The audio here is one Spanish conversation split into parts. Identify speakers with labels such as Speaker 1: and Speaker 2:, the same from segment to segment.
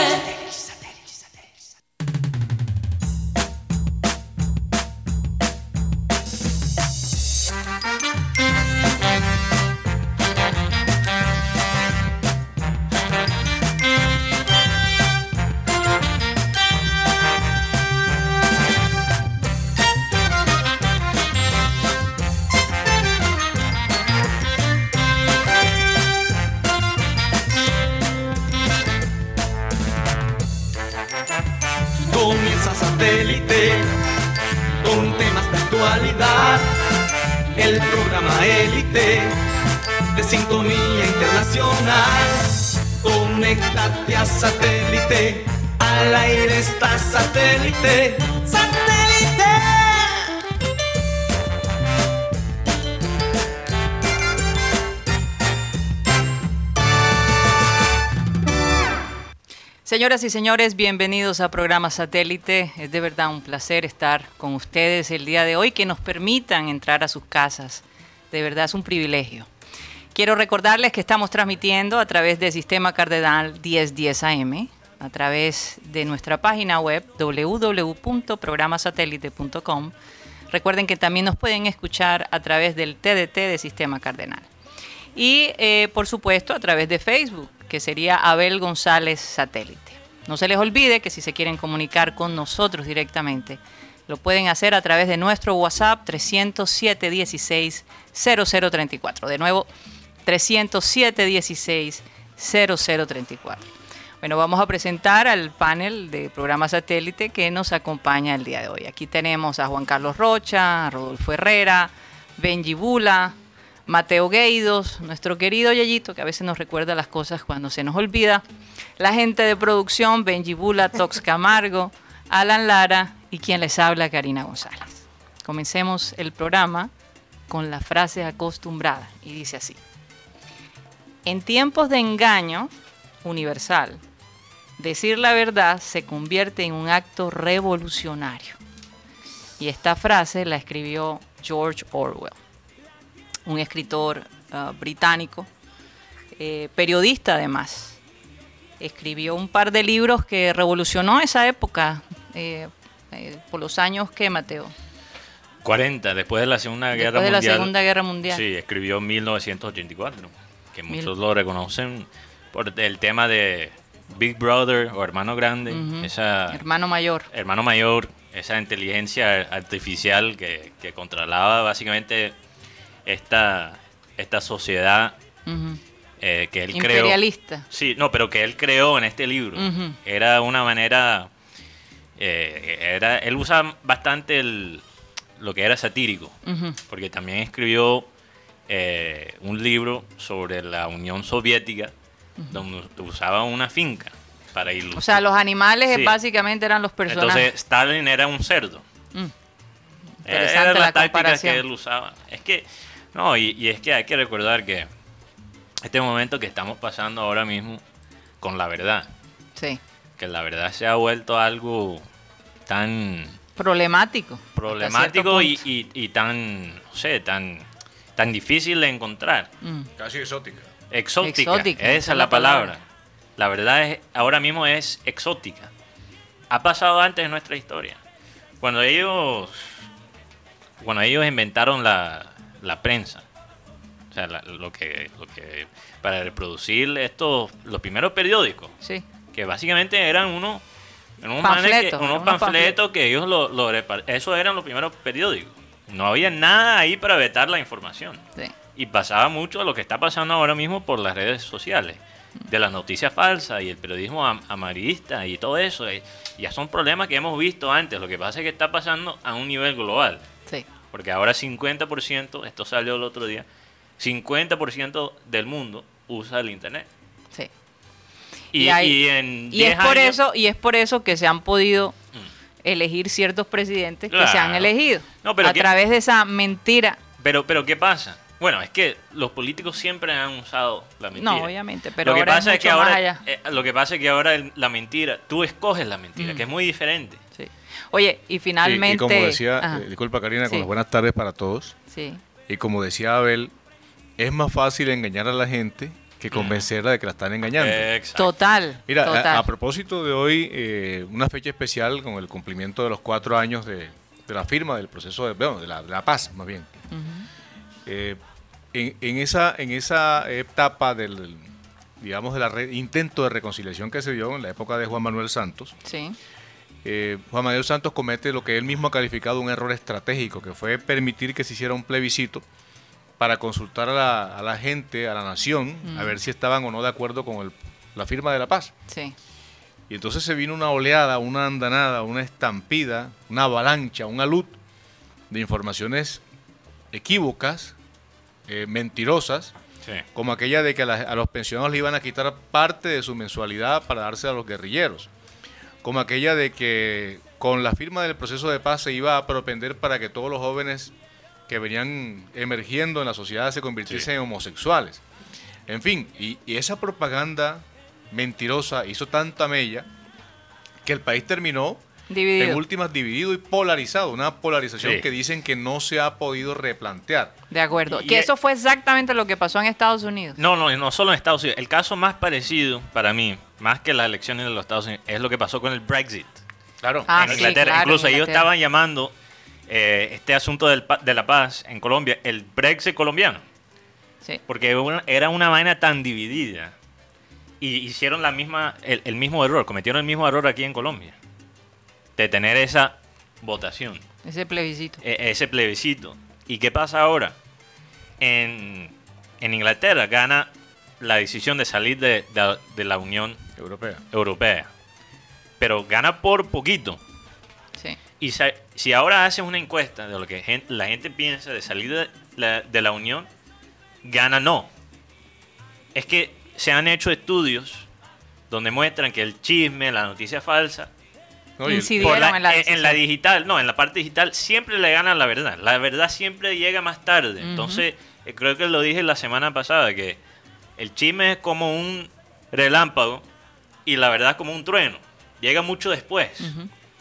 Speaker 1: Satellite.
Speaker 2: Comienza satélite con temas de actualidad. El programa élite de sintonía internacional. Conéctate a satélite. Al aire está satélite. ¡Satélite!
Speaker 3: Señoras y señores, bienvenidos a programa Satélite. Es de verdad un placer estar con ustedes el día de hoy, que nos permitan entrar a sus casas. De verdad es un privilegio. Quiero recordarles que estamos transmitiendo a través del sistema cardenal 1010 AM, a través de nuestra página web www.programasatélite.com. Recuerden que también nos pueden escuchar a través del TDT de Sistema Cardenal. Y eh, por supuesto a través de Facebook, que sería Abel González Satélite. No se les olvide que si se quieren comunicar con nosotros directamente, lo pueden hacer a través de nuestro WhatsApp 307 16 0034. De nuevo, 307 16 0034. Bueno, vamos a presentar al panel de programa satélite que nos acompaña el día de hoy. Aquí tenemos a Juan Carlos Rocha, a Rodolfo Herrera, Benji Bula, Mateo Gueidos, nuestro querido Yayito, que a veces nos recuerda las cosas cuando se nos olvida, la gente de producción, Benji Bula, Tox Camargo, Alan Lara y quien les habla, Karina González. Comencemos el programa con la frase acostumbrada y dice así. En tiempos de engaño universal, decir la verdad se convierte en un acto revolucionario. Y esta frase la escribió George Orwell, un escritor ah, británico, eh, periodista además. Escribió un par de libros que revolucionó esa época eh, eh, por los años que Mateo.
Speaker 4: 40, después de la Segunda
Speaker 3: Después
Speaker 4: Guerra
Speaker 3: de la
Speaker 4: Mundial.
Speaker 3: Segunda Guerra Mundial.
Speaker 4: Sí, escribió 1984, que
Speaker 3: Mil-
Speaker 4: muchos lo reconocen por el tema de Big Brother o Hermano Grande,
Speaker 3: Ujú.
Speaker 4: esa
Speaker 3: Hermano mayor.
Speaker 4: hermano mayor, esa inteligencia artificial que, que controlaba básicamente esta, esta sociedad
Speaker 3: Ujú.
Speaker 4: eh, que él creó.
Speaker 3: Imperialista.
Speaker 4: Sí, no, pero que él creó en este libro.
Speaker 3: Ujú.
Speaker 4: Era una manera. eh, era, él usaba bastante el- lo que era satírico,
Speaker 3: Ujú.
Speaker 4: porque también escribió eh, un libro sobre la Unión Soviética, donde usaba una finca para ilustrar.
Speaker 3: O sea, los animales
Speaker 4: Sí.
Speaker 3: básicamente eran los personajes.
Speaker 4: Entonces, Stalin era un cerdo.
Speaker 3: Mm.
Speaker 4: Era-
Speaker 3: Interesante
Speaker 4: Era
Speaker 3: la
Speaker 4: la táctica
Speaker 3: comparación.
Speaker 4: que él usaba. Es que, no, y, y es que hay que recordar que este momento que estamos pasando ahora mismo con la verdad,
Speaker 3: sí.
Speaker 4: que la verdad se ha vuelto algo tan
Speaker 3: Problemático. hasta
Speaker 4: problemático y,
Speaker 3: cierto
Speaker 4: y- y tan, no sé, tan, tan difícil de encontrar.
Speaker 3: punto. Mm.
Speaker 5: Casi exótica.
Speaker 4: Exótica,
Speaker 3: Exótica,
Speaker 4: esa es la palabra. La verdad es, ahora mismo es exótica. Ha pasado antes en nuestra historia. Cuando ellos, cuando ellos inventaron la, la prensa, o sea, la- lo, que, lo que, para reproducir estos, los primeros periódicos,
Speaker 3: Sí.
Speaker 4: que básicamente eran unos, eran unos
Speaker 3: Panfletos,
Speaker 4: manes que-
Speaker 3: eran
Speaker 4: unos
Speaker 3: unos
Speaker 4: panfletos que ellos lo, lo repar- eso eran los primeros periódicos. No había nada ahí para vetar la información.
Speaker 3: sí.
Speaker 4: Y pasaba mucho lo que está pasando ahora mismo por las redes sociales, de las noticias falsas y el periodismo am- amarillista y todo eso. eh, Ya son problemas que hemos visto antes. Lo que pasa es que está pasando a un nivel global.
Speaker 3: Sí.
Speaker 4: Porque ahora 50%, esto salió el otro día, 50% del mundo usa el Internet.
Speaker 3: Sí.
Speaker 4: Y,
Speaker 3: hay-
Speaker 4: y en
Speaker 3: y
Speaker 4: 10
Speaker 3: es por
Speaker 4: años-
Speaker 3: eso y es por eso que se han podido elegir ciertos presidentes que se han
Speaker 4: Claro.
Speaker 3: elegido
Speaker 4: No, pero
Speaker 3: a
Speaker 4: que-
Speaker 3: través de esa mentira.
Speaker 4: Pero, pero ¿qué pasa? Bueno, es que los políticos siempre han usado la mentira.
Speaker 3: No, obviamente, pero
Speaker 4: lo que
Speaker 3: ahora es
Speaker 4: pasa es, que
Speaker 3: mucho más
Speaker 4: ahora,
Speaker 3: allá.
Speaker 4: eh, lo que pasa es que ahora el- la mentira, tú escoges la
Speaker 3: Mm.
Speaker 4: mentira, que es muy diferente.
Speaker 3: Sí. Oye, y finalmente
Speaker 5: Y, como decía,
Speaker 3: Ajá,
Speaker 5: eh, disculpa
Speaker 3: ah.
Speaker 5: Karina,
Speaker 3: Sí.
Speaker 5: con las buenas tardes para todos.
Speaker 3: sí.
Speaker 5: Y como decía Abel, es más fácil engañar a la gente
Speaker 1: que convencerla de que la están engañando.
Speaker 5: Eh.
Speaker 4: Exacto.
Speaker 3: Total.
Speaker 1: Mira,
Speaker 3: total.
Speaker 1: a, a propósito de hoy, eh, una fecha especial con el cumplimiento de los cuatro años de, de la firma del proceso de, bueno, de, la, de la paz, más bien. Eh, en, en esa, en esa etapa del, del, digamos, de la re- intento de reconciliación que se dio en la época de Juan Manuel Santos,
Speaker 3: sí.
Speaker 1: eh, Juan Manuel Santos comete lo que él mismo ha calificado un error estratégico, que fue permitir que se hiciera un plebiscito para consultar a la, a la gente, a la nación, a ver si estaban o no de acuerdo con el- la firma de la paz.
Speaker 3: Sí.
Speaker 1: Y entonces se vino una oleada, una andanada, una estampida, una avalancha, un alud de informaciones equívocas, eh, mentirosas,
Speaker 4: Sí.
Speaker 1: como aquella de que a, las- a los pensionados le iban a quitar parte de su mensualidad para darse a los guerrilleros, como aquella de que con la firma del proceso de paz se iba a propender para que todos los jóvenes que venían emergiendo en la sociedad se convirtiesen en homosexuales. En fin, y, y esa propaganda mentirosa hizo tanta mella que el país terminó en
Speaker 3: Dividido.
Speaker 1: últimas dividido y polarizado, una polarización
Speaker 4: Sí.
Speaker 1: que dicen que no se ha podido replantear.
Speaker 3: De acuerdo.
Speaker 4: Y-
Speaker 3: Que eso fue exactamente lo que pasó en Estados Unidos.
Speaker 4: No, no, no solo en Estados Unidos. El caso más parecido para mí, más que las elecciones de los Estados Unidos, es lo que pasó con el Brexit
Speaker 1: Claro.
Speaker 3: Ah,
Speaker 4: en
Speaker 3: sí,
Speaker 4: Inglaterra.
Speaker 3: claro,
Speaker 4: Incluso ellos
Speaker 3: Inglaterra.
Speaker 4: estaban llamando eh, este asunto del pa- de la paz en Colombia el Brexit colombiano,
Speaker 3: Sí.
Speaker 4: porque era una- era una vaina tan dividida y hicieron la misma, el, el mismo error, cometieron el mismo error aquí en Colombia de tener esa votación,
Speaker 3: Ese plebiscito.
Speaker 4: e- ese plebiscito. ¿Y qué pasa ahora? En, en Inglaterra gana la decisión de salir de- de- de la Unión
Speaker 1: Europea.
Speaker 4: Europea, pero gana por poquito.
Speaker 3: Sí.
Speaker 4: Y sa- si ahora haces una encuesta de lo que gen- la gente piensa de salir de la, de la Unión, gana no. Es que se han hecho estudios donde muestran que el chisme, la noticia falsa,
Speaker 1: No, y-
Speaker 3: Incidió.
Speaker 4: por la-
Speaker 3: Dieron en la
Speaker 4: en, en la
Speaker 3: decisión.
Speaker 4: digital, no, en la parte digital siempre le gana la verdad. La verdad siempre llega más tarde. Entonces, eh, creo que lo dije la semana pasada, que el chisme es como un relámpago y la verdad es como un trueno. Llega mucho después.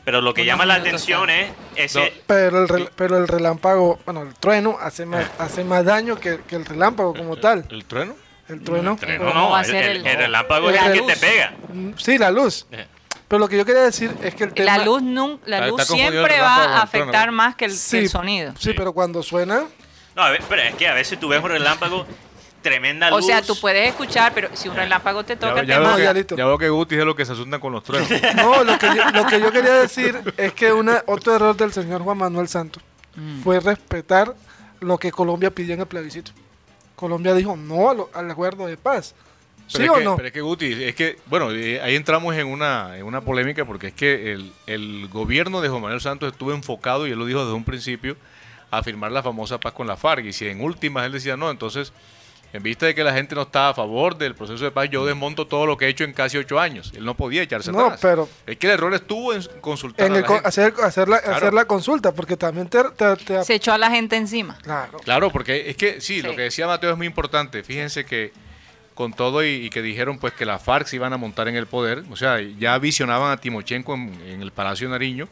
Speaker 4: Pero lo que
Speaker 3: Unos
Speaker 4: llama la
Speaker 3: minutos
Speaker 4: atención es ese...
Speaker 5: Pero el, rel- pero el relámpago, bueno, el trueno hace más, hace más daño que, que el relámpago como tal.
Speaker 1: ¿El trueno?
Speaker 5: El trueno.
Speaker 4: Trueno,
Speaker 3: ¿Cómo
Speaker 4: no,
Speaker 3: va a
Speaker 4: el,
Speaker 3: ser
Speaker 4: el-
Speaker 3: el-
Speaker 4: el relámpago
Speaker 5: La
Speaker 4: es el que
Speaker 3: luz?
Speaker 4: te pega.
Speaker 5: Mm, Sí, la luz.
Speaker 1: Eh.
Speaker 5: Pero lo que yo quería decir es que el tema...
Speaker 3: La luz, nun- la
Speaker 1: Está-
Speaker 3: luz
Speaker 1: está confundido el
Speaker 3: siempre
Speaker 1: relámpago
Speaker 3: va a
Speaker 1: con el trueno,
Speaker 3: afectar
Speaker 1: ¿no?
Speaker 3: más que el, que
Speaker 5: Sí,
Speaker 3: el sonido.
Speaker 5: Sí, pero cuando suena,
Speaker 4: No, a ver, pero es que a veces tú ves un relámpago, tremenda
Speaker 3: O
Speaker 4: luz.
Speaker 3: sea, tú puedes escuchar, pero si un relámpago te toca,
Speaker 1: Ya, ya
Speaker 3: te
Speaker 1: veo
Speaker 5: No,
Speaker 1: que,
Speaker 5: ya
Speaker 3: mata.
Speaker 5: Ah, listo.
Speaker 1: ya veo que Guti es lo que se asuntan con los truenos.
Speaker 5: No, lo que, yo, lo que yo quería decir es que una, otro error del señor Juan Manuel Santos
Speaker 3: Mm.
Speaker 5: fue respetar lo que Colombia pidió en el plebiscito. Colombia dijo no a lo- al acuerdo de paz.
Speaker 1: Pero
Speaker 5: ¿Sí
Speaker 1: es
Speaker 5: o
Speaker 1: que,
Speaker 5: no?
Speaker 1: Pero es que Guti, es que, bueno, eh, ahí entramos en una, en una polémica porque es que el, el gobierno de Juan Manuel Santos estuvo enfocado, y él lo dijo desde un principio, a firmar la famosa paz con la FARC. Y si en últimas él decía no, entonces, en vista de que la gente no estaba a favor del proceso de paz, yo desmonto todo lo que he hecho en casi ocho años. Él no podía echarse
Speaker 5: Mm. No,
Speaker 1: atrás.
Speaker 5: pero-
Speaker 1: Es que el error estuvo en consultar
Speaker 5: En
Speaker 1: a
Speaker 5: el
Speaker 1: la
Speaker 5: co-
Speaker 1: gente.
Speaker 5: hacer, hacer, la,
Speaker 1: Claro.
Speaker 5: hacer la consulta, porque también te... te- te-
Speaker 3: Se echó a la gente encima.
Speaker 5: Claro.
Speaker 1: Claro, porque es que sí, lo
Speaker 3: Sí.
Speaker 1: que decía Mateo es muy importante. Fíjense que con todo y, y que dijeron pues que las FARC se iban a montar en el poder, o sea, ya visionaban a Timochenko en, en el Palacio de Nariño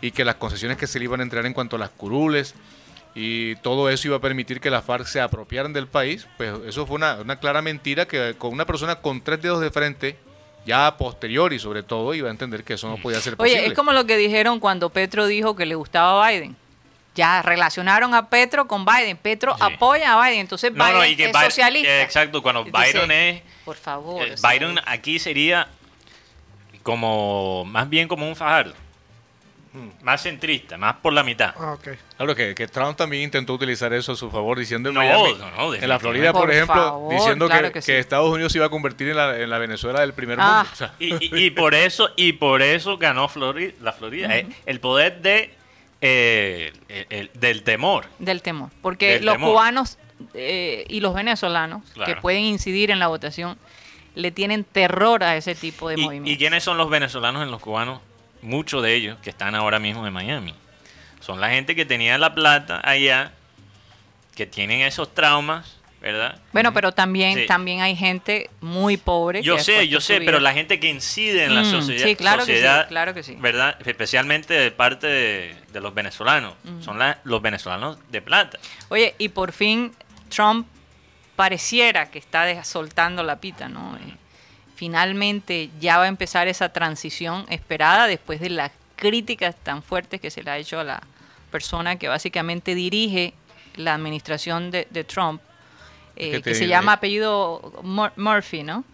Speaker 1: y que las concesiones que se le iban a entregar en cuanto a las curules y todo eso iba a permitir que las FARC se apropiaran del país, pues eso fue una, una clara mentira que con una persona con tres dedos de frente, ya a posteriori sobre todo, iba a entender que eso no podía ser posible.
Speaker 3: Oye, es como lo que dijeron cuando Petro dijo que le gustaba Biden. Ya relacionaron a Petro con Biden. Petro
Speaker 4: Sí.
Speaker 3: apoya a Biden. Entonces
Speaker 4: No,
Speaker 3: Biden
Speaker 4: no, y que
Speaker 3: es
Speaker 4: Bi-
Speaker 3: socialista.
Speaker 4: Exacto, cuando
Speaker 3: Entonces,
Speaker 4: Byron es...
Speaker 3: Por favor.
Speaker 4: Eh,
Speaker 3: o sea,
Speaker 4: Byron aquí sería como más bien como un Fajardo. Más centrista, más por la mitad.
Speaker 5: Ah, ok.
Speaker 1: Claro que, que Trump también intentó utilizar eso a su favor, diciendo en
Speaker 4: No,
Speaker 1: Miami,
Speaker 4: no, no,
Speaker 1: en la Florida,
Speaker 3: definitivamente.
Speaker 1: por,
Speaker 3: Por
Speaker 1: ejemplo,
Speaker 3: favor,
Speaker 1: diciendo que-
Speaker 3: claro
Speaker 1: que,
Speaker 3: que sí.
Speaker 1: Estados Unidos se iba a convertir en la, en la Venezuela del primer
Speaker 3: Ah.
Speaker 1: mundo. O sea,
Speaker 4: Y, y- y por eso y por eso ganó Flori- la Florida. Eh, El poder de eh, el- el- del temor.
Speaker 3: Del temor. Porque
Speaker 4: Del
Speaker 3: los
Speaker 4: temor.
Speaker 3: cubanos eh, y los venezolanos que
Speaker 4: Claro.
Speaker 3: pueden incidir en la votación le tienen terror a ese tipo de
Speaker 4: Y,
Speaker 3: movimientos.
Speaker 4: y quiénes son los venezolanos en los cubanos? Muchos de ellos que están ahora mismo en Miami. Son la gente que tenía la plata allá, que tienen esos traumas, ¿verdad?
Speaker 3: Bueno, pero también,
Speaker 4: Sí.
Speaker 3: también hay gente muy pobre.
Speaker 4: Yo
Speaker 3: que ha
Speaker 4: sé,
Speaker 3: expuesto
Speaker 4: yo
Speaker 3: su
Speaker 4: sé,
Speaker 3: vida.
Speaker 4: pero la gente que incide en la
Speaker 3: Mm,
Speaker 4: sociedad.
Speaker 3: sí, claro que sí,
Speaker 4: sociedad,
Speaker 3: claro que sí.
Speaker 4: ¿Verdad? Especialmente de parte de, de los
Speaker 3: Mm.
Speaker 4: venezolanos. Son la- los venezolanos de plata.
Speaker 3: Oye, y por fin Trump pareciera que está des- soltando la pita, ¿no? Eh, finalmente ya va a empezar esa transición esperada después de las críticas tan fuertes que se le ha hecho a la persona que básicamente dirige la administración de, de Trump, eh,
Speaker 1: que te
Speaker 3: que se
Speaker 1: digo,
Speaker 3: llama
Speaker 1: eh.
Speaker 3: apellido Mur- Murphy, ¿no?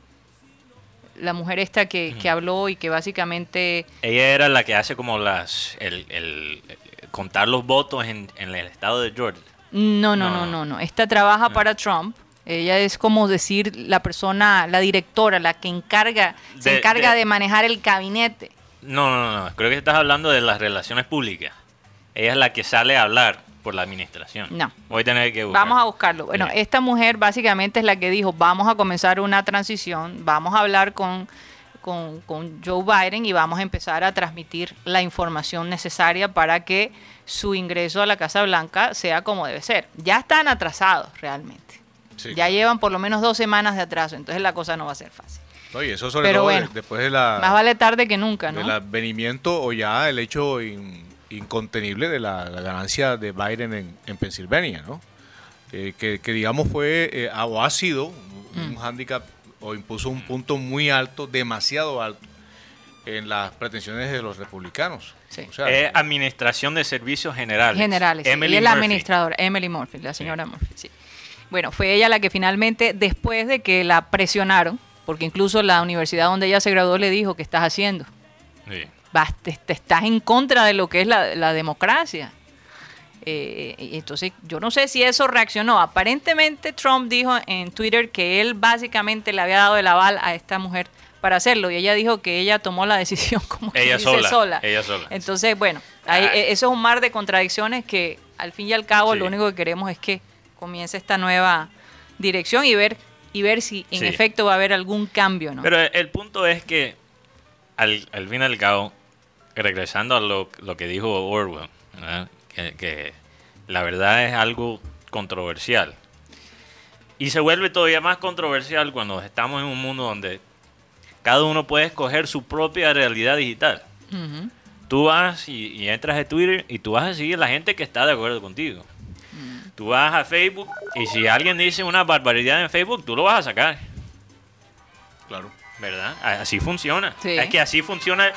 Speaker 3: La mujer esta que, que habló y que básicamente...
Speaker 4: Ella era la que hace como las. El, el- el- contar los votos en, en el estado de Georgia.
Speaker 3: No, no, Ah. no,
Speaker 4: No, no.
Speaker 3: no, no. Esta trabaja para Trump. Ella es como decir la persona, la directora, la que encarga, se
Speaker 4: De-
Speaker 3: encarga de,
Speaker 4: de-
Speaker 3: manejar el gabinete.
Speaker 4: No, no, no. Creo que estás hablando de las relaciones públicas. Ella es la que sale a hablar por la administración.
Speaker 3: No.
Speaker 4: Voy a tener que buscar.
Speaker 3: Vamos a buscarlo. Bueno,
Speaker 4: Ya.
Speaker 3: esta mujer básicamente es la que dijo, vamos a comenzar una transición, vamos a hablar con, con, con Joe Biden y vamos a empezar a transmitir la información necesaria para que su ingreso a la Casa Blanca sea como debe ser. Ya están atrasados realmente.
Speaker 1: Sí,
Speaker 3: ya llevan por lo menos dos semanas de atraso, entonces la cosa no va a ser fácil.
Speaker 1: No, y eso sobre
Speaker 3: Pero
Speaker 1: todo
Speaker 3: bueno,
Speaker 1: de- después de la,
Speaker 3: Más vale tarde que nunca, ¿no?
Speaker 1: del advenimiento o ya el hecho in- incontenible de la, la ganancia de Biden en, en Pensilvania, ¿no? Eh, que, que digamos fue eh, ah, o ha sido un
Speaker 3: Mm.
Speaker 1: hándicap o impuso un punto muy alto, demasiado alto, en las pretensiones de los republicanos.
Speaker 3: Sí.
Speaker 1: O sea,
Speaker 4: Es administración de servicios generales.
Speaker 3: generales. sí.
Speaker 4: Emily
Speaker 3: y es la
Speaker 4: Murphy.
Speaker 3: administradora, Emily Murphy, la señora Murphy. sí. Bueno, fue ella la que finalmente, después de que la presionaron, porque incluso la universidad donde ella se graduó le dijo, ¿qué estás haciendo?
Speaker 4: Sí.
Speaker 3: Vas- te, te estás en contra de lo que es la, la democracia. Eh, y entonces, yo no sé si eso reaccionó. Aparentemente Trump dijo en Twitter que él básicamente le había dado el aval a esta mujer para hacerlo. Y ella dijo que ella tomó la decisión como que
Speaker 4: Ella
Speaker 3: dice,
Speaker 4: sola, ella sola.
Speaker 3: Entonces, bueno, hay-
Speaker 4: Ay.
Speaker 3: eh, eso es un mar de contradicciones que al fin y al cabo
Speaker 4: Ah. Sí.
Speaker 3: lo único que queremos es que comience esta nueva dirección y ver y ver si en
Speaker 4: Sí.
Speaker 3: efecto va a haber algún cambio, ¿no?
Speaker 4: Pero el punto es que, al, al fin y al cabo, regresando a lo, lo que dijo Orwell, ¿verdad? que, que la verdad es algo controversial. Y se vuelve todavía más controversial cuando estamos en un mundo donde cada uno puede escoger su propia realidad digital.
Speaker 3: Ujú.
Speaker 4: Tú vas y, y entras a Twitter y tú vas a seguir la gente que está de acuerdo contigo. Tú vas a Facebook y si alguien dice una barbaridad en Facebook, tú lo vas a sacar.
Speaker 1: claro.
Speaker 4: ¿Verdad? A- Así funciona.
Speaker 3: Sí.
Speaker 4: Es que así funciona.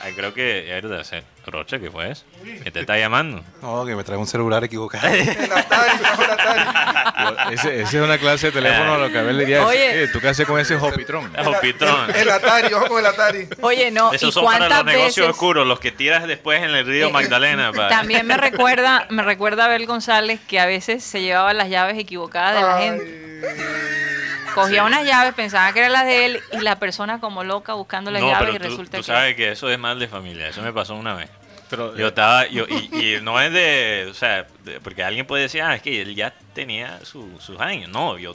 Speaker 4: Ay, creo que. mierda, se- Rocha, ¿qué fue eso? Que te está llamando.
Speaker 6: No, que me trae un celular equivocado.
Speaker 1: Ese- Esa es una clase de teléfono a lo que Abel le diría.
Speaker 3: Oye.
Speaker 1: "Eh, ¿Tú qué haces con ese hopitrón?
Speaker 4: Es Hopitrón.
Speaker 7: El Atari, ojo con el Atari.
Speaker 3: Oye, no,
Speaker 4: Esos
Speaker 3: ¿y
Speaker 4: son para
Speaker 3: cuántas
Speaker 4: los negocios
Speaker 3: veces?
Speaker 4: oscuros, los que tiras después en el río
Speaker 3: Eh,
Speaker 4: Magdalena. pa.
Speaker 3: También me recuerda, me recuerda a Abel González que a veces se llevaba las llaves equivocadas de la gente. Cogía unas llaves, pensaba que eran las de él y la persona como loca buscando las
Speaker 4: No,
Speaker 3: llaves
Speaker 4: pero
Speaker 3: y
Speaker 4: tú,
Speaker 3: resulta
Speaker 4: tú
Speaker 3: que
Speaker 4: sabes que eso es mal de familia. Eso me pasó una vez.
Speaker 1: Pero,
Speaker 4: Yo
Speaker 1: eh,
Speaker 4: estaba. Yo, y, y no es de. O sea, de- porque alguien puede decir, ah, es que él ya tenía su- sus años. No, yo.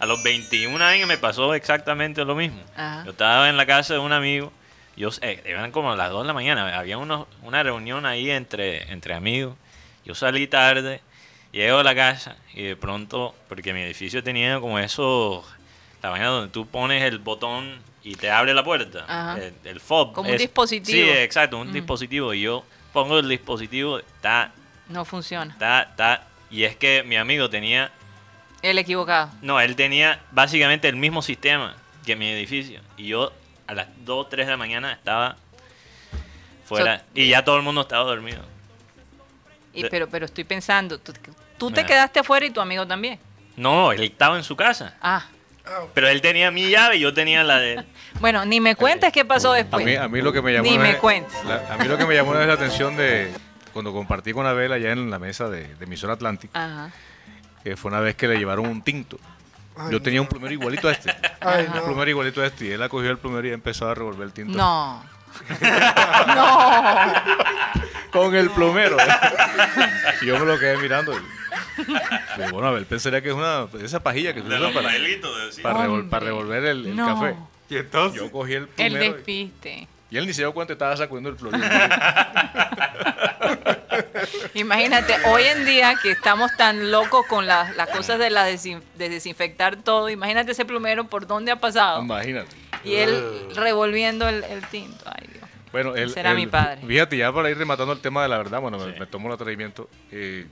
Speaker 4: A los 21 años me pasó exactamente lo mismo.
Speaker 3: Ajá.
Speaker 4: Yo estaba en la casa de un amigo. Yo, eh, eran como las 2 de la mañana. Había unos- una reunión ahí entre, entre amigos. Yo salí tarde, llego a la casa y de pronto, porque mi edificio tenía como eso, la vaina donde tú pones el botón y te abre la puerta.
Speaker 3: Ajá.
Speaker 4: El, el fob.
Speaker 3: Como un
Speaker 4: es-
Speaker 3: dispositivo.
Speaker 4: Sí, exacto, un
Speaker 3: Mm.
Speaker 4: dispositivo. Y yo pongo el dispositivo, ta,
Speaker 3: no funciona.
Speaker 4: ta, ta. Y es que mi amigo tenía,
Speaker 3: El equivocado.
Speaker 4: no, él tenía básicamente el mismo sistema que mi edificio. Y yo a las 2, 3 de la mañana estaba fuera.
Speaker 3: So-
Speaker 4: y ya todo el mundo estaba dormido.
Speaker 3: Y,
Speaker 4: De- Eh.
Speaker 3: pero, pero estoy pensando, tú, tú te
Speaker 4: Ajá.
Speaker 3: quedaste afuera y tu amigo también.
Speaker 4: No, él estaba en su casa.
Speaker 3: Ah,
Speaker 4: Pero él tenía mi llave y yo tenía la de él.
Speaker 3: bueno, ni me cuentes qué pasó
Speaker 1: A mí,
Speaker 3: después.
Speaker 1: a mí lo que me llamó
Speaker 3: Dime,
Speaker 1: una vez-
Speaker 3: cuentes.
Speaker 1: la- a mí lo que me llamó una vez la atención de cuando compartí con Abel allá en la mesa de, de Misión Atlántica,
Speaker 3: Ajá.
Speaker 1: que fue una vez que le llevaron un tinto.
Speaker 5: Ay,
Speaker 1: Yo tenía un plumero igualito a este.
Speaker 5: Ay,
Speaker 1: Un plumero igualito a este. Y él la cogió el plumero y empezó a revolver el tinto.
Speaker 3: No. no.
Speaker 1: Con el plumero. y yo me lo quedé mirando. Y- y bueno, Abel pensaría que es una esa pajilla que se usa para, para, revol-
Speaker 3: Hombre.
Speaker 1: para revolver el, el
Speaker 3: No.
Speaker 1: café.
Speaker 6: Y entonces.
Speaker 1: Yo cogí el
Speaker 3: El
Speaker 1: plumero. y-
Speaker 3: despiste.
Speaker 1: y él ni se dio cuenta, estaba sacudiendo el plumero.
Speaker 3: Imagínate, hoy en día que estamos tan locos con las, las cosas de, la desin- de desinfectar todo, imagínate ese plumero por dónde ha pasado.
Speaker 1: Imagínate.
Speaker 3: Y él revolviendo el, el tinto. Ay, Dios.
Speaker 1: Bueno, el-
Speaker 3: Será
Speaker 1: el-
Speaker 3: mi padre.
Speaker 1: Fíjate, ya para ir rematando el tema de la verdad, bueno, me,
Speaker 4: Sí.
Speaker 1: me tomo el atrevimiento. eh,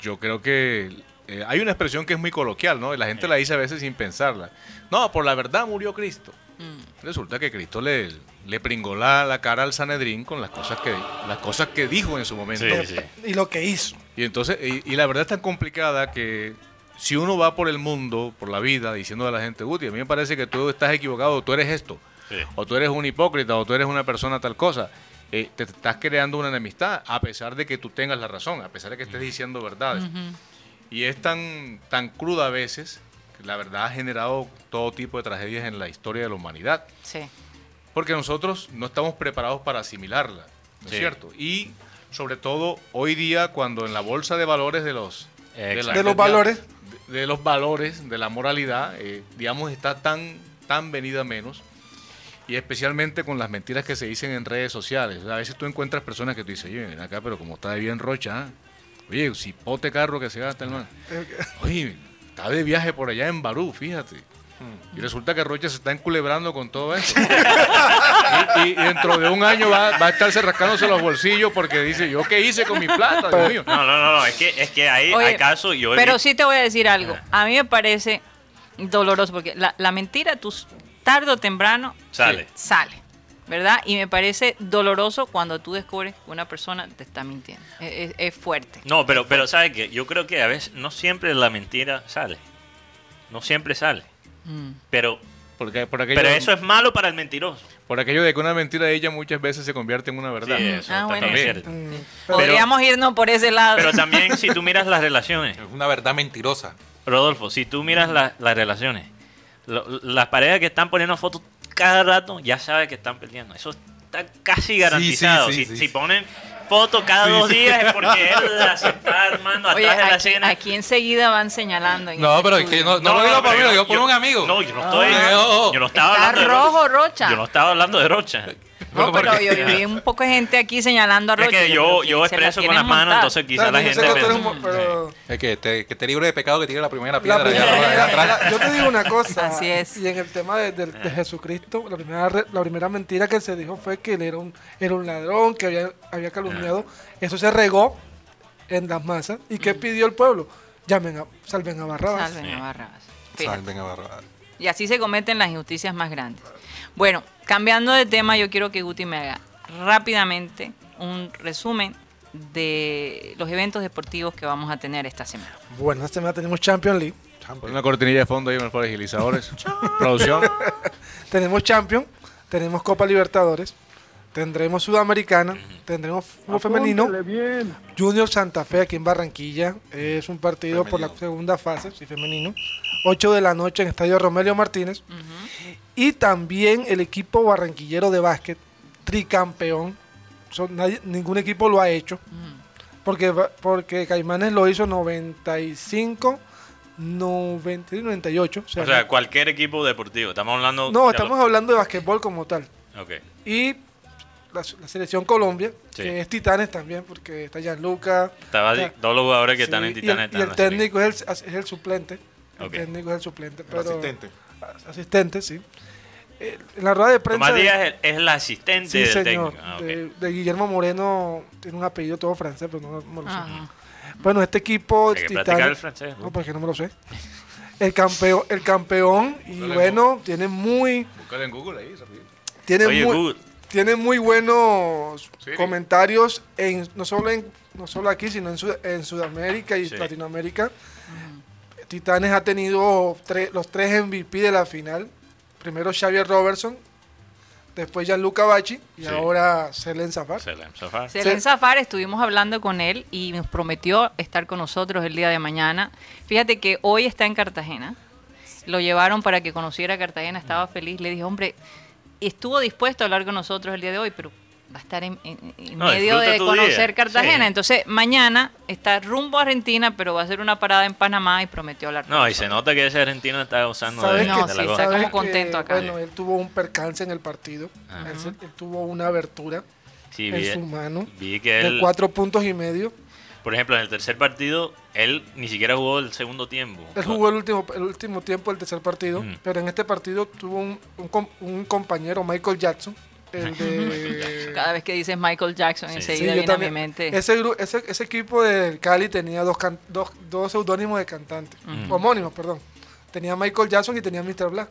Speaker 1: yo creo que eh, hay una expresión que es muy coloquial, ¿no? Y la gente la dice a veces sin pensarla. No, por la verdad murió Cristo.
Speaker 3: Mm.
Speaker 1: Resulta que Cristo le, le pringó la, la cara al Sanedrín con las cosas que, las cosas que dijo en su momento.
Speaker 4: Sí, sí.
Speaker 5: Y lo que hizo.
Speaker 1: Y entonces, y, y la verdad es tan complicada que si uno va por el mundo, por la vida, diciendo a la gente, Guti, a mí me parece que tú estás equivocado, tú eres esto,
Speaker 4: Sí.
Speaker 1: o tú eres un hipócrita, o tú eres una persona tal cosa, eh, te, te estás creando una enemistad, a pesar de que tú tengas la razón, a pesar de que estés diciendo verdades. Y es tan, tan cruda a veces, que la verdad ha generado todo tipo de tragedias en la historia de la humanidad
Speaker 3: Sí.
Speaker 1: porque nosotros no estamos preparados para asimilarla, ¿no es
Speaker 4: Sí.
Speaker 1: cierto? Y sobre todo hoy día cuando en la bolsa de valores de los
Speaker 4: Exacto.
Speaker 5: De los valores.
Speaker 1: de, de los valores de la moralidad, eh, digamos está tan tan venida menos y especialmente con las mentiras que se dicen en redes sociales. O sea, a veces tú encuentras personas que tú dices, oye, ven acá, pero como está de bien rocha, ah, oye, si pote carro que se gasta el man. Oye, está de viaje por allá en Barú, fíjate. Y resulta que Rocha se está enculebrando con todo eso. y, y dentro de un año va, va a estarse rascándose los bolsillos porque dice, ¿yo qué hice con mi plata? Dios mío.
Speaker 4: No, no, no, no, es que, es que ahí
Speaker 3: Oye,
Speaker 4: hay casos y hoy
Speaker 3: Pero
Speaker 4: vi-
Speaker 3: sí te voy a decir algo.
Speaker 1: Ah.
Speaker 3: A mí me parece doloroso porque la, la mentira, tú s- tarde o temprano
Speaker 4: Sale.
Speaker 3: sale, ¿verdad? Y me parece doloroso cuando tú descubres que una persona te está mintiendo. Es, es- es fuerte.
Speaker 4: No, pero, pero ¿sabes qué? Yo creo que a veces no siempre la mentira sale. No siempre sale.
Speaker 3: Mm.
Speaker 4: Pero,
Speaker 1: Porque, por, aquello,
Speaker 4: pero eso es malo para el mentiroso.
Speaker 1: por aquello de que una mentira de ella muchas veces se convierte en una verdad.
Speaker 4: Sí, eso
Speaker 3: Ah, bueno.
Speaker 4: también es cierto.
Speaker 5: Mm, pero-
Speaker 3: Podríamos irnos por ese lado.
Speaker 4: Pero también si tú miras las relaciones,
Speaker 6: Es una verdad mentirosa.
Speaker 4: Rodolfo, si tú miras la- las relaciones, lo- las parejas que están poniendo fotos cada rato, ya sabes que están peleando. Eso está casi garantizado.
Speaker 6: sí,
Speaker 4: si,
Speaker 6: sí.
Speaker 4: si ponen fotos cada dos días es porque él las está armando
Speaker 3: Oye,
Speaker 4: atrás de la
Speaker 3: aquí,
Speaker 4: cena.
Speaker 3: aquí enseguida van señalando. en
Speaker 6: No,
Speaker 3: este
Speaker 6: pero es
Speaker 3: estudio.
Speaker 6: que no, no lo digo por mí, lo digo por un amigo.
Speaker 4: No, yo no estoy.
Speaker 6: Ah. No.
Speaker 4: Yo no estaba
Speaker 3: Está
Speaker 4: hablando de
Speaker 3: rojo,
Speaker 4: Rocha.
Speaker 3: Rocha.
Speaker 4: Yo no estaba hablando de Rocha.
Speaker 3: No,
Speaker 6: ¿por
Speaker 3: pero
Speaker 6: qué?
Speaker 3: yo, yo vi un poco de gente aquí señalando a
Speaker 4: Es
Speaker 3: Rocha.
Speaker 4: que yo, yo expreso con las manos, entonces quizás
Speaker 5: Dani,
Speaker 4: la
Speaker 5: yo sé
Speaker 4: gente.
Speaker 5: que tú eres
Speaker 4: piensa-
Speaker 5: un- pero-
Speaker 6: Es que te, que te libre de pecado que tiene la primera
Speaker 5: La
Speaker 6: piedra. ya,
Speaker 5: primera-
Speaker 6: ya, ya, atrás.
Speaker 5: la- yo te digo una cosa.
Speaker 3: Así es.
Speaker 5: Y en el tema de, de- de Jesucristo, la primera, re- la primera mentira que se dijo fue que él era un, era un ladrón, que había, había calumniado. Eso se regó en las masas. ¿Y qué pidió el pueblo? Llamen a, salven a Barrabas.
Speaker 3: Salven a Barrabás. Fíjate.
Speaker 6: Salven a Barrabás.
Speaker 3: Y así se cometen las injusticias más grandes. Bueno, cambiando de tema, yo quiero que Guti me haga rápidamente un resumen de los eventos deportivos que vamos a tener esta semana.
Speaker 5: Bueno, esta semana tenemos Champions League.
Speaker 1: Pon una cortinilla de fondo ahí en los agilizadores. Producción.
Speaker 5: Tenemos Champions, tenemos Copa Libertadores, tendremos Sudamericana, tendremos fútbol femenino. Junior Santa Fe aquí en Barranquilla. Es un partido por la
Speaker 6: Femenino.
Speaker 5: segunda fase, sí, femenino. 8 de la noche en Estadio Romelio Martínez. Y también el equipo barranquillero de básquet, tricampeón. Son- nadie- ningún equipo lo ha hecho. Porque, va- porque Caimanes lo hizo 95, 90, 98. o sea,
Speaker 4: O sea, cualquier equipo deportivo. Estamos hablando.
Speaker 5: no,
Speaker 4: de
Speaker 5: estamos hablando de básquetbol como tal.
Speaker 4: lo- Ok.
Speaker 5: Y la, la selección Colombia,
Speaker 4: Sí.
Speaker 5: que es Titanes también, porque está Gianluca.
Speaker 4: Estaba
Speaker 5: está-
Speaker 4: todos los jugadores que
Speaker 5: Sí,
Speaker 4: están en
Speaker 5: y el-
Speaker 4: Titanes
Speaker 5: Y
Speaker 4: están
Speaker 5: el,
Speaker 4: en la serie.
Speaker 5: técnico es el, es el suplente. El
Speaker 4: Ok.
Speaker 5: técnico es el suplente. Pero
Speaker 6: asistente.
Speaker 5: Asistente, sí. Eh, en la rueda de prensa.
Speaker 4: Tomás
Speaker 5: de-
Speaker 4: Díaz es el, es el asistente
Speaker 5: sí,
Speaker 4: del
Speaker 5: señor.
Speaker 4: técnico. Ah, ok.
Speaker 5: de, de Guillermo Moreno. Tiene un apellido todo francés, pero no, no lo sé.
Speaker 3: Ajá.
Speaker 5: Bueno, este equipo.
Speaker 4: Hay que
Speaker 5: Titanes-
Speaker 4: practicar el francés.
Speaker 5: No, porque no me lo sé. El campeón, el campeón y bueno, tiene muy,
Speaker 1: Búscala en Google ahí. rápido.
Speaker 5: tiene
Speaker 4: Oye,
Speaker 5: muy,
Speaker 4: Google,
Speaker 5: tiene muy buenos
Speaker 1: Sí.
Speaker 5: comentarios en, no solo en no solo aquí sino en, Sud- en Sudamérica y
Speaker 4: Sí.
Speaker 5: Latinoamérica Titanes ha tenido tre- los tres MVP de la final primero Xavier Robertson después Gianluca Bacci y
Speaker 4: Sí.
Speaker 5: ahora Selen Zafar
Speaker 4: Salam Safar.
Speaker 3: Selen Zafar, estuvimos hablando con él y nos prometió estar con nosotros el día de mañana. Fíjate que hoy está en Cartagena. Lo llevaron para que conociera Cartagena, estaba feliz. Le dije, hombre, estuvo dispuesto a hablar con nosotros el día de hoy, pero va a estar en, en- en
Speaker 4: No,
Speaker 3: medio
Speaker 4: disfruta
Speaker 3: de
Speaker 4: tu
Speaker 3: conocer
Speaker 4: día.
Speaker 3: Cartagena.
Speaker 4: Sí.
Speaker 3: Entonces, mañana está rumbo a Argentina, pero va a hacer una parada en Panamá y prometió hablar con
Speaker 4: No, y se
Speaker 3: nosotros.
Speaker 4: nota que ese argentino está gozando de,
Speaker 5: ¿Sabes
Speaker 4: de
Speaker 3: que-
Speaker 4: la
Speaker 3: sí,
Speaker 4: cosa.
Speaker 3: ¿sabes?
Speaker 5: Sabes
Speaker 3: como contento acá.
Speaker 5: bueno él tuvo un percance en el partido
Speaker 4: Ajá.
Speaker 5: él, se- él tuvo una abertura
Speaker 4: Sí,
Speaker 5: en
Speaker 4: vi,
Speaker 5: su mano
Speaker 4: vi que
Speaker 5: de
Speaker 4: él,
Speaker 5: cuatro puntos y medio
Speaker 4: por ejemplo, en el tercer partido, él ni siquiera jugó el segundo tiempo.
Speaker 5: Él jugó el último, el último tiempo del tercer partido,
Speaker 4: Mm.
Speaker 5: pero en este partido tuvo un, un com- un compañero, Michael Jackson, el de...
Speaker 3: Cada vez que dices Michael Jackson,
Speaker 4: Sí.
Speaker 5: Sí,
Speaker 3: enseguida
Speaker 5: yo
Speaker 3: viene a mi
Speaker 5: también.
Speaker 3: mente.
Speaker 5: Ese, gru- ese, ese equipo del Cali tenía dos, can- dos, dos seudónimos de cantantes,
Speaker 1: Mm.
Speaker 5: homónimos, perdón. Tenía Michael Jackson y tenía Mr. Black,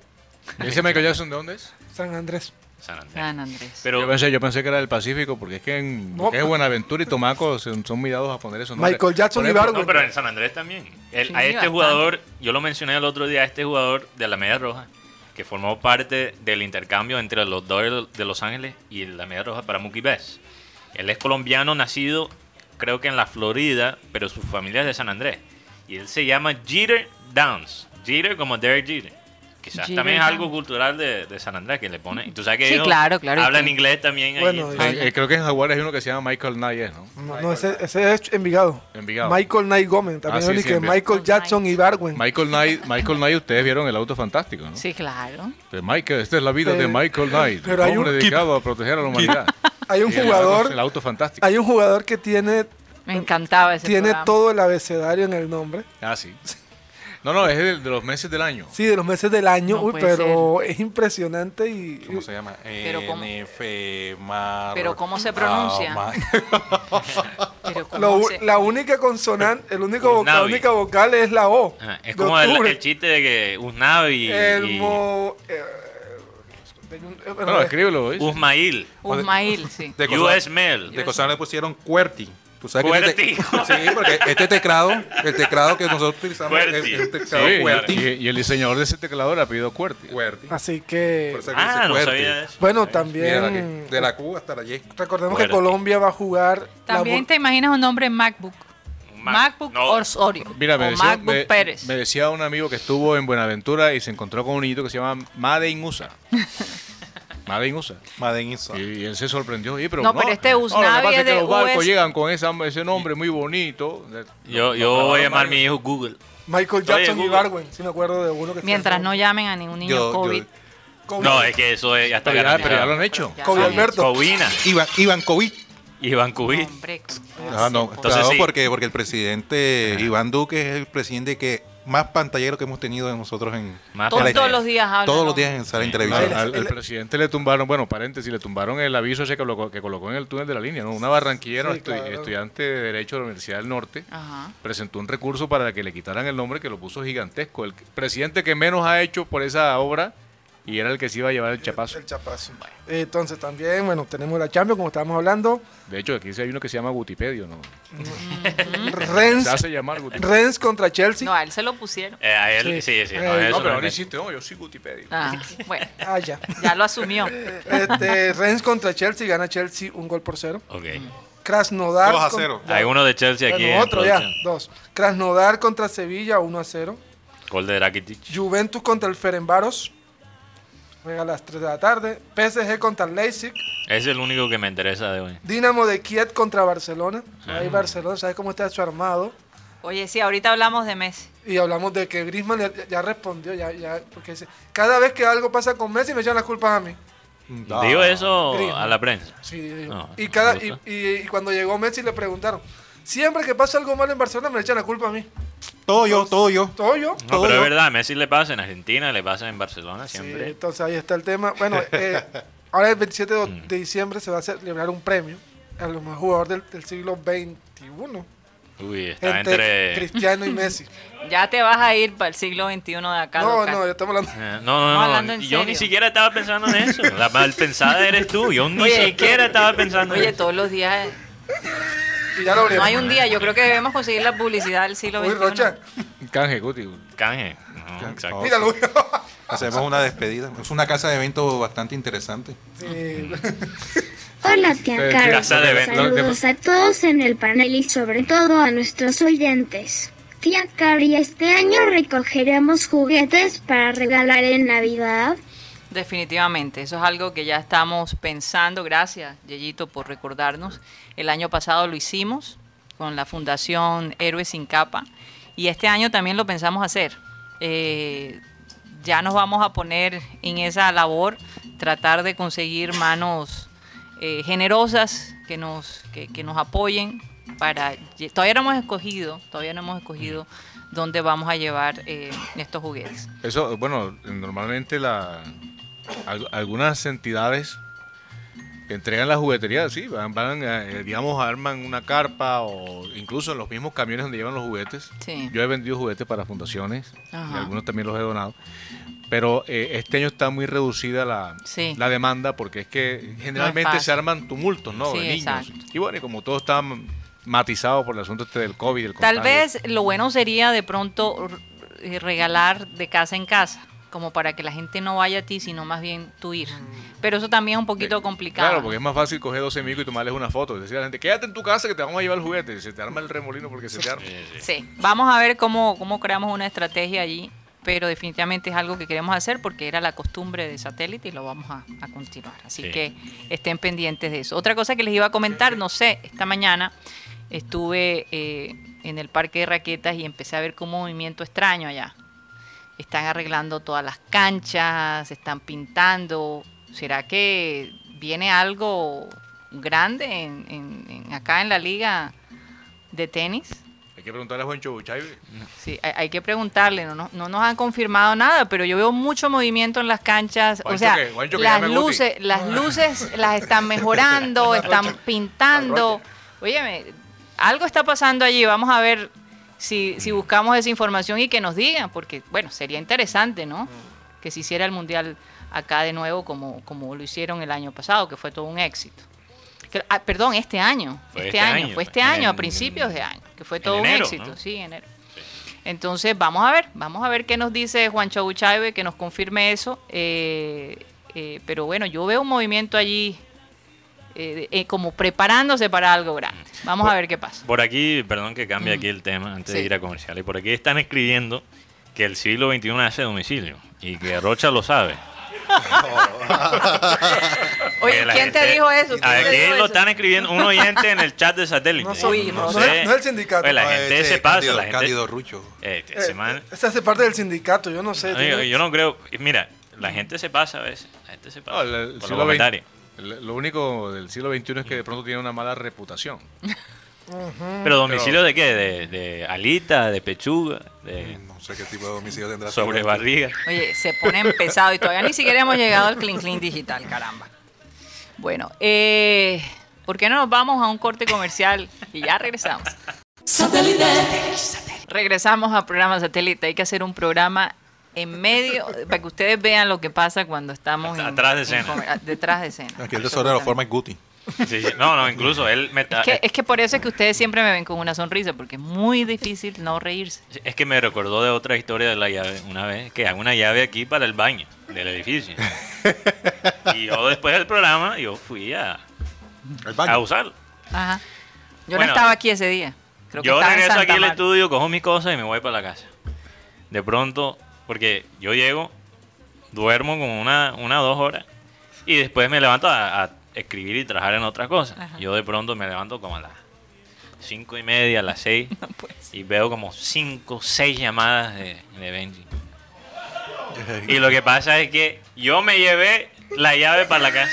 Speaker 1: ¿Ese Michael Jackson de dónde es?
Speaker 5: San Andrés.
Speaker 4: San Andrés.
Speaker 3: San Andrés.
Speaker 1: yo,
Speaker 4: Pero
Speaker 1: pensé, yo pensé que era del Pacífico, porque es que en
Speaker 5: No.
Speaker 1: lo que es Buenaventura y Tomaco son, son mirados a poner eso.
Speaker 5: Michael Jackson y
Speaker 4: No,
Speaker 5: Barwin.
Speaker 4: pero en San Andrés también. El-
Speaker 3: Sí,
Speaker 4: a este
Speaker 3: bastante.
Speaker 4: jugador, yo lo mencioné el otro día, a este jugador de la Media Roja, que formó parte del intercambio entre los Dodgers de Los Ángeles y la Media Roja para Mookie Betts. Él es colombiano, nacido creo que en la Florida, pero su familia es de San Andrés. Y él se llama Jeter Downs. Jeter como Derek Jeter. Quizás
Speaker 3: Jeter
Speaker 4: también es algo
Speaker 3: Downs.
Speaker 4: cultural de, de San Andrés que le pone. Y tú sabes que
Speaker 3: Sí,
Speaker 4: ellos
Speaker 3: claro, claro,
Speaker 4: hablan
Speaker 3: sí.
Speaker 4: inglés también. ahí,
Speaker 5: Bueno,
Speaker 4: entonces-
Speaker 1: Eh, eh, creo que en Jaguares hay uno que se llama Michael Nayes, ¿no?
Speaker 5: No, no, ese, ese es Envigado.
Speaker 1: Envigado.
Speaker 5: Michael Knight Gómez, también
Speaker 1: Ah, sí,
Speaker 5: es
Speaker 1: sí,
Speaker 5: que
Speaker 1: Envigado.
Speaker 5: Michael Jackson y Barwin.
Speaker 1: Michael Knight, Michael Knight, ustedes vieron el auto fantástico, ¿no?
Speaker 3: Sí, claro.
Speaker 1: De Michael, esta es la vida de
Speaker 5: Pero-
Speaker 1: Michael Knight,
Speaker 5: pero hay
Speaker 1: hombre
Speaker 5: un-
Speaker 1: dedicado a proteger a la humanidad.
Speaker 5: Hay un
Speaker 1: Y el auto-
Speaker 5: jugador,
Speaker 1: el auto fantástico.
Speaker 5: hay un jugador que tiene,
Speaker 3: Me encantaba ese
Speaker 5: tiene
Speaker 3: programa.
Speaker 5: todo el abecedario en el nombre.
Speaker 1: Ah, sí. No, no, es el de los meses del año.
Speaker 5: Sí, de los meses del año,
Speaker 3: No
Speaker 5: uy,
Speaker 3: puede
Speaker 5: pero es impresionante y
Speaker 6: ¿Cómo se llama?
Speaker 3: Pero cómo-
Speaker 6: NF Mar-
Speaker 3: pero cómo se pronuncia.
Speaker 6: Ah, ma-
Speaker 3: Pero ¿cómo
Speaker 5: lo-
Speaker 3: se-
Speaker 5: la única consonante, el único vocal, la
Speaker 4: Navi.
Speaker 5: única vocal es la O.
Speaker 4: Ajá, es
Speaker 5: de
Speaker 4: como el,
Speaker 5: octubre.
Speaker 4: el chiste de que Usnavi y,
Speaker 5: El
Speaker 4: y
Speaker 5: mo- eh, tengo un- eh, bueno,
Speaker 1: Bueno,
Speaker 5: eh,
Speaker 1: escríbelo, ¿oís?
Speaker 4: Usmail.
Speaker 3: Usmael, sí.
Speaker 6: De cosas-
Speaker 4: US Mail.
Speaker 6: De cosas le pusieron QWERTY. ¿Tú sabes que
Speaker 4: QWERTY.
Speaker 6: este- sí, porque este teclado, el teclado que nosotros utilizamos es-
Speaker 4: QWERTY.
Speaker 6: es el
Speaker 1: Sí,
Speaker 6: teclado QWERTY.
Speaker 1: y, y el diseñador de ese teclador ha pedido QWERTY.
Speaker 6: QWERTY.
Speaker 5: Así que,
Speaker 6: Por eso que
Speaker 4: Ah,
Speaker 6: dice
Speaker 4: no
Speaker 6: QWERTY.
Speaker 4: sabía eso.
Speaker 6: Mira,
Speaker 5: bueno,
Speaker 6: la que-
Speaker 5: también
Speaker 6: de la Q hasta la Y.
Speaker 5: recordemos que
Speaker 4: Fuerte.
Speaker 5: Colombia va a jugar la
Speaker 3: También
Speaker 5: bu-
Speaker 3: te imaginas un nombre en MacBook.
Speaker 4: Mac-
Speaker 3: MacBook
Speaker 4: no.
Speaker 3: Osorio.
Speaker 1: Mira, me
Speaker 3: o
Speaker 1: decía,
Speaker 3: MacBook
Speaker 1: me-
Speaker 3: Pérez.
Speaker 1: me decía un amigo que estuvo en Buenaventura y se encontró con un niñito que se llama Madein USA. Madein USA.
Speaker 6: Madden Insa.
Speaker 1: Y, y él se sorprendió. Oye, pero
Speaker 3: No, pero este
Speaker 1: No, lo que
Speaker 3: Usnavi
Speaker 1: pasa
Speaker 3: es
Speaker 1: es que
Speaker 3: de
Speaker 1: los barcos
Speaker 3: US.
Speaker 1: llegan con esa- ese nombre muy bonito.
Speaker 4: Yo, yo voy a llamar a mi hijo Google.
Speaker 5: Michael
Speaker 4: Oye,
Speaker 5: Jackson y
Speaker 4: Google.
Speaker 5: Barwin, si me acuerdo de uno que se
Speaker 3: Mientras
Speaker 5: llamaba-
Speaker 3: no llamen a ningún niño
Speaker 6: Yo- yo-
Speaker 3: COVID.
Speaker 5: Kobe-
Speaker 4: No, es que eso es, ya está
Speaker 1: Pero ya, pero ya lo
Speaker 4: garantizado.
Speaker 1: han hecho.
Speaker 3: Ya
Speaker 5: Kobe
Speaker 3: saben.
Speaker 5: Alberto.
Speaker 4: Covina
Speaker 6: Iván, Iván Covid.
Speaker 4: y Vancouver.
Speaker 3: Hombre, con-
Speaker 1: Ah, no,
Speaker 6: Claro,
Speaker 4: Entonces, sí.
Speaker 6: porque, porque el presidente Iván Duque es el presidente que más pantallero que hemos tenido de nosotros en en
Speaker 4: Más
Speaker 6: la
Speaker 3: Todos,
Speaker 4: pantalla.
Speaker 6: historia.
Speaker 3: los días hablan.
Speaker 6: Todos los
Speaker 3: hombre.
Speaker 6: días en sala en
Speaker 1: Al,
Speaker 6: televisión.
Speaker 1: al- al presidente le tumbaron, bueno, paréntesis, le tumbaron el aviso ese que, lo- que colocó en el túnel de la línea, ¿no? Una barranquillera,
Speaker 5: Sí,
Speaker 1: estu-
Speaker 5: claro.
Speaker 1: estudiante de Derecho de la Universidad del Norte,
Speaker 3: Ajá.
Speaker 1: presentó un recurso para que le quitaran el nombre que lo puso gigantesco. El presidente que menos ha hecho por esa obra y era el que se iba a llevar el chapazo.
Speaker 5: El chapazo. Entonces también, bueno, tenemos la Champions, como estábamos hablando.
Speaker 1: De hecho, aquí sí hay uno que se llama Gutipedio, ¿no? Se
Speaker 5: Rennes,
Speaker 1: hace llamar Gutipedio.
Speaker 5: Rennes contra Chelsea.
Speaker 3: No, a él se lo pusieron.
Speaker 4: Eh, a él,
Speaker 5: Sí.
Speaker 4: sí, sí. no,
Speaker 5: Eh,
Speaker 4: eso
Speaker 1: No, pero
Speaker 4: no
Speaker 1: ahora
Speaker 4: es-
Speaker 1: hiciste, no, yo soy Gutipedio.
Speaker 3: Ah, bueno,
Speaker 5: Ah, ya.
Speaker 3: ya lo asumió.
Speaker 5: Este, Rennes contra Chelsea, gana Chelsea un gol por cero.
Speaker 4: Ok.
Speaker 5: Krasnodar.
Speaker 6: 2 a
Speaker 5: con-
Speaker 6: cero.
Speaker 5: Mm, Ya.
Speaker 4: Hay uno de Chelsea aquí.
Speaker 5: Bueno,
Speaker 4: en
Speaker 5: otro ya,
Speaker 4: producción.
Speaker 5: dos. Krasnodar contra Sevilla, 1 a 0.
Speaker 4: Gol de Rakitic.
Speaker 5: Juventus contra el Ferenbaros. Juega a las 3 de la tarde. PSG contra el Leipzig.
Speaker 4: Es el único que me interesa de hoy.
Speaker 5: Dinamo de Kiev contra Barcelona.
Speaker 4: Mm.
Speaker 5: Ahí Barcelona, ¿sabes cómo está su armado?
Speaker 3: Oye, sí, ahorita hablamos de Messi.
Speaker 5: Y hablamos de que Griezmann ya, ya respondió, ya, ya, porque dice, cada vez que algo pasa con Messi me echan las culpas a mí.
Speaker 6: No.
Speaker 4: Digo eso
Speaker 5: Griezmann.
Speaker 4: a la prensa.
Speaker 5: Sí, digo.
Speaker 4: No,
Speaker 5: y,
Speaker 4: no
Speaker 5: cada,
Speaker 4: me
Speaker 5: y,
Speaker 4: gusta.
Speaker 5: y- y cuando llegó Messi le preguntaron, siempre que pasa algo malo en Barcelona me echan la culpa a mí.
Speaker 6: Todo yo, todo yo.
Speaker 5: Todo yo.
Speaker 4: No,
Speaker 6: Todo
Speaker 4: pero es
Speaker 6: yo.
Speaker 4: verdad, Messi le pasa en Argentina, le pasa en Barcelona
Speaker 5: Sí,
Speaker 4: siempre.
Speaker 5: entonces ahí está el tema. Bueno, eh, ahora el 27 de,
Speaker 4: Mm.
Speaker 5: de diciembre se va a celebrar un premio a lo mejor jugador del, del siglo XXI.
Speaker 4: Uy, está
Speaker 5: Entre
Speaker 4: entre.
Speaker 5: Cristiano y Messi.
Speaker 3: Ya te vas a ir para el siglo XXI de acá.
Speaker 5: No,
Speaker 3: loca.
Speaker 5: no, ya estamos hablando.
Speaker 4: Eh, No, no,
Speaker 3: hablando
Speaker 4: no.
Speaker 3: en
Speaker 4: Yo ni
Speaker 3: serio.
Speaker 4: siquiera estaba pensando en eso. La mal pensada eres tú. Yo ni
Speaker 3: Oye,
Speaker 4: siquiera estaba pensando en
Speaker 3: Oye,
Speaker 4: eso.
Speaker 3: todos los días. eh,
Speaker 5: Y ya lo
Speaker 3: No
Speaker 5: abrieron.
Speaker 3: hay un día. Yo creo que debemos conseguir la publicidad del siglo
Speaker 5: Uy,
Speaker 3: XXI.
Speaker 5: Rocha,
Speaker 1: Canje, Guti.
Speaker 4: Canje. No, exacto.
Speaker 5: míralo.
Speaker 6: Hacemos una despedida. Es una casa de eventos bastante interesante.
Speaker 4: Mm,
Speaker 5: Sí.
Speaker 7: Hola tía
Speaker 1: Eh,
Speaker 7: Carla,
Speaker 4: casa de eventos.
Speaker 7: saludos a todos en el panel y sobre todo a nuestros oyentes. Tía Cari, este año recogeremos juguetes para regalar en Navidad.
Speaker 3: Definitivamente, eso es algo que ya estamos pensando. Gracias, Yeyito, por recordarnos. El año pasado lo hicimos con la Fundación Héroes sin Capa y este año también lo pensamos hacer. Eh, ya nos vamos a poner en esa labor, tratar de conseguir manos eh, generosas que nos, que, que nos apoyen para... lle- Todavía no hemos escogido, todavía no hemos escogido dónde vamos a llevar eh, estos juguetes.
Speaker 1: Eso, bueno, normalmente la al- algunas entidades entregan la juguetería, sí, van, van, eh, digamos, arman una carpa o incluso en los mismos camiones donde llevan los juguetes.
Speaker 3: Sí.
Speaker 1: Yo he vendido juguetes para fundaciones y
Speaker 3: Ajá.
Speaker 1: algunos también los he donado. Pero eh, este año está muy reducida la,
Speaker 3: Sí.
Speaker 1: la demanda porque es que generalmente
Speaker 3: fácil.
Speaker 1: se arman tumultos, ¿no?
Speaker 3: Sí,
Speaker 1: de niños.
Speaker 3: exacto.
Speaker 1: Y bueno, y como todo está matizado por el asunto este del COVID, del
Speaker 3: Tal
Speaker 1: contagio. eh,
Speaker 3: vez lo bueno sería de pronto r- eh, regalar de casa en casa, como para que la gente no vaya a ti, sino más bien tú ir. Pero eso también es un poquito complicado.
Speaker 1: Claro, porque es más fácil coger 12 micos y tomarles una foto. Decir a la gente, quédate en tu casa que te vamos a llevar el juguete. Y se te arma el remolino porque se te arma.
Speaker 3: Sí, vamos a ver cómo, cómo creamos una estrategia allí, pero definitivamente es algo que queremos hacer porque era la costumbre de satélite y lo vamos a, a continuar. Así
Speaker 4: Sí.
Speaker 3: que estén pendientes de eso. Otra cosa que les iba a comentar, no sé, esta mañana estuve eh, en el parque de raquetas y empecé a ver como un movimiento extraño allá. Están arreglando todas las canchas, están pintando. ¿Será que viene algo grande en- en- en- acá en la liga de tenis?
Speaker 1: Hay que preguntarle a Juancho Buchay.
Speaker 4: Mm.
Speaker 3: Sí, hay, hay que preguntarle, no, no- no nos han confirmado nada, pero yo veo mucho movimiento en las canchas, o
Speaker 1: Juancho
Speaker 3: sea,
Speaker 1: que- Juancho que
Speaker 3: las
Speaker 1: llame a Guti.
Speaker 3: luces, las
Speaker 4: Ah.
Speaker 3: luces las están mejorando, están pintando. Óyeme, algo está pasando allí, vamos a ver si, si buscamos esa información y que nos digan, porque bueno, sería interesante, ¿no?
Speaker 4: Mm.
Speaker 3: Que se hiciera el mundial acá de nuevo como, como lo hicieron el año pasado, que fue todo un éxito. Que- ah, perdón, este año,
Speaker 4: Fue
Speaker 3: este,
Speaker 4: este
Speaker 3: año,
Speaker 4: año,
Speaker 3: fue este
Speaker 4: en-
Speaker 3: año, a principios de año, que fue
Speaker 4: en
Speaker 3: todo un
Speaker 4: enero,
Speaker 3: éxito,
Speaker 4: ¿no?
Speaker 3: sí, enero. Entonces, vamos a ver, vamos a ver qué nos dice Juancho Buchaibe, que nos confirme eso. Eh, eh, pero bueno, yo veo un movimiento allí eh, eh, como preparándose para algo grande. Vamos a ver qué pasa.
Speaker 4: Mm. Por aquí, perdón que cambie aquí el tema antes de
Speaker 3: Sí.
Speaker 4: ir a comerciales. Por aquí están escribiendo que el siglo XXI hace domicilio y que Rocha lo sabe.
Speaker 3: Oye,
Speaker 4: Que la
Speaker 3: ¿quién te
Speaker 4: gente-
Speaker 3: dijo eso? ¿Quién te
Speaker 4: Aquí
Speaker 3: dijo
Speaker 4: lo
Speaker 3: eso?
Speaker 4: están escribiendo un oyente en el chat de satélite.
Speaker 5: No
Speaker 3: sé, Uy, no
Speaker 5: sé. no es el sindicato.
Speaker 4: Oye, la
Speaker 5: No,
Speaker 4: gente
Speaker 6: ese
Speaker 4: se pasa.
Speaker 6: Ah, este, Cándido,
Speaker 4: la gente-
Speaker 6: Cándido Rucho.
Speaker 4: Eh, este,
Speaker 5: Eh,
Speaker 4: se man-
Speaker 5: esa hace parte del sindicato, yo no sé.
Speaker 4: Oye,
Speaker 5: tiene-
Speaker 4: yo no creo. Mira, la gente se pasa a veces. La gente se pasa.
Speaker 1: No, el- el
Speaker 4: por
Speaker 1: siglo
Speaker 4: los comentarios.
Speaker 1: XX el- Lo único del siglo XXI es que de pronto tiene una mala reputación.
Speaker 4: Pero domicilio de qué? De, de alita, de pechuga, de
Speaker 6: No sé qué tipo de domicilio tendrá.
Speaker 4: sobre barriga.
Speaker 3: Oye, se pone pesado y todavía ni siquiera hemos llegado al Clean Clean digital, caramba. Bueno, eh, ¿por qué no nos vamos a un corte comercial y ya regresamos? Regresamos a programa satélite. Hay que hacer un programa en medio para que ustedes vean lo que pasa cuando estamos en-
Speaker 4: Atrás de
Speaker 3: en
Speaker 4: escena.
Speaker 3: comer- detrás de escena.
Speaker 6: Aquí el tesoro de la forma es Guti.
Speaker 4: Sí, sí. No, no, incluso él me está-
Speaker 3: Es que, es que por eso es que ustedes siempre me ven con una sonrisa, porque es muy difícil no reírse.
Speaker 4: Es que me recordó de otra historia de la llave una vez, que hay una llave aquí para el baño del edificio. y yo después del programa, yo fui a,
Speaker 6: El
Speaker 4: a
Speaker 6: baño.
Speaker 4: usarlo.
Speaker 3: Ajá. Yo
Speaker 4: Bueno,
Speaker 3: no estaba aquí ese día. Creo que
Speaker 4: Yo
Speaker 3: estaba en
Speaker 4: regreso
Speaker 3: Santa
Speaker 4: aquí al
Speaker 3: Marta.
Speaker 4: estudio, cojo mis cosas y me voy para la casa. De pronto, porque yo llego, duermo como una, una o dos horas y después me levanto a, a escribir y trabajar en otras cosas.
Speaker 3: Ajá.
Speaker 4: Yo de pronto me levanto como a las cinco y media, a las seis.
Speaker 3: No puede ser.
Speaker 4: Y veo como cinco, seis llamadas de, de Benji. Y lo que pasa es que yo me llevé la llave para la casa.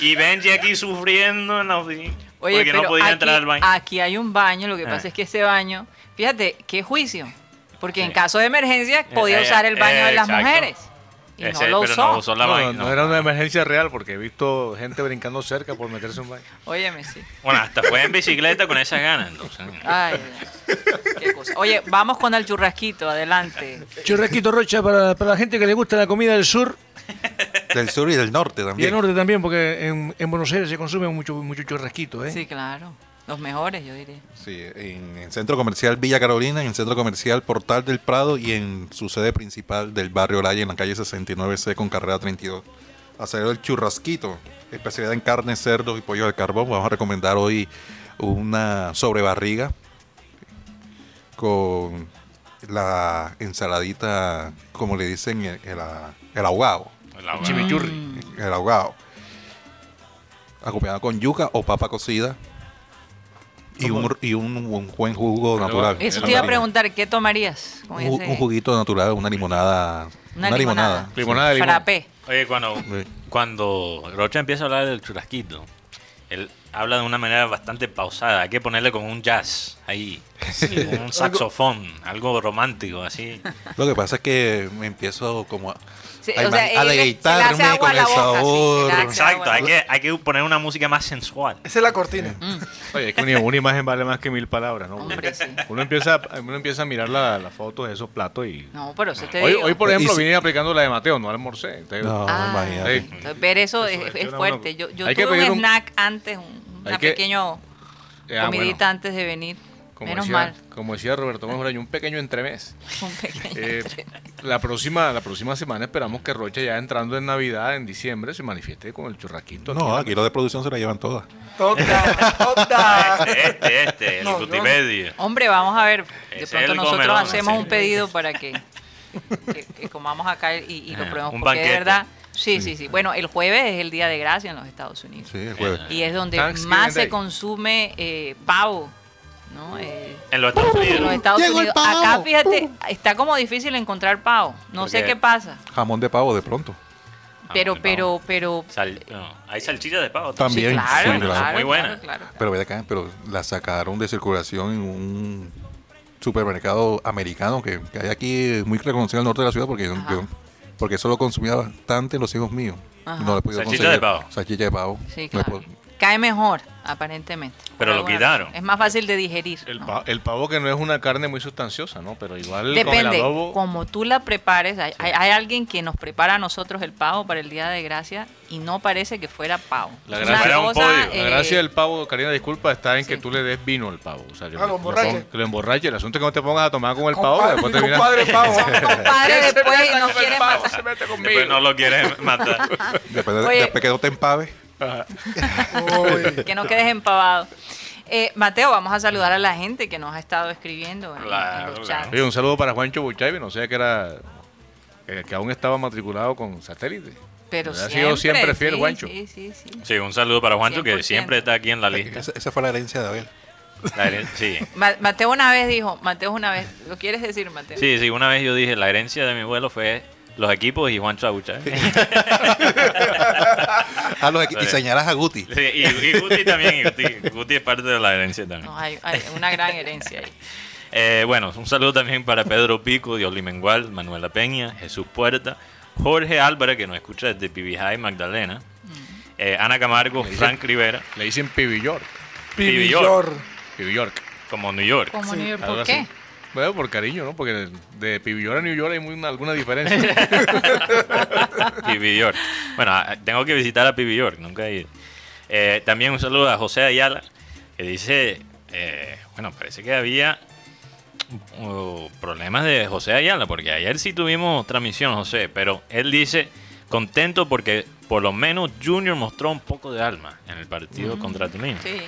Speaker 4: Y Benji aquí sufriendo en la oficina.
Speaker 3: Oye,
Speaker 4: porque
Speaker 3: pero
Speaker 4: no podía
Speaker 3: aquí,
Speaker 4: entrar al baño.
Speaker 3: aquí hay un baño, lo que
Speaker 4: Ah.
Speaker 3: pasa es que ese baño, fíjate, qué juicio, porque en
Speaker 4: Sí.
Speaker 3: caso de emergencia podía
Speaker 4: eh,
Speaker 3: usar el baño de las
Speaker 4: exacto.
Speaker 3: mujeres y
Speaker 4: Ese-
Speaker 3: no lo
Speaker 4: pero
Speaker 3: usó.
Speaker 4: no usó la
Speaker 1: no,
Speaker 4: vaina.
Speaker 1: no
Speaker 4: no.
Speaker 1: era una emergencia real porque he visto gente brincando cerca por meterse en un baño.
Speaker 3: Óyeme, sí.
Speaker 4: Bueno, hasta fue en bicicleta con esas ganas. Entonces.
Speaker 3: Ay, qué cosa. Oye, vamos con el churrasquito, adelante.
Speaker 8: Churrasquito Rocha para, para la gente que le gusta la comida del sur
Speaker 6: Del sur y del norte
Speaker 8: y del
Speaker 6: también.
Speaker 8: norte también, porque en, en Buenos Aires se consume mucho, mucho churrasquito, ¿eh?
Speaker 3: Sí, claro, los mejores, yo diría.
Speaker 6: Sí, en el centro comercial Villa Carolina, en el centro comercial Portal del Prado y en su sede principal del barrio Olaya, en la calle 69C con carrera 32. Hacer el churrasquito, especialidad en carne, cerdo y pollo de carbón. Vamos a recomendar hoy una sobrebarriga con la ensaladita, como le dicen, el, el, el ahogado.
Speaker 4: La-
Speaker 1: Chimichurri.
Speaker 6: Mm. El ahogado. Acompañado con yuca o papa cocida. Y, un, y un, un buen jugo natural.
Speaker 3: Eso
Speaker 6: Una
Speaker 3: te iba a
Speaker 6: limonada.
Speaker 3: preguntar, ¿qué tomarías con
Speaker 6: Un, ju- un
Speaker 3: ese
Speaker 6: juguito natural, una limonada.
Speaker 3: Una
Speaker 6: Una,
Speaker 3: limonada.
Speaker 6: limonada.
Speaker 1: Limonada de limón.
Speaker 3: frappé?
Speaker 4: Oye, cuando, cuando Rocha empieza a hablar del churrasquito, él habla de una manera bastante pausada. Hay que ponerle como un jazz ahí, sí, un saxofón, algo romántico, así.
Speaker 6: Lo que pasa es que me empiezo como a,
Speaker 3: Sí,
Speaker 6: Ay,
Speaker 3: o sea,
Speaker 6: man,
Speaker 3: él le- se le
Speaker 6: aleitarme
Speaker 3: hace agua a
Speaker 6: con
Speaker 3: la
Speaker 6: el
Speaker 3: boca, sí,
Speaker 6: sabor.
Speaker 3: se le hace
Speaker 4: Exacto,
Speaker 3: agua a
Speaker 4: hay
Speaker 3: la
Speaker 4: que, hay que poner una música más sensual.
Speaker 5: Esa es la cortina.
Speaker 3: Mm.
Speaker 1: Oye, es que una, una imagen vale más que mil palabras, ¿no?
Speaker 3: boca. Hombre, sí.
Speaker 1: Uno empieza, uno empieza a mirar la- las fotos de esos platos y...
Speaker 3: No, pero eso te
Speaker 1: Hoy,
Speaker 3: digo.
Speaker 1: hoy, por
Speaker 6: Y
Speaker 1: ejemplo,
Speaker 6: si-
Speaker 1: vine aplicando la de Mateo, no almorcé. entonces-
Speaker 6: No,
Speaker 3: Ah,
Speaker 6: imagínate.
Speaker 1: Sí.
Speaker 3: entonces, ver eso,
Speaker 1: Eso
Speaker 3: es,
Speaker 1: es
Speaker 3: es
Speaker 1: una
Speaker 3: fuerte.
Speaker 1: buena-
Speaker 3: Yo, yo
Speaker 1: Hay que
Speaker 3: tuve un
Speaker 1: pedir un-
Speaker 3: snack antes, un
Speaker 1: Hay
Speaker 3: una
Speaker 1: que-
Speaker 3: pequeño
Speaker 1: Ah, bueno.
Speaker 3: comidita antes de venir.
Speaker 1: Como
Speaker 3: Menos
Speaker 1: decía,
Speaker 3: mal.
Speaker 1: Como decía Roberto Mejor, hay un pequeño entremés.
Speaker 3: Un pequeño
Speaker 1: Eh,
Speaker 3: entre-
Speaker 1: la, próxima, la próxima semana esperamos que Rocha, ya entrando en Navidad, en diciembre, se manifieste con el churraquito.
Speaker 6: No, aquí lo de producción se la llevan todas.
Speaker 5: Toca,
Speaker 4: Ah,
Speaker 5: toca.
Speaker 4: Este, este, este, el
Speaker 5: No, yo no.
Speaker 4: multimedia.
Speaker 3: Hombre, vamos a ver. De
Speaker 4: Ese es
Speaker 3: pronto
Speaker 4: el
Speaker 3: nosotros
Speaker 4: comelón,
Speaker 3: hacemos
Speaker 4: ese.
Speaker 3: un pedido para que, que- que comamos acá y, y lo
Speaker 4: Ah,
Speaker 3: probemos.
Speaker 4: un
Speaker 3: porque de
Speaker 4: banquete.
Speaker 3: verdad. Sí, sí, sí. Bueno, el jueves es el día de gracia en los Estados Unidos.
Speaker 6: Sí, el jueves.
Speaker 3: Y es donde
Speaker 1: Thanksgiving
Speaker 3: más
Speaker 1: Day.
Speaker 3: se consume eh, pavo, ¿no? Eh,
Speaker 4: En los Estados
Speaker 3: en los
Speaker 4: Unidos.
Speaker 3: Estados
Speaker 6: Llegó el
Speaker 3: Unidos.
Speaker 6: pavo.
Speaker 3: Acá, fíjate, está como difícil encontrar pavo. No
Speaker 4: ¿Por
Speaker 3: sé
Speaker 4: qué?
Speaker 3: qué pasa.
Speaker 6: Jamón de pavo de pronto.
Speaker 3: Pero,
Speaker 4: Ah, no.
Speaker 3: pero, pero.
Speaker 4: Sal- no, hay salchichas de pavo.
Speaker 3: sí,
Speaker 6: También,
Speaker 3: claro,
Speaker 6: sí, claro.
Speaker 3: claro,
Speaker 4: Muy buena.
Speaker 3: claro, claro.
Speaker 6: Pero ve acá, pero la sacaron de circulación en un supermercado americano que, que hay aquí muy reconocido al norte de la ciudad porque yo-
Speaker 3: Ajá.
Speaker 6: yo- porque eso lo consumía bastante los hijos míos.
Speaker 3: Ajá.
Speaker 6: No lo he podido
Speaker 4: Salchicha
Speaker 6: conseguir.
Speaker 4: de pavo.
Speaker 6: Salchicha de pavo.
Speaker 3: Sí,
Speaker 6: No he
Speaker 3: claro.
Speaker 6: pod-
Speaker 3: Cae mejor, aparentemente.
Speaker 4: Pero lo
Speaker 3: Alguna-
Speaker 4: quitaron.
Speaker 3: Es más fácil de digerir.
Speaker 1: El,
Speaker 3: ¿no?
Speaker 1: pa- el pavo que no es una carne muy sustanciosa, ¿no? Pero igual con el
Speaker 3: Depende,
Speaker 1: adobo...
Speaker 3: como tú la prepares, hay, hay- hay alguien que nos prepara a nosotros el pavo para el Día de Gracia y no parece que fuera pavo.
Speaker 1: La
Speaker 3: Es
Speaker 1: gracia-
Speaker 4: Era un pollo.
Speaker 1: La
Speaker 3: eh,
Speaker 1: gracia del pavo, Karina, disculpa, está en que
Speaker 3: sí.
Speaker 1: tú le des vino al pavo. O sea, que
Speaker 5: Ah, lo emborrache.
Speaker 1: pon- que lo emborrache. El asunso es que no te pongas a tomar con el pavo.
Speaker 5: Compadre,
Speaker 1: después te miras-
Speaker 5: compadre pavo.
Speaker 3: compadre después nos quiere matar.
Speaker 1: se mete
Speaker 4: Después no lo quieren matar.
Speaker 6: Después, de-
Speaker 3: Oye.
Speaker 6: después que no te empaves.
Speaker 5: Uy.
Speaker 3: que no quedes empavado. Eh, Mateo, vamos a saludar a la gente que nos ha estado escribiendo en, en
Speaker 4: Claro,
Speaker 3: los
Speaker 4: claro.
Speaker 3: chats.
Speaker 1: Oye, un saludo para Juancho Buchaibe, no sé que era eh, que, que aún estaba matriculado con satélite.
Speaker 3: Pero
Speaker 1: Ha
Speaker 3: siempre,
Speaker 1: sido siempre fiel,
Speaker 3: sí,
Speaker 1: Juancho.
Speaker 3: Sí, sí, sí.
Speaker 4: Sí, un saludo para Juancho que
Speaker 3: 100%.
Speaker 4: siempre está aquí en la lista.
Speaker 6: Esa, esa fue la herencia de Abel.
Speaker 4: La heren- sí.
Speaker 3: Ma- Mateo una vez dijo, Mateo una vez, ¿lo quieres decir, Mateo?
Speaker 4: sí, sí, una vez yo dije, la herencia de mi abuelo fue los equipos y Juancho Abuchá.
Speaker 6: Ah, los equi- y señalas a Guti.
Speaker 4: Sí, y, y Guti también, y Guti, Guti es parte de la herencia también.
Speaker 3: No, hay, hay una gran herencia ahí.
Speaker 4: Eh, bueno, un saludo también para Pedro Pico, Dios Mengual, Manuela Peña, Jesús Puerta, Jorge Álvarez, que nos escucha desde Pibijay, Magdalena, eh, Ana Camargo, Frank Rivera,
Speaker 1: Le dicen Pibi York.
Speaker 5: Pibillor.
Speaker 1: Pibi York.
Speaker 4: como New York.
Speaker 3: Como New York,
Speaker 1: algo
Speaker 3: ¿por
Speaker 1: así.
Speaker 3: qué?
Speaker 1: Bueno, por cariño, ¿no? Porque de, de Pibi York a New York hay muy, alguna diferencia.
Speaker 4: Pibi York. Bueno, a- tengo que visitar a Pibi York, nunca he ido. Eh, también un saludo a José Ayala, que dice, eh, bueno, parece que había uh, problemas de José Ayala, porque ayer sí tuvimos transmisión, José, pero él dice, contento porque por lo menos Junior mostró un poco de alma en el partido contra Tulima.
Speaker 3: Sí.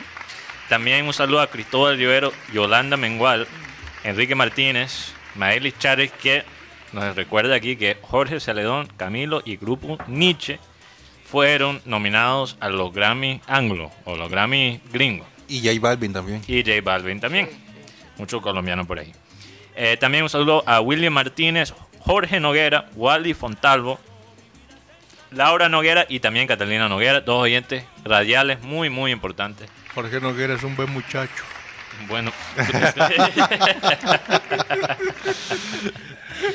Speaker 4: También un saludo a Cristóbal Rivero, Yolanda Mengual, Enrique Martínez, Maelis Chávez, que nos recuerda aquí que Jorge Celedón, Camilo y Grupo Nietzsche fueron nominados a los Grammy Anglo o los Grammy Gringos.
Speaker 6: Y J Balvin también.
Speaker 4: Y J Balvin también. Mucho colombiano por ahí. Eh, también un saludo a William Martínez, Jorge Noguera, Wally Fontalvo, Laura Noguera y también Catalina Noguera, dos oyentes radiales muy, muy importantes.
Speaker 1: Jorge Noguera es un buen muchacho.
Speaker 4: Bueno,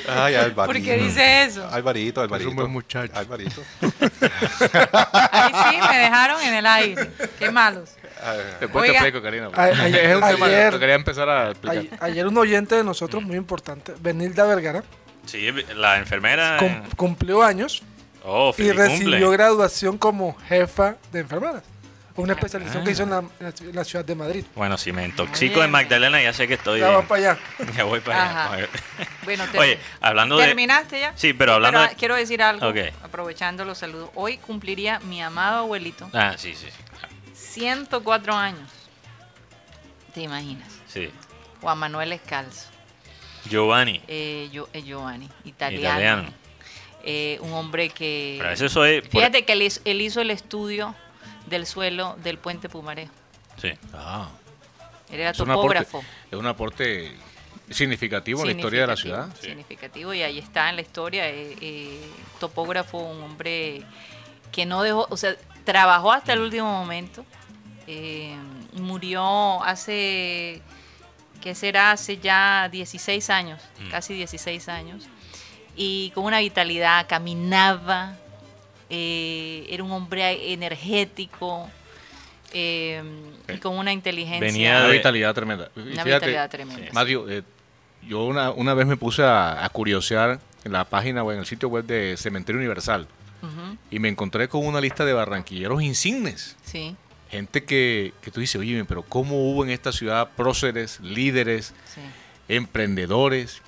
Speaker 6: Ay, Alvarito.
Speaker 3: ¿Por qué dice eso?
Speaker 6: Mm. Alvarito, Alvarito.
Speaker 1: buen muchacho.
Speaker 6: Alvarito.
Speaker 3: Ahí sí, me dejaron en el aire. Qué malos.
Speaker 1: Después
Speaker 3: Oiga.
Speaker 1: te explico, Karina.
Speaker 5: A-
Speaker 1: es un
Speaker 5: ayer-
Speaker 1: tema
Speaker 5: ayer-
Speaker 1: que quería empezar a explicar.
Speaker 5: Ay- Ayer un oyente de nosotros muy importante, Benilda Vergara,
Speaker 4: sí, la enfermera. eh.
Speaker 5: cum- cumplió años
Speaker 4: Ah. oh,
Speaker 5: y
Speaker 4: feliz cumple.
Speaker 5: recibió graduación como jefa de enfermeras. Una especialización que hizo en la, en la ciudad de Madrid.
Speaker 4: Bueno, si me intoxico en
Speaker 3: Bien.
Speaker 4: Magdalena, ya sé que estoy.
Speaker 5: Ya va para allá.
Speaker 4: Ya voy para
Speaker 3: Ajá.
Speaker 4: allá.
Speaker 3: Bueno, te-
Speaker 4: Oye, hablando de.
Speaker 3: ¿terminaste ya?
Speaker 4: Sí, pero hablando
Speaker 3: Pero, ah,
Speaker 4: de-
Speaker 3: Quiero decir algo,
Speaker 4: Ok.
Speaker 3: aprovechando los saludos. Hoy cumpliría mi amado abuelito
Speaker 4: Ah, sí, sí. sí, claro,
Speaker 3: 104 años. ¿Te imaginas?
Speaker 4: Sí.
Speaker 3: Juan Manuel Escalzo,
Speaker 4: Giovanni.
Speaker 3: eh, yo, eh, Giovanni, italiano.
Speaker 4: Italiano.
Speaker 3: Eh, un hombre que...
Speaker 4: Pero eso soy. por-
Speaker 3: Fíjate que él, hizo- él hizo el estudio del suelo del puente Pumarejo.
Speaker 4: Sí.
Speaker 1: Ah.
Speaker 3: Él era
Speaker 1: es, un aporte,
Speaker 3: topógrafo.
Speaker 1: es un aporte significativo en la historia de la ciudad.
Speaker 4: Sí.
Speaker 3: Significativo, y ahí está en la historia. eh, eh, topógrafo, un hombre que no dejó, o sea, trabajó hasta el último momento. eh, murió hace, ¿qué será? Hace ya 16 años,
Speaker 4: Mm.
Speaker 3: casi 16 años. y con una vitalidad caminaba, eh, era un hombre energético eh, y con una inteligencia,
Speaker 4: Venía
Speaker 1: Una
Speaker 4: de-
Speaker 1: vitalidad tremenda. Y
Speaker 3: una
Speaker 1: fíjate,
Speaker 3: vitalidad tremenda.
Speaker 1: Mario, eh, yo una, una vez me puse a, a curiosear en la página o en el sitio web de Cementerio Universal
Speaker 3: Ujú,
Speaker 1: y me encontré con una lista de barranquilleros insignes.
Speaker 3: sí,
Speaker 1: Gente que, que tú dices, oye, pero ¿cómo hubo en esta ciudad próceres, líderes,
Speaker 3: sí.
Speaker 1: emprendedores,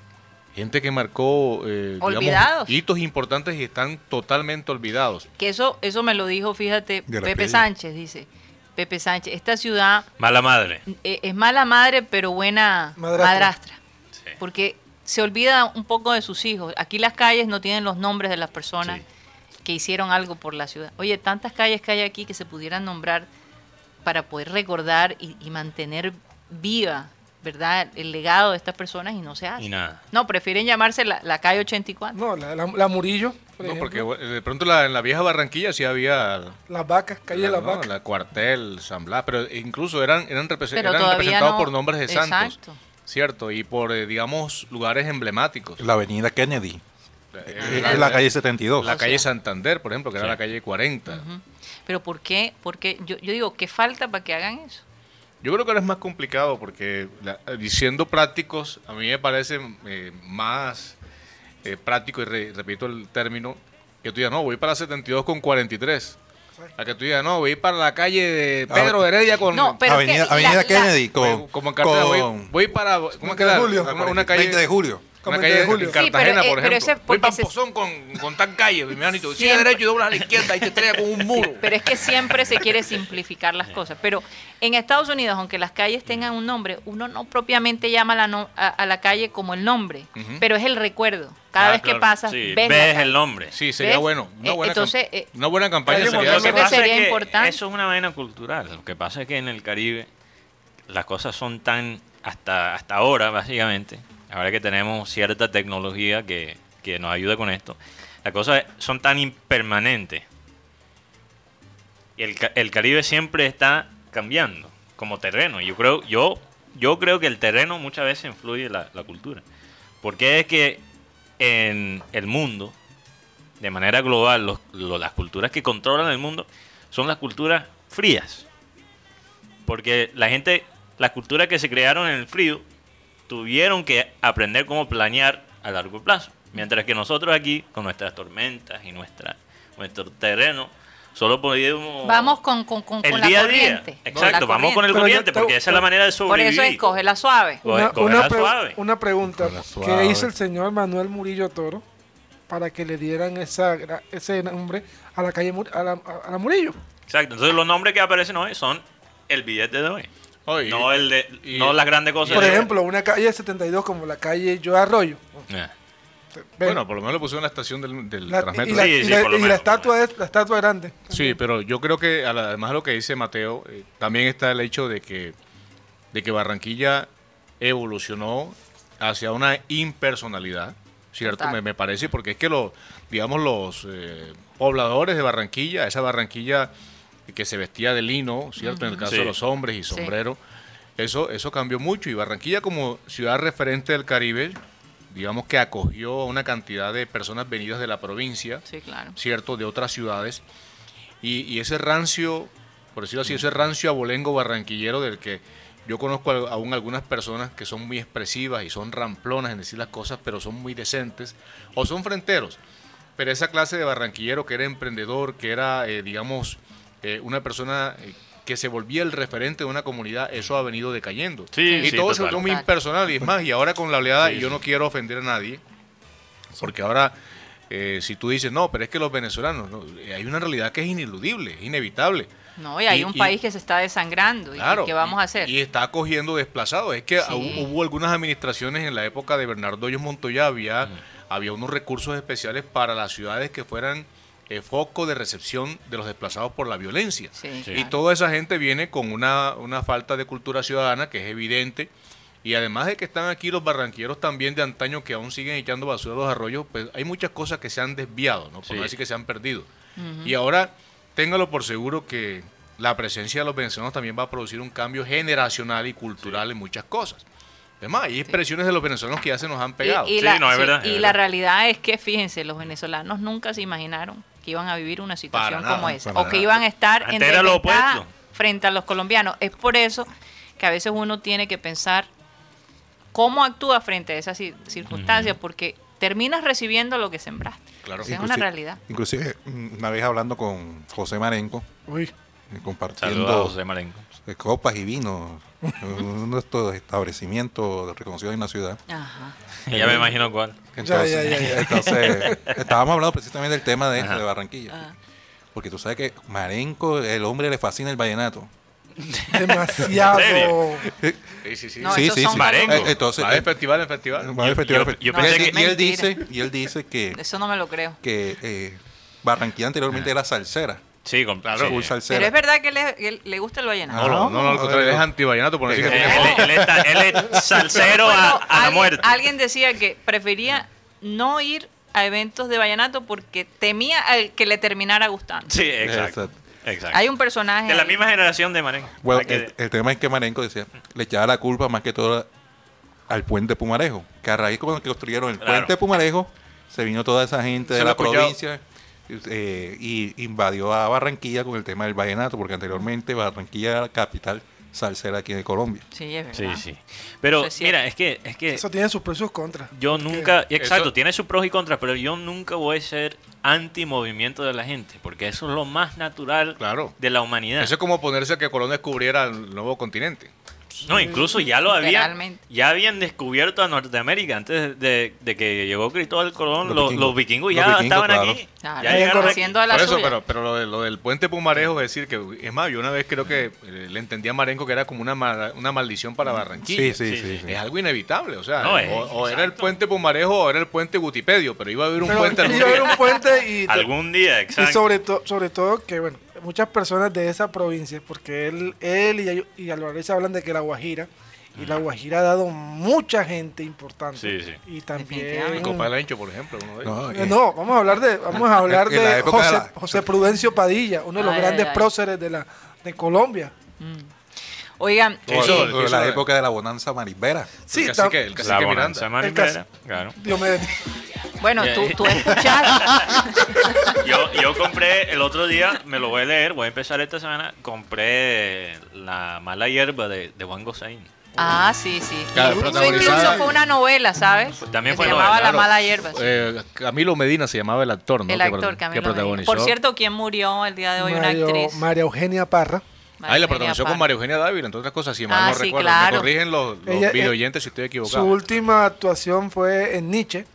Speaker 1: gente que marcó eh, digamos,
Speaker 3: Olvidados.
Speaker 1: hitos importantes y están totalmente olvidados?
Speaker 3: Que eso, eso me lo dijo, fíjate,
Speaker 6: De la
Speaker 3: Pepe
Speaker 6: playa.
Speaker 3: Sánchez, dice. Pepe Sánchez, esta ciudad
Speaker 4: Mala madre.
Speaker 3: eh, es mala madre, pero buena
Speaker 5: Madrastra.
Speaker 3: madrastra.
Speaker 4: Sí.
Speaker 3: porque se olvida un poco de sus hijos. Aquí las calles no tienen los nombres de las personas que hicieron algo por la ciudad. Oye, tantas calles que hay aquí que se pudieran nombrar para poder recordar y, y mantener viva, ¿verdad? El legado de estas personas y no se hace.
Speaker 4: Y nada.
Speaker 3: No, prefieren llamarse la, la calle 84.
Speaker 5: No, la, la- la Murillo, por
Speaker 1: No,
Speaker 5: ejemplo,
Speaker 1: porque bueno, de pronto la- en la vieja Barranquilla sí había
Speaker 5: Las vacas, calle de
Speaker 1: la,
Speaker 5: las
Speaker 1: no,
Speaker 5: vacas.
Speaker 1: la cuartel, San Blas, pero incluso eran, eran, repres-
Speaker 3: Pero
Speaker 1: eran
Speaker 3: todavía
Speaker 1: representados
Speaker 3: no-
Speaker 1: por nombres de santos.
Speaker 3: Exacto.
Speaker 1: Cierto, y por, eh, digamos, lugares emblemáticos.
Speaker 6: La avenida Kennedy.
Speaker 1: Eh,
Speaker 6: eh,
Speaker 1: La,
Speaker 6: Es la calle 72.
Speaker 1: la
Speaker 3: O
Speaker 1: calle
Speaker 3: sea.
Speaker 1: Santander, por ejemplo, que
Speaker 4: Sí.
Speaker 1: era la calle 40.
Speaker 3: Ujú. Pero ¿por qué? Porque yo, yo digo, ¿qué falta para que hagan eso?
Speaker 1: Yo creo que ahora es más complicado porque la- diciendo prácticos, a mí me parece eh, más eh, práctico, y re- repito el término, que tú digas, no, voy para la 72 con 43. A que tú digas, no, voy para la calle de Pedro Heredia con...
Speaker 3: No, pero es que
Speaker 6: avenida
Speaker 3: la-
Speaker 6: avenida
Speaker 3: la-
Speaker 6: Kennedy
Speaker 1: Voy-
Speaker 6: con,
Speaker 1: como en Cartagena, voy,
Speaker 6: con
Speaker 1: voy para... ¿Cómo queda?
Speaker 5: Julio.
Speaker 1: Una, una calle...
Speaker 6: 20 de julio.
Speaker 5: Como
Speaker 1: Una
Speaker 5: el
Speaker 1: calle
Speaker 5: de
Speaker 1: en
Speaker 5: Julio.
Speaker 3: Sí, pero,
Speaker 1: Cartagena,
Speaker 3: eh,
Speaker 1: por
Speaker 3: pero
Speaker 1: ejemplo.
Speaker 3: ese-
Speaker 1: Voy
Speaker 3: porque
Speaker 1: para
Speaker 3: ese-
Speaker 1: Pozón con, con tal calle, mi hermanito. Sigue
Speaker 3: Siempre.
Speaker 1: derecho y doblas a la izquierda y te estrella con un muro.
Speaker 3: Pero es que siempre se quiere simplificar las cosas. Pero en Estados Unidos, aunque las calles tengan un nombre, uno no propiamente llama a la, no- a, a la calle como el nombre,
Speaker 1: Ujú.
Speaker 3: pero es el recuerdo. Cada
Speaker 4: Ah,
Speaker 3: vez que
Speaker 4: claro.
Speaker 3: pasas,
Speaker 4: Sí,
Speaker 3: ves, la calle.
Speaker 4: el nombre.
Speaker 1: Sí, sería
Speaker 3: ¿Ves?
Speaker 1: bueno. Una
Speaker 3: Eh,
Speaker 1: buena, cam-
Speaker 3: entonces, eh,
Speaker 1: una buena campaña
Speaker 3: Calle
Speaker 1: sería
Speaker 3: Montalvo
Speaker 1: eso.
Speaker 3: creo que sería importante.
Speaker 4: Eso es una vaina cultural. Lo que pasa es que en el Caribe las cosas son tan hasta hasta ahora básicamente. Ahora que tenemos cierta tecnología que, que nos ayuda con esto, las cosas son tan impermanentes. Y el, Ca- el Caribe siempre está cambiando como terreno. Yo creo yo yo creo que el terreno muchas veces influye la, la cultura. Porque es que en el mundo de manera global, los- lo- las culturas que controlan el mundo son las culturas frías. Porque la gente, las culturas que se crearon en el frío, tuvieron que aprender cómo planear a largo plazo. Mientras que nosotros aquí, con nuestras tormentas y nuestra, nuestro terreno, solo podíamos...
Speaker 3: Vamos con, con, con,
Speaker 4: el
Speaker 3: con la
Speaker 4: día a día.
Speaker 3: corriente.
Speaker 4: Exacto,
Speaker 3: la
Speaker 4: vamos con el
Speaker 3: corriente.
Speaker 5: Pero yo
Speaker 4: corriente,
Speaker 5: te-
Speaker 4: porque esa es la manera de
Speaker 3: Por
Speaker 4: sobrevivir. Pues
Speaker 3: eso escoge la suave.
Speaker 4: Coge-
Speaker 5: Una,
Speaker 4: cogerá
Speaker 5: una pre-
Speaker 4: suave.
Speaker 5: una pregunta
Speaker 6: Cogerá
Speaker 5: que
Speaker 6: suave.
Speaker 5: hizo el señor Manuel Murillo Toro para que le dieran esa, gra- ese nombre a la calle Mur- a, la, a la Murillo.
Speaker 4: Exacto, entonces los nombres que aparecen hoy son el billete de hoy.
Speaker 1: Oye,
Speaker 4: no el de,
Speaker 1: y-
Speaker 4: no las grandes cosas.
Speaker 5: Por
Speaker 4: de-
Speaker 5: ejemplo, una calle 72 como la calle Yo Arroyo.
Speaker 4: Eh.
Speaker 5: Ven,
Speaker 1: Bueno, por lo menos lo pusieron en la estación del, del
Speaker 5: la- y
Speaker 1: Transmetro.
Speaker 5: la,
Speaker 4: Sí,
Speaker 5: y
Speaker 4: sí,
Speaker 5: la-
Speaker 4: por lo
Speaker 5: y la
Speaker 4: menos.
Speaker 5: estatua es la estatua grande.
Speaker 1: Sí, pero yo creo que a la- además de lo que dice Mateo, eh, también está el hecho de que, de que Barranquilla evolucionó hacia una impersonalidad, ¿cierto?
Speaker 3: Total.
Speaker 1: Me, me parece, porque es que los, digamos, los eh, pobladores de Barranquilla, esa Barranquilla que se vestía de lino, ¿cierto? En el caso
Speaker 4: Sí.
Speaker 1: de los hombres y
Speaker 3: Sí.
Speaker 1: sombrero, eso, eso cambió mucho. Y Barranquilla como ciudad referente del Caribe, digamos que acogió a una cantidad de personas venidas de la provincia.
Speaker 3: Sí, claro.
Speaker 1: ¿cierto? De otras ciudades. Y, y ese rancio, por decirlo así, ese rancio abolengo barranquillero del que yo conozco al- aún algunas personas que son muy expresivas y son ramplonas en decir las cosas, pero son muy decentes o son fronteros. Pero esa clase de barranquillero que era emprendedor, que era, eh, digamos, eh, una persona eh, que se volvía el referente de una comunidad, eso ha venido decayendo.
Speaker 4: Sí,
Speaker 1: y
Speaker 4: sí,
Speaker 1: todo se
Speaker 4: total.
Speaker 1: volvió muy
Speaker 3: Total.
Speaker 1: impersonal y es más, y ahora con la oleada,
Speaker 4: Sí,
Speaker 1: y yo
Speaker 4: sí.
Speaker 1: no quiero ofender a nadie, porque ahora, eh, si tú dices, no, pero es que los venezolanos, no, eh, hay una realidad que es ineludible, es inevitable.
Speaker 3: No, y hay
Speaker 1: Y-
Speaker 3: un
Speaker 1: y-
Speaker 3: país que se está desangrando.
Speaker 1: Claro.
Speaker 3: ¿Y qué vamos
Speaker 1: y-
Speaker 3: a hacer?
Speaker 1: Y está acogiendo desplazados. Es que
Speaker 3: Sí.
Speaker 1: hu- hubo algunas administraciones en la época de Bernardo Hoyos Montoya, había, había unos recursos especiales para las ciudades que fueran eh, foco de recepción de los desplazados por la violencia.
Speaker 3: Sí,
Speaker 4: Sí.
Speaker 1: Y
Speaker 3: claro.
Speaker 1: toda esa gente viene con una, una falta de cultura ciudadana que es evidente. Y además de que están aquí los barranquilleros también de antaño que aún siguen echando basura a los arroyos, pues hay muchas cosas que se han desviado, ¿no? Por
Speaker 4: Sí.
Speaker 1: no decir que se han perdido. Y ahora, téngalo por seguro que la presencia de los venezolanos también va a producir un cambio generacional y cultural en muchas cosas. Además, hay expresiones de los venezolanos que ya se nos han
Speaker 3: Y,
Speaker 1: pegado.
Speaker 3: y
Speaker 4: Sí,
Speaker 3: la,
Speaker 4: no, es
Speaker 3: sí,
Speaker 4: verdad, es
Speaker 3: y
Speaker 4: verdad.
Speaker 3: la realidad es que, fíjense, los venezolanos nunca se imaginaron que iban a vivir una situación
Speaker 1: nada,
Speaker 3: como esa,
Speaker 6: para
Speaker 3: o que
Speaker 6: nada.
Speaker 3: iban a estar
Speaker 4: Antes
Speaker 3: en
Speaker 4: era lo
Speaker 3: desventaja
Speaker 4: opuesto.
Speaker 3: frente a los colombianos. Es por eso que a veces uno tiene que pensar cómo actúa frente a esas ci- circunstancias, porque terminas recibiendo lo que sembraste.
Speaker 1: Claro.
Speaker 3: O sea, es una
Speaker 6: Inclusi-
Speaker 3: realidad.
Speaker 6: Inclusive, mm, una vez hablando con José Marenco,
Speaker 5: Uy,
Speaker 6: eh, compartiendo
Speaker 4: Saludos a José Marenco.
Speaker 6: eh, copas y vinos, en uno de estos establecimientos reconocidos en la ciudad.
Speaker 3: Ajá.
Speaker 4: Ya me imagino cuál.
Speaker 5: Ya,
Speaker 6: Entonces,
Speaker 5: ya, ya, ya.
Speaker 6: entonces, estábamos hablando precisamente del tema de,
Speaker 4: Ajá.
Speaker 6: de Barranquilla.
Speaker 3: Ah.
Speaker 6: Porque tú sabes que Marenco, el hombre le fascina el vallenato.
Speaker 5: demasiado.
Speaker 4: ¿En
Speaker 1: Sí, sí, sí.
Speaker 3: No,
Speaker 6: Sí,
Speaker 3: esos
Speaker 6: sí,
Speaker 3: son
Speaker 6: sí.
Speaker 4: Marenco.
Speaker 6: Eh, Entonces,
Speaker 1: Va a haber
Speaker 6: eh,
Speaker 1: festival en festival.
Speaker 6: va a haber festival,
Speaker 4: yo- yo
Speaker 6: festival. y, él-
Speaker 4: pensé que-
Speaker 6: y él
Speaker 3: Mentira.
Speaker 6: dice, y él dice que,
Speaker 3: Eso no me lo creo.
Speaker 6: que eh, Barranquilla anteriormente era salsera.
Speaker 4: Sí, con, sí.
Speaker 6: full
Speaker 3: Pero
Speaker 6: salsera.
Speaker 3: es verdad que le, que le gusta el
Speaker 4: Ah,
Speaker 3: vallenato.
Speaker 1: No, no, no, no, al contrario,
Speaker 6: no.
Speaker 1: es antivallenato por así
Speaker 4: Eh, Él,
Speaker 1: que
Speaker 4: él- él está- él es salsero a,
Speaker 3: Bueno,
Speaker 4: a la
Speaker 3: alguien-
Speaker 4: muerte. Ah.
Speaker 3: Alguien decía que prefería no ir a eventos de vallenato porque temía al que le terminara gustando.
Speaker 4: Sí, exacto.
Speaker 6: Exacto.
Speaker 4: exacto.
Speaker 3: Hay un personaje
Speaker 4: de la
Speaker 3: ahí.
Speaker 4: misma generación de Marenco.
Speaker 6: Bueno,
Speaker 4: Hay que-
Speaker 6: el, el tema es que Marenco decía, le echaba la culpa más que todo al puente Pumarejo. Que a raíz cuando construyeron el
Speaker 4: Claro.
Speaker 6: puente Pumarejo, se vino toda esa gente
Speaker 1: Se
Speaker 6: de
Speaker 1: lo he
Speaker 6: la
Speaker 1: escuchado.
Speaker 6: provincia eh, y invadió a Barranquilla con el tema del vallenato, porque anteriormente Barranquilla era la capital salsera aquí de Colombia.
Speaker 3: Sí, es verdad.
Speaker 4: Sí, sí. Pero
Speaker 3: Eso es
Speaker 4: mira, es que, es que
Speaker 5: Eso tiene sus precios contra.
Speaker 4: yo nunca, exacto,
Speaker 1: Eso-
Speaker 4: tiene sus pros y contras, pero yo nunca voy a ser anti movimiento de la gente, porque eso es lo más natural
Speaker 1: Claro.
Speaker 4: de la humanidad.
Speaker 1: Eso es como oponerse a que Colón descubriera el nuevo continente.
Speaker 4: No, incluso ya lo habían,
Speaker 3: Literalmente.
Speaker 4: ya habían descubierto a Norteamérica antes de, de que llegó Cristóbal Colón.
Speaker 6: Los
Speaker 4: Los,
Speaker 6: vikingos.
Speaker 4: los vikingos
Speaker 6: Los
Speaker 4: ya
Speaker 6: vikingos,
Speaker 4: estaban
Speaker 6: claro.
Speaker 4: aquí.
Speaker 3: Claro,
Speaker 4: Ya llegaron aquí.
Speaker 3: haciendo a la
Speaker 1: Por eso,
Speaker 3: suya.
Speaker 1: pero, pero lo, de- lo del puente Pumarejo, es decir, que es más, yo una vez creo que eh, le entendí a Marenco que era como una, ma- una maldición para
Speaker 6: Sí,
Speaker 1: Barranquilla.
Speaker 6: sí, sí.
Speaker 4: Sí, sí.
Speaker 6: sí.
Speaker 1: Es algo inevitable, o sea,
Speaker 4: No, es-
Speaker 1: o, o era el
Speaker 4: exacto.
Speaker 1: puente Pumarejo o era el puente Gutipedio, pero iba a haber un
Speaker 5: Pero
Speaker 1: puente algún
Speaker 5: iba a haber
Speaker 1: día.
Speaker 5: un puente y,
Speaker 4: Algún día,
Speaker 5: y
Speaker 4: exacto.
Speaker 5: sobre, to- sobre todo que, bueno, muchas personas de esa provincia, porque él, él y, Ayu- y Alvarez hablan de que La Guajira, y La Guajira ha dado mucha gente importante.
Speaker 4: Sí, sí.
Speaker 5: Y también...
Speaker 3: Definitivamente.
Speaker 1: Copa del Ancho, por ejemplo. uno de ellos.
Speaker 6: No,
Speaker 5: Eh,
Speaker 6: eh,
Speaker 5: No, vamos a hablar de, vamos a hablar
Speaker 6: En la
Speaker 5: de
Speaker 6: época de
Speaker 5: José,
Speaker 6: la-
Speaker 5: José Prudencio Padilla, uno de los
Speaker 3: Ay,
Speaker 5: grandes
Speaker 3: ay, ay.
Speaker 5: próceres de la de Colombia.
Speaker 3: Mm. Oigan,
Speaker 1: Sí, eso-
Speaker 3: eh,
Speaker 6: o
Speaker 1: eso-
Speaker 6: la época de la bonanza maribera.
Speaker 5: Sí,
Speaker 1: el
Speaker 5: tam-
Speaker 1: cacique, el cacique
Speaker 4: La
Speaker 1: Miranda.
Speaker 4: bonanza marimbera,
Speaker 5: El
Speaker 4: claro.
Speaker 5: Dios me
Speaker 3: bueno,
Speaker 4: Ya,
Speaker 3: tú,
Speaker 4: eh.
Speaker 3: tú escuchas.
Speaker 4: Yo, yo compré el otro día, me lo voy a leer, voy a empezar esta semana. Compré La mala hierba de, de Juan Gosaín.
Speaker 3: ah, sí, sí.
Speaker 1: Claro,
Speaker 3: Eso incluso
Speaker 1: protagonizada-
Speaker 3: fue una novela, ¿sabes?
Speaker 4: También
Speaker 3: Que
Speaker 4: fue
Speaker 3: se
Speaker 4: novela,
Speaker 3: llamaba
Speaker 4: claro.
Speaker 3: La mala hierba. sí.
Speaker 1: Eh, Camilo Medina se llamaba el actor, ¿no?
Speaker 3: el
Speaker 1: Que
Speaker 3: actor
Speaker 1: prota-
Speaker 3: que a mí
Speaker 1: que
Speaker 3: lo me dijo.
Speaker 1: protagonizó. Ah,
Speaker 3: Por cierto, ¿quién murió el día de hoy?
Speaker 5: Mario-
Speaker 3: una actriz.
Speaker 5: María Eugenia Parra.
Speaker 1: Ahí la
Speaker 3: María
Speaker 1: protagonizó
Speaker 3: Parra.
Speaker 1: con María Eugenia Dávila, entre otras cosas, si mal
Speaker 3: Ah,
Speaker 1: no
Speaker 3: sí,
Speaker 1: recuerdo.
Speaker 3: claro.
Speaker 1: Me corrigen los, los
Speaker 5: Ella-
Speaker 1: videoyentes si estoy
Speaker 5: Su
Speaker 1: equivocado.
Speaker 5: última actuación fue en Nietzsche,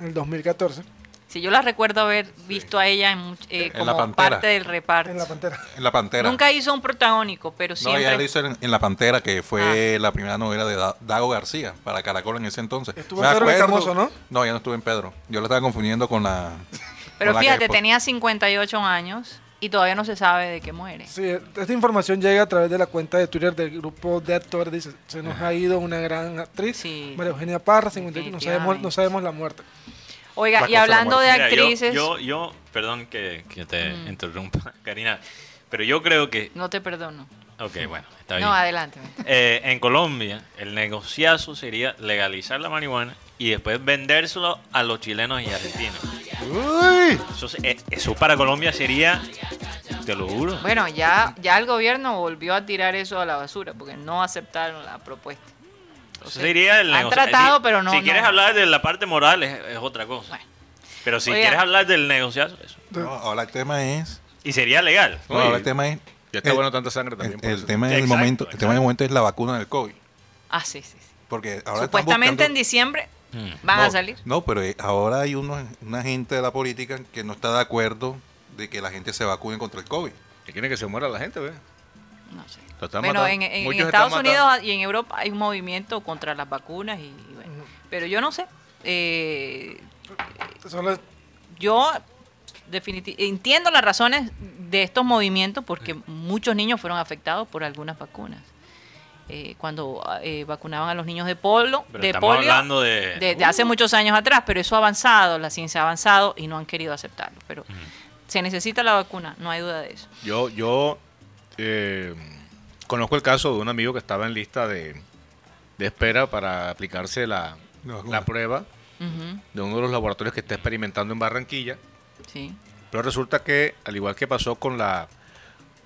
Speaker 5: en el 2014,
Speaker 3: Sí, yo la recuerdo haber visto a ella en, much- eh,
Speaker 6: En La
Speaker 3: como
Speaker 6: Pantera.
Speaker 3: parte del reparto.
Speaker 5: en La Pantera.
Speaker 6: En la pantera.
Speaker 3: Nunca hizo un protagónico, pero
Speaker 6: no,
Speaker 3: siempre. Ah.
Speaker 6: ella lo hizo en, en La Pantera, que fue la primera novela de Da- Dago García, para Caracol en ese entonces.
Speaker 5: Estuvo
Speaker 6: Me
Speaker 5: en Pedro
Speaker 6: acuerdo-
Speaker 5: Cardoso, ¿no?
Speaker 6: No, ya no estuve en Pedro. Yo la estaba confundiendo con la...
Speaker 3: pero
Speaker 6: con la que
Speaker 3: fíjate,
Speaker 6: después-
Speaker 3: tenía 58 años y todavía no se sabe de qué muere.
Speaker 5: Sí, esta información llega a través de la cuenta de Twitter del grupo de actores. Dice, se nos ha ido una gran actriz,
Speaker 3: Sí.
Speaker 5: María Eugenia Parra, 58, no sabemos,
Speaker 3: Definitivamente.
Speaker 5: no sabemos la muerte.
Speaker 3: Oiga,
Speaker 6: La
Speaker 3: y
Speaker 6: cosa
Speaker 3: hablando
Speaker 6: de
Speaker 3: de
Speaker 6: la
Speaker 4: Mira, yo-
Speaker 3: actrices, Mm.
Speaker 4: yo, yo, perdón que, que te interrumpa, Karina, pero yo creo que.
Speaker 3: no te perdono.
Speaker 4: Ok, bueno, está bien.
Speaker 3: No, adelante.
Speaker 4: Eh, en Colombia, el negociazo sería legalizar la marihuana y después vendérselo a los chilenos y argentinos. Eso, se- eh, eso para Colombia sería, te lo juro.
Speaker 3: Bueno, ya, ya el gobierno volvió a tirar eso a la basura porque no aceptaron la propuesta.
Speaker 4: Eso sería el
Speaker 3: han
Speaker 4: negocio- eh,
Speaker 3: tratado,
Speaker 4: si-
Speaker 3: pero no-
Speaker 4: Si
Speaker 3: no.
Speaker 4: quieres hablar de la parte moral es, es otra cosa.
Speaker 3: Bueno.
Speaker 4: Pero si
Speaker 3: Oiga.
Speaker 4: quieres hablar del negociazo, eso.
Speaker 6: No, ahora el tema es...
Speaker 4: Y sería legal.
Speaker 6: no,
Speaker 1: Oye,
Speaker 6: ahora el tema es...
Speaker 1: Ya está
Speaker 6: el-
Speaker 1: bueno tanta sangre
Speaker 6: El,
Speaker 1: también. por
Speaker 6: el
Speaker 1: eso.
Speaker 6: tema del
Speaker 4: Exacto,
Speaker 6: momento, el tema del
Speaker 4: exacto.
Speaker 6: momento es la vacuna del COVID.
Speaker 3: Ah, sí, sí. sí.
Speaker 6: Porque ahora están
Speaker 3: Supuestamente en
Speaker 6: buscando-
Speaker 3: diciembre
Speaker 4: Mm.
Speaker 3: van
Speaker 6: no,
Speaker 3: a salir.
Speaker 6: No, pero eh, ahora hay unos, una gente de la política que no está de acuerdo de que la gente se vacune contra el COVID.
Speaker 1: Que quieren que se muera la gente, ¿ves?
Speaker 3: No sé.
Speaker 1: Lo están
Speaker 3: Bueno,
Speaker 1: matando.
Speaker 3: en, en- en
Speaker 1: Muchos están
Speaker 3: Estados
Speaker 1: matando.
Speaker 3: Unidos y en Europa hay un movimiento contra las vacunas y, y bueno. Pero yo no sé. Eh,
Speaker 5: Solo es-
Speaker 3: yo definiti- entiendo las razones de estos movimientos porque muchos niños fueron afectados por algunas vacunas. Eh, cuando ah, eh, vacunaban a los niños de polo,
Speaker 4: Pero
Speaker 3: de
Speaker 4: estamos
Speaker 3: polio,
Speaker 4: hablando de- uh.
Speaker 3: de hace muchos años atrás, pero eso ha avanzado, la ciencia ha avanzado y no han querido aceptarlo. Pero se necesita la vacuna, no hay duda de eso.
Speaker 1: Yo, yo eh, conozco el caso de un amigo que estaba en lista de, de espera para aplicarse la,
Speaker 6: La vacuna.
Speaker 1: la prueba
Speaker 3: Ujú,
Speaker 1: de uno de los laboratorios que está experimentando en Barranquilla.
Speaker 3: sí.
Speaker 1: Pero resulta que, al igual que pasó con la,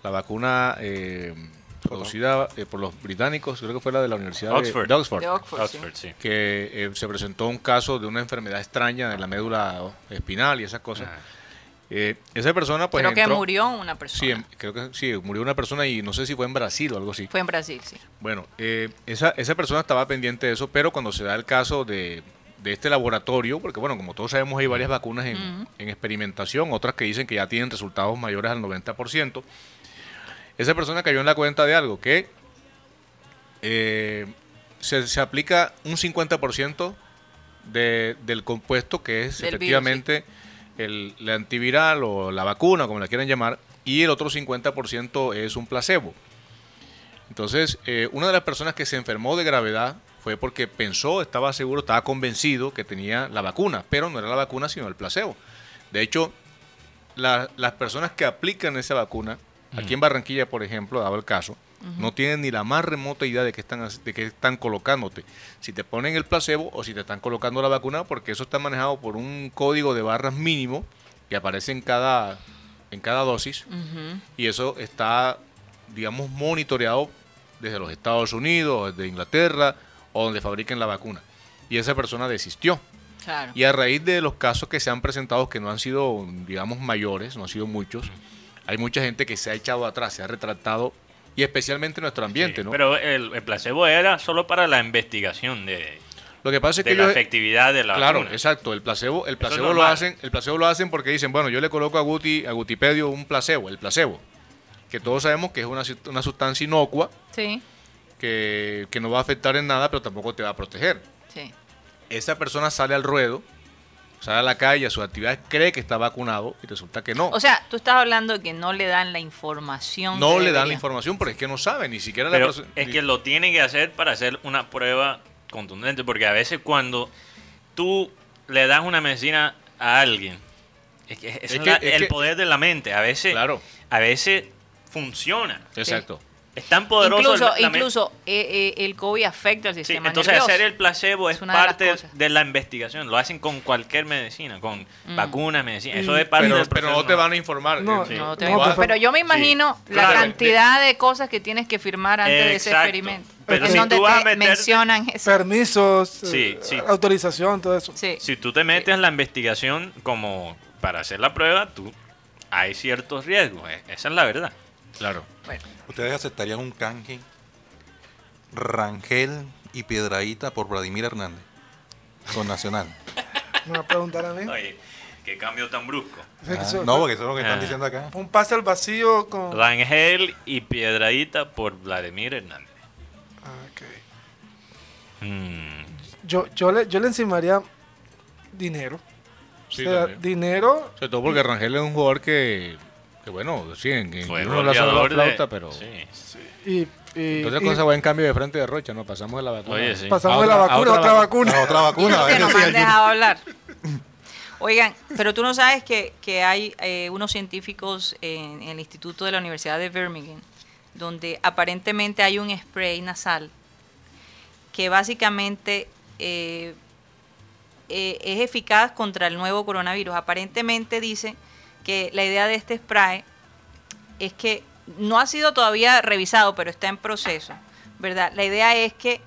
Speaker 1: la vacuna eh, producida eh, por los británicos, creo que fue la de la Universidad
Speaker 4: Oxford.
Speaker 1: De, de Oxford,
Speaker 3: De Oxford, sí.
Speaker 4: Oxford, sí.
Speaker 1: que eh, se presentó un caso de una enfermedad extraña de la médula espinal y esas cosas.
Speaker 4: Ajá.
Speaker 1: Eh, esa persona, pues.
Speaker 3: Creo que
Speaker 1: entró-
Speaker 3: murió una
Speaker 1: Sí,
Speaker 3: persona.
Speaker 1: em- creo que sí, murió una persona y no sé si fue en Brasil o algo así.
Speaker 3: Fue en Brasil, sí.
Speaker 1: Bueno, eh, esa, esa persona estaba pendiente de eso, pero cuando se da el caso de, de este laboratorio, porque bueno, como todos sabemos hay varias vacunas en,
Speaker 3: Ujú.
Speaker 1: en experimentación, otras que dicen que ya tienen resultados mayores al 90%, esa persona cayó en la cuenta de algo, que eh, se, se aplica un 50% de- del compuesto que es
Speaker 3: Del virus,
Speaker 1: efectivamente el, el antiviral o la vacuna, como la quieran llamar, y el otro 50% es un placebo. Entonces, eh, una de las personas que se enfermó de gravedad fue porque pensó, estaba seguro, estaba convencido que tenía la vacuna, pero no era la vacuna, sino el placebo. De hecho, la- las personas que aplican esa vacuna, aquí en Barranquilla, por ejemplo, daba el caso, no tienen ni la más remota idea de qué están, hac- de qué están colocándote. Si te ponen el placebo o si te están colocando la vacuna, porque eso está manejado por un código de barras mínimo que aparece en cada, en cada dosis
Speaker 3: Ujú.
Speaker 1: y eso está, digamos, monitoreado desde los Estados Unidos, desde Inglaterra o donde fabriquen la vacuna. Y esa persona desistió.
Speaker 3: Claro.
Speaker 1: Y a raíz de los casos que se han presentado, que no han sido, digamos, mayores, no han sido muchos, hay mucha gente que se ha echado atrás, se ha retractado, y especialmente en nuestro ambiente,
Speaker 4: Sí,
Speaker 1: ¿no?
Speaker 4: Pero el, el placebo era solo para la investigación de,
Speaker 1: Lo que pasa es
Speaker 4: de
Speaker 1: que
Speaker 4: la
Speaker 1: ellos-
Speaker 4: efectividad de la
Speaker 1: Claro,
Speaker 4: vacuna.
Speaker 1: exacto. El placebo,
Speaker 4: Eso
Speaker 1: el
Speaker 4: es
Speaker 1: placebo lo
Speaker 4: normal.
Speaker 1: hacen, el placebo lo hacen porque dicen, bueno, yo le coloco a Guti, a Gutipedio un placebo, el placebo, que todos sabemos que es una, sust- una sustancia inocua
Speaker 3: Sí,
Speaker 1: que, que no va a afectar en nada, pero tampoco te va a proteger.
Speaker 3: sí.
Speaker 1: Esa persona sale al ruedo, sale a la calle, a sus actividades, cree que está vacunado y resulta que no.
Speaker 3: O sea, tú estás hablando de que no le dan la información.
Speaker 1: Oh. no
Speaker 3: que
Speaker 1: le dan la
Speaker 3: deberían.
Speaker 1: información porque es que no sabe, ni siquiera la
Speaker 4: Pero
Speaker 1: persona-
Speaker 4: es
Speaker 1: ni-
Speaker 4: que lo tienen que hacer para hacer una prueba contundente, porque a veces cuando tú le das una medicina a alguien, es que, esa es
Speaker 1: que-
Speaker 4: la-
Speaker 1: es
Speaker 4: el
Speaker 1: que-
Speaker 4: poder de la mente, a veces,
Speaker 1: Claro,
Speaker 4: a veces funciona.
Speaker 1: exacto.
Speaker 4: Es tan poderoso el-
Speaker 3: Incluso,
Speaker 4: la men-
Speaker 3: incluso eh, eh, el COVID afecta al
Speaker 4: Sí,
Speaker 3: sistema
Speaker 4: entonces
Speaker 3: nervioso.
Speaker 4: hacer el placebo es,
Speaker 3: Es una de las
Speaker 4: parte de,
Speaker 3: cosas.
Speaker 4: la investigación. Lo hacen con cualquier medicina, con
Speaker 3: Mm.
Speaker 4: vacunas, medicina.
Speaker 5: Y-
Speaker 4: Eso es parte
Speaker 1: Pero,
Speaker 4: del
Speaker 1: pero
Speaker 4: proceso.
Speaker 1: no te van a informar.
Speaker 5: No,
Speaker 1: eh,
Speaker 3: No te
Speaker 5: No,
Speaker 3: digo,
Speaker 5: pero-
Speaker 3: pero yo me imagino
Speaker 4: sí,
Speaker 3: la
Speaker 4: claro.
Speaker 3: cantidad de cosas que tienes que firmar antes de ese
Speaker 4: Exacto.
Speaker 3: experimento.
Speaker 4: Pero
Speaker 3: en
Speaker 5: si
Speaker 3: donde
Speaker 4: tú vas a
Speaker 3: te
Speaker 4: meterte-
Speaker 3: mencionan eso.
Speaker 5: Permisos,
Speaker 4: Sí,
Speaker 5: eh,
Speaker 4: sí.
Speaker 5: autorización, todo eso.
Speaker 3: Sí.
Speaker 4: Si tú te metes en la investigación como para hacer la prueba, tú hay ciertos riesgos. e- Esa es la verdad.
Speaker 1: Claro.
Speaker 3: Bueno,
Speaker 6: ¿Ustedes aceptarían un canje Rangel y Piedraíta por Vladimir Hernández? Con Nacional.
Speaker 5: Me va a preguntar a mí.
Speaker 4: Oye, qué cambio tan brusco.
Speaker 5: O sea, Pues que
Speaker 6: Ah,
Speaker 5: eso-
Speaker 6: no, porque eso es lo que
Speaker 4: Ah.
Speaker 6: están diciendo acá.
Speaker 5: Un pase al vacío con.
Speaker 4: Rangel y Piedradita por Vladimir Hernández.
Speaker 5: Ah, ok.
Speaker 4: Mm,
Speaker 5: Yo, yo, le, yo le encimaría dinero.
Speaker 1: Sí,
Speaker 5: o sea,
Speaker 1: también.
Speaker 5: dinero.
Speaker 1: Sobre todo porque Rangel es un jugador que, que bueno, sí, en, en
Speaker 4: fue
Speaker 1: uno le ha sonado
Speaker 4: goleador de-
Speaker 1: flauta, pero...
Speaker 4: sí.
Speaker 5: Y, y-
Speaker 1: Entonces,
Speaker 5: y
Speaker 1: con ese buen cambio de frente de Rocha, ¿no? Pasamos de la vacuna.
Speaker 4: Oye, sí.
Speaker 5: pasamos
Speaker 1: A
Speaker 5: de la
Speaker 1: otra- a
Speaker 5: vacuna a otra,
Speaker 1: otra vacu-
Speaker 5: vacuna.
Speaker 6: La otra vacuna. a
Speaker 3: que
Speaker 6: ver
Speaker 3: nos
Speaker 6: si
Speaker 3: han
Speaker 6: alguien-
Speaker 3: dejado hablar. Oigan, pero tú no sabes que, que hay eh, unos científicos en, el Instituto de la Universidad de Birmingham, donde aparentemente hay un spray nasal que básicamente eh, eh, es eficaz contra el nuevo coronavirus. Aparentemente dice que la idea de este spray es que no ha sido todavía revisado, pero está en proceso, ¿verdad? La idea es que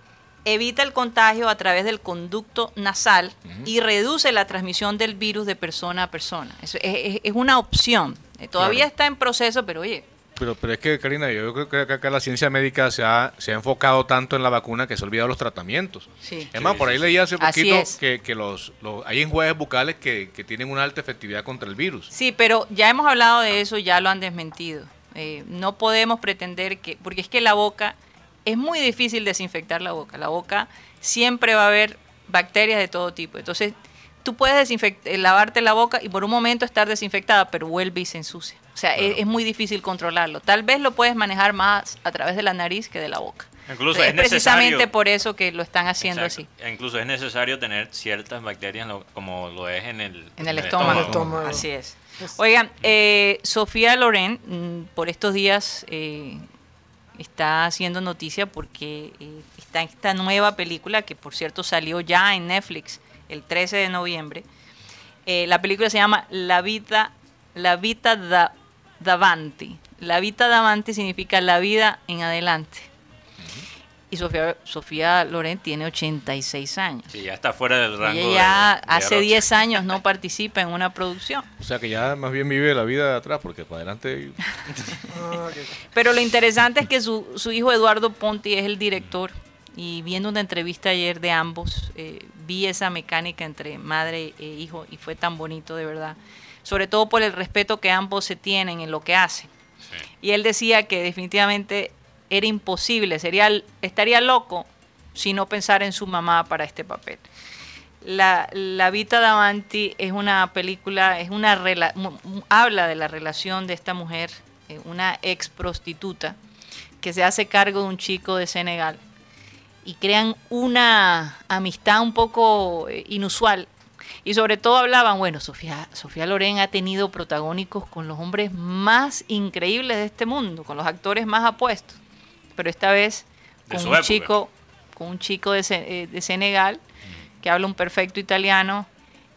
Speaker 3: evita el contagio a través del conducto nasal y reduce la transmisión del virus de persona a persona. Eso es, es- es una opción. Eh, Todavía
Speaker 1: Claro.
Speaker 3: está en proceso, pero oye,
Speaker 1: Pero, pero es que, Karina, yo creo que acá la ciencia médica se ha, se ha enfocado tanto en la vacuna que se ha olvidado los tratamientos.
Speaker 3: sí.
Speaker 1: Es más, por ahí leí hace
Speaker 3: Así
Speaker 1: poquito
Speaker 3: es.
Speaker 1: que, que los, los- hay enjuagues bucales que, que tienen una alta efectividad contra el virus.
Speaker 3: Sí, pero ya hemos hablado de eso, ya lo han desmentido. Eh, no podemos pretender que, porque es que la boca, es muy difícil desinfectar la boca. La boca siempre va a haber bacterias de todo tipo. Entonces, tú puedes desinfect- eh, lavarte la boca y por un momento estar desinfectada, pero vuelve y se ensucia. O sea, es- es, muy difícil controlarlo. Tal vez lo puedes manejar más a través de la nariz que de la boca.
Speaker 4: Incluso
Speaker 3: es,
Speaker 4: es
Speaker 3: precisamente
Speaker 4: necesario-
Speaker 3: por eso que lo están haciendo así.
Speaker 4: Exacto. E Incluso es necesario tener ciertas bacterias lo- como lo es en el,
Speaker 3: En el estómago. Pues
Speaker 5: En el estómago.
Speaker 3: Así es. Oigan, eh, Sofía Loren, mm, por estos días eh, está haciendo noticia porque eh, está esta nueva película que por cierto salió ya en Netflix el 13 de noviembre. Eh, la película se llama La vida, la vita da- davanti. La vita davanti significa la vida en adelante. Y Sofía, Sofía Loren tiene 86 años.
Speaker 4: Sí, ya está fuera del rango.
Speaker 3: Ella ya
Speaker 4: de- de
Speaker 3: hace
Speaker 4: Arocha.
Speaker 3: 10 años no participa en una producción.
Speaker 1: O sea que ya más bien vive la vida de atrás, porque para adelante.
Speaker 5: Ah, ok.
Speaker 3: Pero lo interesante es que su, su hijo Eduardo Ponti es el director y viendo una entrevista ayer de ambos, eh, vi esa mecánica entre madre e hijo y fue tan bonito de verdad, sobre todo por el respeto que ambos se tienen en lo que hacen. Y él decía que definitivamente era imposible, sería, estaría loco si no pensara en su mamá para este papel. La, la Vita Davanti es una película, es una rela- mu- mu- habla de la relación de esta mujer, eh, una ex prostituta, que se hace cargo de un chico de Senegal y crean una amistad un poco eh, inusual. Y sobre todo hablaban, bueno, Sofía, Sofía Loren ha tenido protagónicos con los hombres más increíbles de este mundo, con los actores más apuestos, pero esta vez
Speaker 4: De
Speaker 3: con
Speaker 4: su
Speaker 3: un
Speaker 4: época.
Speaker 3: chico, con un chico de, Se- eh, de Senegal
Speaker 4: Mm.
Speaker 3: que habla un perfecto italiano,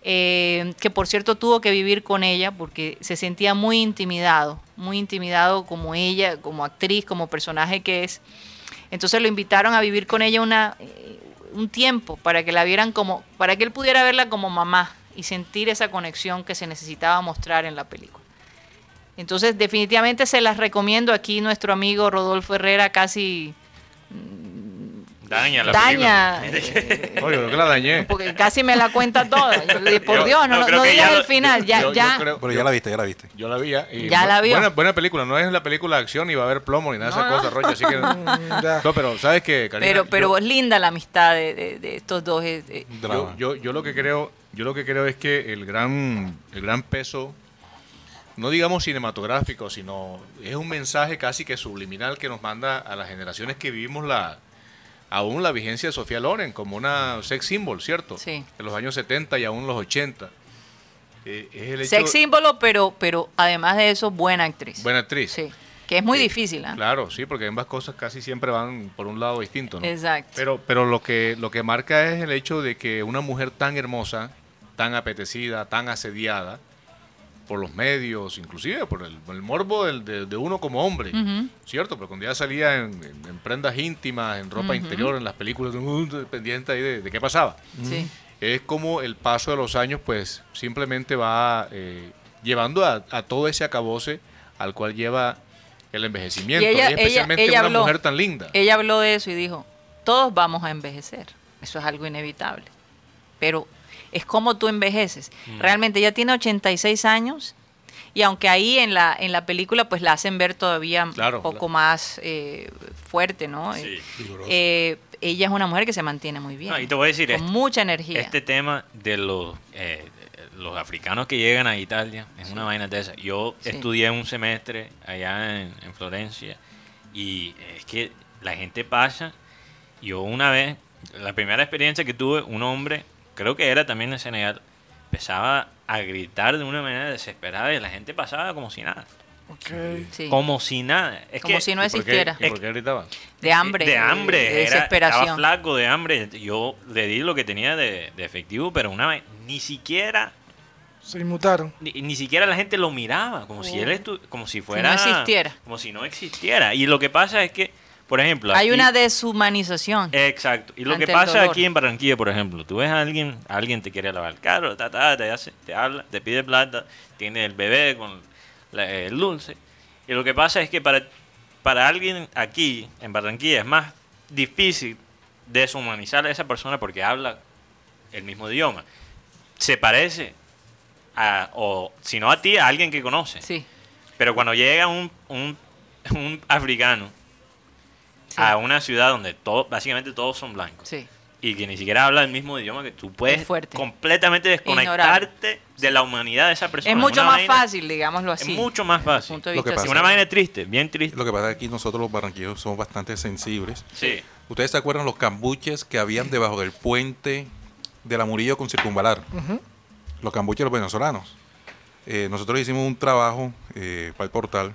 Speaker 3: eh, que por cierto tuvo que vivir con ella porque se sentía muy intimidado, muy intimidado como ella, como actriz, como personaje que es. Entonces lo invitaron a vivir con ella una, eh, un tiempo para que la vieran como, para que él pudiera verla como mamá y sentir esa conexión que se necesitaba mostrar en la película. Entonces definitivamente se las recomiendo aquí nuestro amigo Rodolfo Herrera casi
Speaker 4: Daña la
Speaker 3: daña
Speaker 4: película.
Speaker 3: eh,
Speaker 1: Oye, creo que la dañé.
Speaker 3: porque casi me la cuenta toda. Yo le dije, por
Speaker 4: Yo-
Speaker 3: Dios, no,
Speaker 4: yo
Speaker 3: no,
Speaker 4: creo
Speaker 3: no
Speaker 4: que
Speaker 3: digas
Speaker 4: ya
Speaker 3: el
Speaker 4: lo-
Speaker 3: final. ya,
Speaker 1: Yo- yo
Speaker 3: ya.
Speaker 1: creo-
Speaker 6: Pero ya la viste, ya la viste.
Speaker 1: Yo la vi ya. y
Speaker 3: Ya
Speaker 1: bu-
Speaker 3: la vio.
Speaker 1: Buena, buena película, no es la película de acción y va a haber plomo ni nada de
Speaker 3: No, no.
Speaker 1: esas cosas, Rocha. Así que.
Speaker 5: Mm, Ya.
Speaker 1: No, pero ¿sabes qué, Karina?
Speaker 3: pero
Speaker 1: Yo-
Speaker 3: pero es linda la amistad de, de- de estos dos. eh, eh.
Speaker 6: Drama.
Speaker 1: Yo, yo, yo lo que creo, yo lo que creo es que el gran, el gran peso, no digamos cinematográfico, sino es un mensaje casi que subliminal que nos manda a las generaciones que vivimos la aún la vigencia de Sofía Loren como una sex symbol, ¿cierto?
Speaker 3: Sí.
Speaker 1: De los años 70 y aún los 80. Eh, es el hecho-
Speaker 3: Sex símbolo, pero, pero además de eso, buena actriz.
Speaker 1: Buena actriz.
Speaker 3: Sí. Que es muy
Speaker 1: Sí.
Speaker 3: difícil. ¿ah?
Speaker 1: Claro, sí, porque ambas cosas casi siempre van por un lado distinto, ¿no?
Speaker 3: Exacto.
Speaker 1: Pero, pero lo que lo que marca es el hecho de que una mujer tan hermosa, tan apetecida, tan asediada por los medios, inclusive por el, por el morbo del- de, de uno como hombre,
Speaker 3: Ujú.
Speaker 1: ¿cierto? Porque cuando ya salía en, en- en prendas íntimas, en ropa interior, en las películas, uh, pendiente ahí de, de qué pasaba.
Speaker 3: Sí.
Speaker 4: mm.
Speaker 1: Es como el paso de los años, pues simplemente va eh, llevando a, a todo ese acabose al cual lleva el envejecimiento,
Speaker 3: Y ella-
Speaker 1: y
Speaker 3: ella-
Speaker 1: especialmente
Speaker 3: ella
Speaker 1: una
Speaker 3: habló.
Speaker 1: mujer tan linda.
Speaker 3: Ella habló de eso y dijo, todos vamos a envejecer. Eso es algo inevitable. Pero es como tú envejeces.
Speaker 4: Mm.
Speaker 3: Realmente ella tiene 86 años y aunque ahí en la, en la película pues la hacen ver todavía
Speaker 1: Claro,
Speaker 3: un poco
Speaker 1: claro.
Speaker 3: más eh, fuerte, ¿no?
Speaker 4: Sí.
Speaker 3: Eh, ella es una mujer que se mantiene muy bien.
Speaker 4: No, y te voy a decir
Speaker 3: con
Speaker 4: esto.
Speaker 3: mucha energía.
Speaker 4: Este tema de los, eh, los africanos que llegan a Italia es una vaina de esa. Yo
Speaker 3: Sí.
Speaker 4: estudié un semestre allá en, en Florencia y es que la gente pasa. Yo una vez, la primera experiencia que tuve, un hombre, creo que era también de Senegal, empezaba a gritar de una manera desesperada y la gente pasaba como si nada.
Speaker 5: Ok.
Speaker 3: Sí.
Speaker 4: Como si nada. Es
Speaker 3: Como
Speaker 4: que-
Speaker 3: si no
Speaker 1: ¿Y por qué-
Speaker 3: existiera.
Speaker 1: ¿Y por qué gritaba?
Speaker 3: De hambre.
Speaker 4: De hambre.
Speaker 3: de
Speaker 4: era- estaba
Speaker 3: desesperación.
Speaker 4: flaco de hambre. Yo le di lo que tenía de, de efectivo, pero una vez ni siquiera
Speaker 5: Se inmutaron.
Speaker 4: ni, ni siquiera la gente lo miraba, como si él estu- como si fuera
Speaker 3: Oh. existiera.
Speaker 4: Como si no existiera. Y lo que pasa es que, por ejemplo,
Speaker 3: Hay
Speaker 4: aquí-
Speaker 3: una deshumanización.
Speaker 4: Eh, Exacto. Y lo
Speaker 3: Ante
Speaker 4: que
Speaker 3: el
Speaker 4: pasa
Speaker 3: dolor.
Speaker 4: aquí en Barranquilla, por ejemplo, tú ves a alguien, alguien te quiere lavar el carro, ta, ta, te, hace- te habla, te pide plata, tiene el bebé con la- el dulce. Y lo que pasa es que para, para alguien aquí en Barranquilla es más difícil deshumanizar a esa persona porque habla el mismo idioma. Se parece a, o si no a ti, a alguien que conoce.
Speaker 3: Sí.
Speaker 4: Pero cuando llega un, un, un africano
Speaker 3: Sí.
Speaker 4: a una ciudad donde todo, básicamente todos son blancos
Speaker 3: sí.
Speaker 4: y que ni siquiera habla el mismo idioma que tú puedes
Speaker 3: fuerte.
Speaker 4: completamente desconectarte de la humanidad de esa persona.
Speaker 3: Es mucho
Speaker 4: Una
Speaker 3: más
Speaker 4: vaina-
Speaker 3: fácil, digámoslo
Speaker 4: Es
Speaker 3: así.
Speaker 4: mucho más fácil.
Speaker 3: Punto de
Speaker 6: Lo que
Speaker 3: vista
Speaker 6: pasa-
Speaker 4: Y
Speaker 3: sí.
Speaker 4: una vaina triste, bien triste.
Speaker 6: Lo que pasa es que aquí nosotros los barranquilleros somos bastante sensibles.
Speaker 4: Sí.
Speaker 6: ¿Ustedes se acuerdan los cambuches que habían debajo del puente de la Murillo con Circunvalar? Los cambuches de los venezolanos. Eh, nosotros hicimos un trabajo eh, para el portal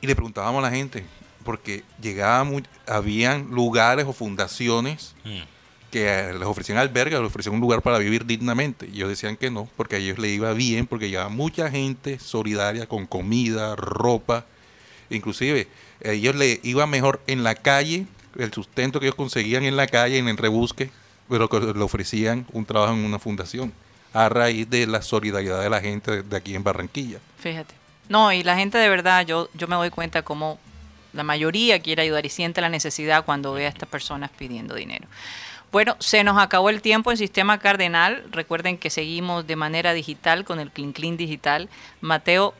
Speaker 6: y le preguntábamos a la gente, porque llegaba muy, habían lugares o fundaciones
Speaker 4: Mm.
Speaker 6: que eh, les ofrecían albergues, les ofrecían un lugar para vivir dignamente. Y ellos decían que no, porque a ellos les iba bien, porque llegaba mucha gente solidaria con comida, ropa. Inclusive, a ellos les iba mejor en la calle, el sustento que ellos conseguían en la calle, en el rebusque, pero que le ofrecían un trabajo en una fundación, a raíz de la solidaridad de la gente de- de aquí en Barranquilla.
Speaker 3: Fíjate. No, y la gente de verdad, yo, yo me doy cuenta cómo la mayoría quiere ayudar y siente la necesidad cuando ve a estas personas pidiendo dinero. Bueno, se nos acabó el tiempo en Sistema Cardenal. Recuerden que seguimos de manera digital con el Clean Clean Digital. Mateo,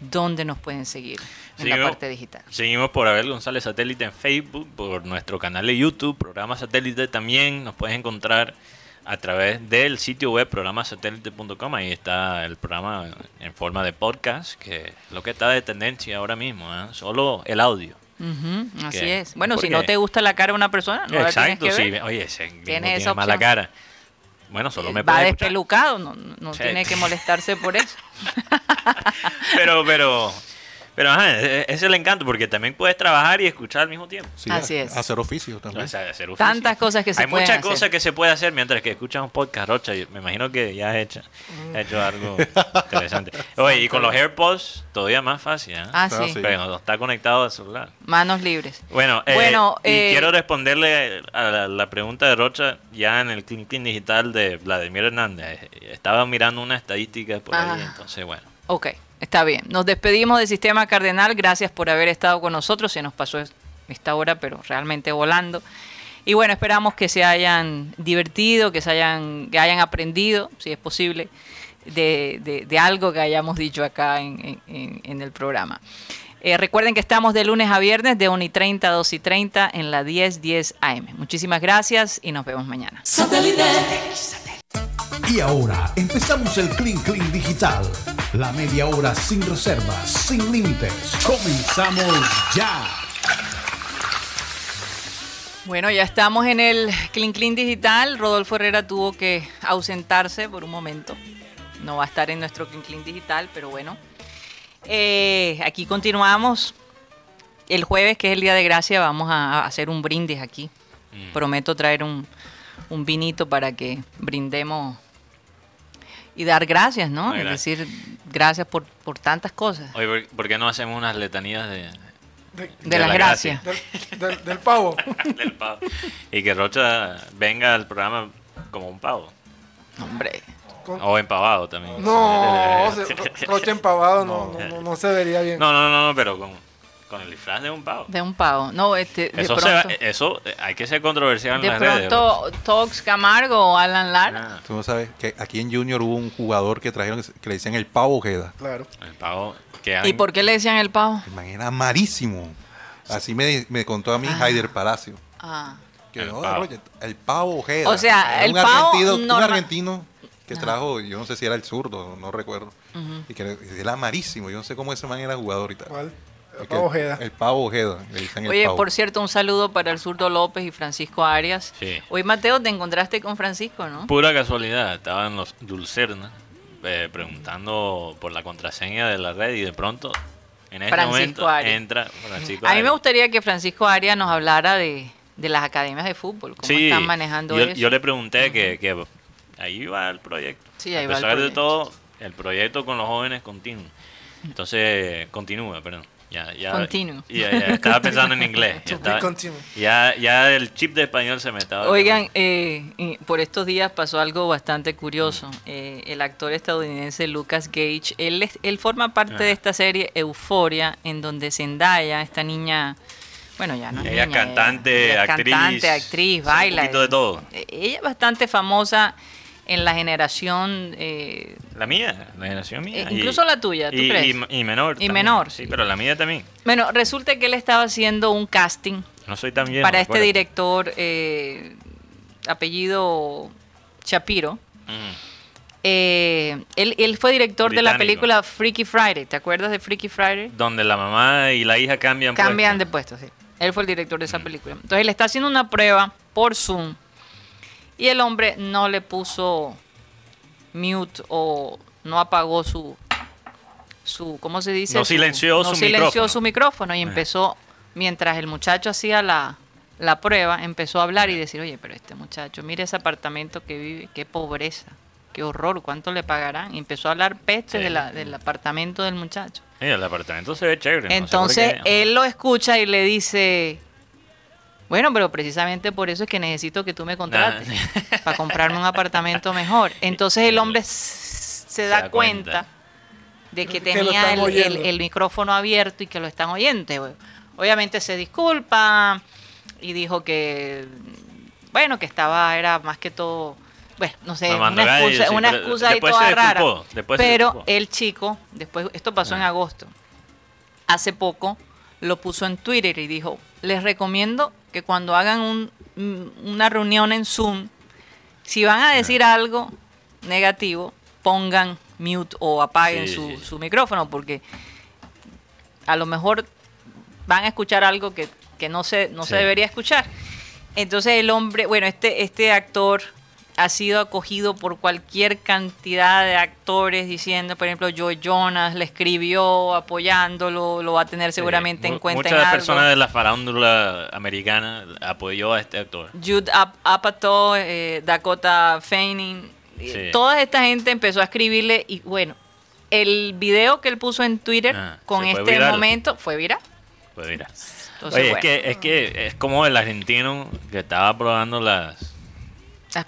Speaker 3: ¿dónde nos pueden seguir? En la
Speaker 4: Seguimos-
Speaker 3: parte digital.
Speaker 4: Seguimos por Abel González Satélite en Facebook, por nuestro canal de YouTube, Programa Satélite también. Nos puedes encontrar a través del sitio web programasatélite.com. Ahí está el programa en forma de podcast, que es lo que está de tendencia ahora mismo, ¿eh? solo el audio.
Speaker 3: Ujú, así
Speaker 4: ¿Qué?
Speaker 3: es. Bueno, si
Speaker 4: Porque-
Speaker 3: no te gusta la cara de una persona, no la tienes
Speaker 4: Exacto,
Speaker 3: que
Speaker 4: sí.
Speaker 3: ver.
Speaker 4: Oye, ese gringo
Speaker 3: Tiene
Speaker 4: tiene
Speaker 3: esa
Speaker 4: mala
Speaker 3: opción.
Speaker 4: cara. Bueno, solo me
Speaker 3: Va
Speaker 4: puede escuchar.
Speaker 3: despelucado, no, no
Speaker 4: Sí.
Speaker 3: tiene que molestarse por eso.
Speaker 4: Pero, pero, pero, ajá, e- ese es el encanto, porque también puedes trabajar y escuchar al mismo tiempo.
Speaker 6: Sí,
Speaker 3: Así
Speaker 6: a-
Speaker 3: es.
Speaker 6: Hacer oficio
Speaker 4: O
Speaker 6: también.
Speaker 4: sea, hacer oficio.
Speaker 3: Tantas cosas que se
Speaker 4: Hay
Speaker 3: pueden
Speaker 4: muchas
Speaker 3: hacer.
Speaker 4: cosas que se puede hacer mientras que escuchas un podcast, Rocha. yo- Me imagino que ya has hecho,
Speaker 3: Mm.
Speaker 4: has hecho algo interesante. Oye, y con los AirPods todavía más fácil, ¿eh?
Speaker 3: Ah,
Speaker 6: Ah,
Speaker 3: sí.
Speaker 6: sí.
Speaker 4: Porque no está conectado al celular.
Speaker 3: Manos libres.
Speaker 4: Bueno, eh,
Speaker 3: Bueno,
Speaker 4: y
Speaker 3: eh,
Speaker 4: quiero responderle a la, la pregunta de Rocha ya en el Clean Clean Digital de Vladimir Hernández. Estaba mirando una estadística por ahí,
Speaker 3: Ah.
Speaker 4: entonces bueno.
Speaker 3: Ok, está bien. Nos despedimos de Sistema Cardenal. Gracias por haber estado con nosotros. Se nos pasó es- esta hora, pero realmente volando. Y bueno, esperamos que se hayan divertido, que se hayan, que hayan aprendido, si es posible, de, de- de algo que hayamos dicho acá en, en- en- en el programa. Eh, recuerden que estamos de lunes a viernes de 1 y 30 a 2 y 30 en la 1010 AM. Muchísimas gracias y nos vemos mañana.
Speaker 9: Y ahora empezamos el Clean Clean Digital. La media hora sin reservas, sin límites. Comenzamos ya.
Speaker 3: Bueno, ya estamos en el Clean Clean Digital. Rodolfo Herrera tuvo que ausentarse por un momento. No va a estar en nuestro Clean Clean Digital, pero bueno. Eh, aquí continuamos. El jueves, que es el Día de Gracia, vamos a a hacer un brindis aquí.
Speaker 4: Mm.
Speaker 3: Prometo traer un, un vinito para que brindemos y dar gracias, ¿no?
Speaker 4: Ay,
Speaker 3: Es
Speaker 4: gracias.
Speaker 3: decir, gracias por, por tantas cosas.
Speaker 4: Oye, ¿por- ¿por qué no hacemos unas letanías de,
Speaker 5: De-
Speaker 3: De,
Speaker 4: de
Speaker 3: las
Speaker 4: la gracia.
Speaker 3: gracias.
Speaker 5: del, del- del pavo.
Speaker 4: del pavo? Y que Rocha venga al programa como un pavo.
Speaker 3: Hombre.
Speaker 5: Con-
Speaker 4: O empavado también.
Speaker 5: No, se- ro- roche empavado no,
Speaker 4: No.
Speaker 5: no, no, no se vería bien.
Speaker 4: No, no, no, no, pero con, con el disfraz de un pavo.
Speaker 3: De un pavo. No, este, de
Speaker 4: Eso,
Speaker 3: pronto.
Speaker 4: se va- eso eh, hay que ser controversial en
Speaker 3: De
Speaker 4: las redes. pues.
Speaker 3: pronto, Tox Camargo o Alan Lara.
Speaker 4: Ah,
Speaker 6: Tú no sabes que aquí en Junior hubo un jugador que trajeron que se- que le decían el pavo Ojeda.
Speaker 5: Claro.
Speaker 4: el pavo que
Speaker 3: ¿Y
Speaker 4: han-
Speaker 3: por qué le decían el pavo?
Speaker 6: El man era malísimo. Así me, me contó a mí Heider Palacio.
Speaker 3: Ah,
Speaker 6: Que
Speaker 4: El
Speaker 6: no,
Speaker 4: pavo.
Speaker 6: Roger, el pavo Ojeda.
Speaker 3: O sea,
Speaker 6: Era
Speaker 3: el pavo
Speaker 6: argentino, un
Speaker 3: normal.
Speaker 6: argentino que trajo, yo no sé si era el zurdo, no recuerdo. Y que era- era malísimo. Yo no sé cómo ese man era jugador y tal.
Speaker 5: ¿Cuál?
Speaker 6: Y
Speaker 5: El
Speaker 6: que
Speaker 5: pavo Ojeda.
Speaker 6: El pavo Ojeda. le dicen el
Speaker 3: Oye,
Speaker 6: pavo.
Speaker 3: por cierto, un saludo para el zurdo López y Francisco Arias.
Speaker 4: Sí.
Speaker 3: Hoy, Mateo, te encontraste con Francisco, ¿no?
Speaker 4: Pura casualidad, estaban los Dulcerna eh, preguntando por la contraseña de la red y de pronto en ese
Speaker 3: Francisco
Speaker 4: momento
Speaker 3: Arias.
Speaker 4: entra Francisco
Speaker 3: A mí me
Speaker 4: Arias.
Speaker 3: gustaría que Francisco Arias nos hablara de, de las academias de fútbol, cómo
Speaker 4: Sí,
Speaker 3: están manejando
Speaker 4: yo,
Speaker 3: eso.
Speaker 4: yo le pregunté que, que ahí va el proyecto.
Speaker 3: Sí, ahí
Speaker 4: A
Speaker 3: va el
Speaker 4: pesar de
Speaker 3: proyecto.
Speaker 4: todo, el proyecto con los jóvenes continúa. Entonces, continúa, perdón. Ya, ya,
Speaker 3: Continuo.
Speaker 4: ya- ya estaba pensando en inglés. Ya,
Speaker 5: To be
Speaker 4: estaba-
Speaker 5: continued.
Speaker 4: ya, ya el chip de español se me estaba...
Speaker 3: Oigan, eh, y por estos días pasó algo bastante
Speaker 4: Mm.
Speaker 3: curioso. Eh, el actor estadounidense Lucas Gage, él, es- él forma parte
Speaker 4: Ah.
Speaker 3: de esta serie Euforia, en donde Zendaya, esta niña, bueno, ya no es
Speaker 4: Ella es
Speaker 3: niña,
Speaker 4: cantante,
Speaker 3: ella es
Speaker 4: actriz,
Speaker 3: cantante,
Speaker 4: sí,
Speaker 3: actriz,
Speaker 4: un
Speaker 3: baila.
Speaker 4: poquito de todo.
Speaker 3: Eh, Ella es bastante famosa en la generación eh,
Speaker 4: La mía, la generación mía.
Speaker 3: Eh, incluso la tuya, ¿tú
Speaker 4: y,
Speaker 3: crees?
Speaker 4: Y, y menor.
Speaker 3: Y
Speaker 4: también.
Speaker 3: menor.
Speaker 4: Sí, pero la mía también.
Speaker 3: Bueno, resulta que él estaba haciendo un casting
Speaker 4: No soy tan bien.
Speaker 3: para este
Speaker 4: recuerda.
Speaker 3: director eh, apellido Shapiro.
Speaker 4: Mm.
Speaker 3: Eh, él, él fue director de la
Speaker 4: Británico.
Speaker 3: película Freaky Friday. ¿Te acuerdas de Freaky Friday?
Speaker 4: Donde la mamá y la hija cambian. pues,
Speaker 3: Cambian
Speaker 4: puesto.
Speaker 3: de puesto,
Speaker 4: Mm.
Speaker 3: sí. Él fue el director de esa película. Entonces le está haciendo una prueba por Zoom y el hombre no le puso mute o no apagó su, su ¿cómo se dice?
Speaker 4: No
Speaker 3: Su-
Speaker 4: silenció
Speaker 3: no
Speaker 4: su
Speaker 3: silenció
Speaker 4: micrófono.
Speaker 3: su micrófono y empezó, mientras el muchacho hacía la, la prueba, empezó a hablar y decir, oye, pero este muchacho, mire ese apartamento que vive, qué pobreza, qué horror, ¿cuánto le pagarán? Y empezó a hablar peste
Speaker 4: Sí.
Speaker 3: de la- del apartamento del muchacho.
Speaker 4: Mira, el apartamento se ve chévere. no sé por
Speaker 3: Entonces
Speaker 4: qué.
Speaker 3: él lo escucha y le dice, bueno, pero precisamente por eso es que necesito que tú me contrates,
Speaker 4: Nah.
Speaker 3: para comprarme un apartamento mejor. Entonces el hombre s- se da
Speaker 4: da
Speaker 3: cuenta,
Speaker 4: cuenta.
Speaker 3: de que
Speaker 5: Que lo
Speaker 3: tenía el,
Speaker 5: están
Speaker 3: el-
Speaker 5: oyendo.
Speaker 3: el micrófono abierto y que lo están oyendo. Obviamente se disculpa y dijo que, bueno, que estaba, era más que todo... Bueno, no sé,
Speaker 4: No mandó
Speaker 3: una
Speaker 4: nadie,
Speaker 3: excusa,
Speaker 4: sí,
Speaker 3: una
Speaker 4: pero
Speaker 3: excusa ahí
Speaker 4: después
Speaker 3: toda
Speaker 4: se
Speaker 3: rara.
Speaker 4: disculpó, después se
Speaker 3: Pero
Speaker 4: disculpó.
Speaker 3: el chico, después, esto pasó en
Speaker 4: Ah.
Speaker 3: agosto, hace poco lo puso en Twitter y dijo, les recomiendo que cuando hagan un- un- una reunión en Zoom, si van a decir algo negativo, pongan mute o apaguen
Speaker 4: Sí,
Speaker 3: su,
Speaker 4: sí, sí.
Speaker 3: su micrófono, porque a lo mejor van a escuchar algo que, que no, se, no se
Speaker 4: Sí.
Speaker 3: debería escuchar. Entonces el hombre, bueno, este, este actor ha sido acogido por cualquier cantidad de actores diciendo, por ejemplo, Joe Jonas le escribió apoyándolo, lo va a tener seguramente
Speaker 4: Mu-
Speaker 3: en cuenta. en
Speaker 4: Muchas
Speaker 3: algo.
Speaker 4: personas de la farándula americana apoyó a este actor.
Speaker 3: Jude Ap- Apatow, eh, Dakota Fanning, eh,
Speaker 4: Sí.
Speaker 3: toda esta gente empezó a escribirle y bueno, el video que él puso en Twitter
Speaker 4: Ah,
Speaker 3: con
Speaker 4: se fue
Speaker 3: este
Speaker 4: viral.
Speaker 3: momento fue viral.
Speaker 4: Pues mira.
Speaker 3: Entonces,
Speaker 4: Oye,
Speaker 3: bueno,
Speaker 4: es, que, es que es como el argentino que estaba probando las
Speaker 3: Ah.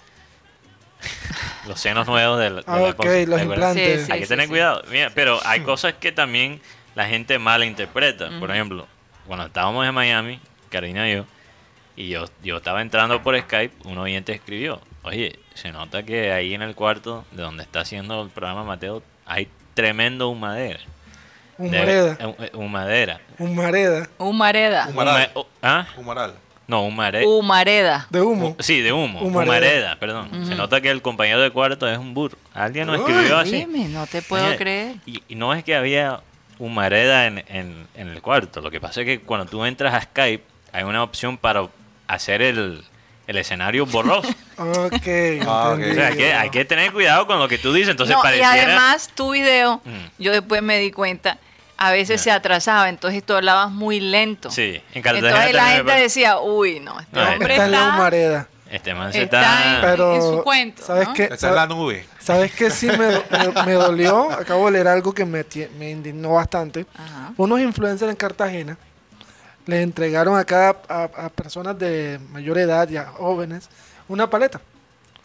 Speaker 4: los senos nuevos de la, de
Speaker 5: Ah,
Speaker 4: la
Speaker 5: ok,
Speaker 4: esposa, ¿te
Speaker 5: los
Speaker 4: acuerdas?
Speaker 5: implantes.
Speaker 3: Sí,
Speaker 4: Hay que
Speaker 3: sí,
Speaker 4: tener
Speaker 3: sí.
Speaker 4: cuidado. Mira, pero hay cosas que también la gente malinterpreta. Por ejemplo, cuando estábamos en Miami, Karina y yo, y yo, yo estaba entrando por Skype, un oyente escribió, oye, se nota que ahí en el cuarto de donde está haciendo el programa Mateo hay tremendo humadera.
Speaker 5: Humareda.
Speaker 4: Debe- eh, eh, humadera.
Speaker 5: Humareda.
Speaker 3: Humareda.
Speaker 6: Humaral.
Speaker 4: Hume- oh, ¿Ah?
Speaker 6: Humaral.
Speaker 4: No, humareda.
Speaker 3: Uh. Humareda.
Speaker 5: De humo.
Speaker 4: Sí, de humo.
Speaker 5: Humareda.
Speaker 4: Humareda, perdón. Se nota que el compañero de cuarto es un burro. Alguien lo escribió así.
Speaker 3: Dime, no te puedo
Speaker 4: Oye,
Speaker 3: creer.
Speaker 4: Y, y no es que había humareda en, en, en el cuarto. Lo que pasa es que cuando tú entras a Skype, hay una opción para hacer el, el escenario borroso.
Speaker 5: Ok.
Speaker 6: Ah, ok.
Speaker 4: o sea, que hay que tener cuidado con lo que tú dices. Entonces
Speaker 3: No,
Speaker 4: pareciera...
Speaker 3: Y además tu video,
Speaker 4: Mm.
Speaker 3: yo después me di cuenta, a veces se atrasaba, entonces tú hablabas muy lento.
Speaker 4: Sí, en Cartagena
Speaker 3: entonces la
Speaker 4: también me
Speaker 3: gente
Speaker 4: pare-
Speaker 3: decía, uy, no, este
Speaker 4: No,
Speaker 3: hombre
Speaker 5: Está en la
Speaker 3: está,
Speaker 5: humareda.
Speaker 4: Este man se
Speaker 3: está en,
Speaker 4: está...
Speaker 5: Pero,
Speaker 3: en su cuento.
Speaker 5: ¿sabes
Speaker 3: ¿no?
Speaker 5: qué?
Speaker 6: Esa es la nube.
Speaker 5: ¿Sabes qué? Sí, me, me- me dolió. Acabo de leer algo que me, tie- me indignó bastante.
Speaker 3: Ajá.
Speaker 5: Unos influencers en Cartagena le entregaron a cada a, a personas de mayor edad y a jóvenes una paleta.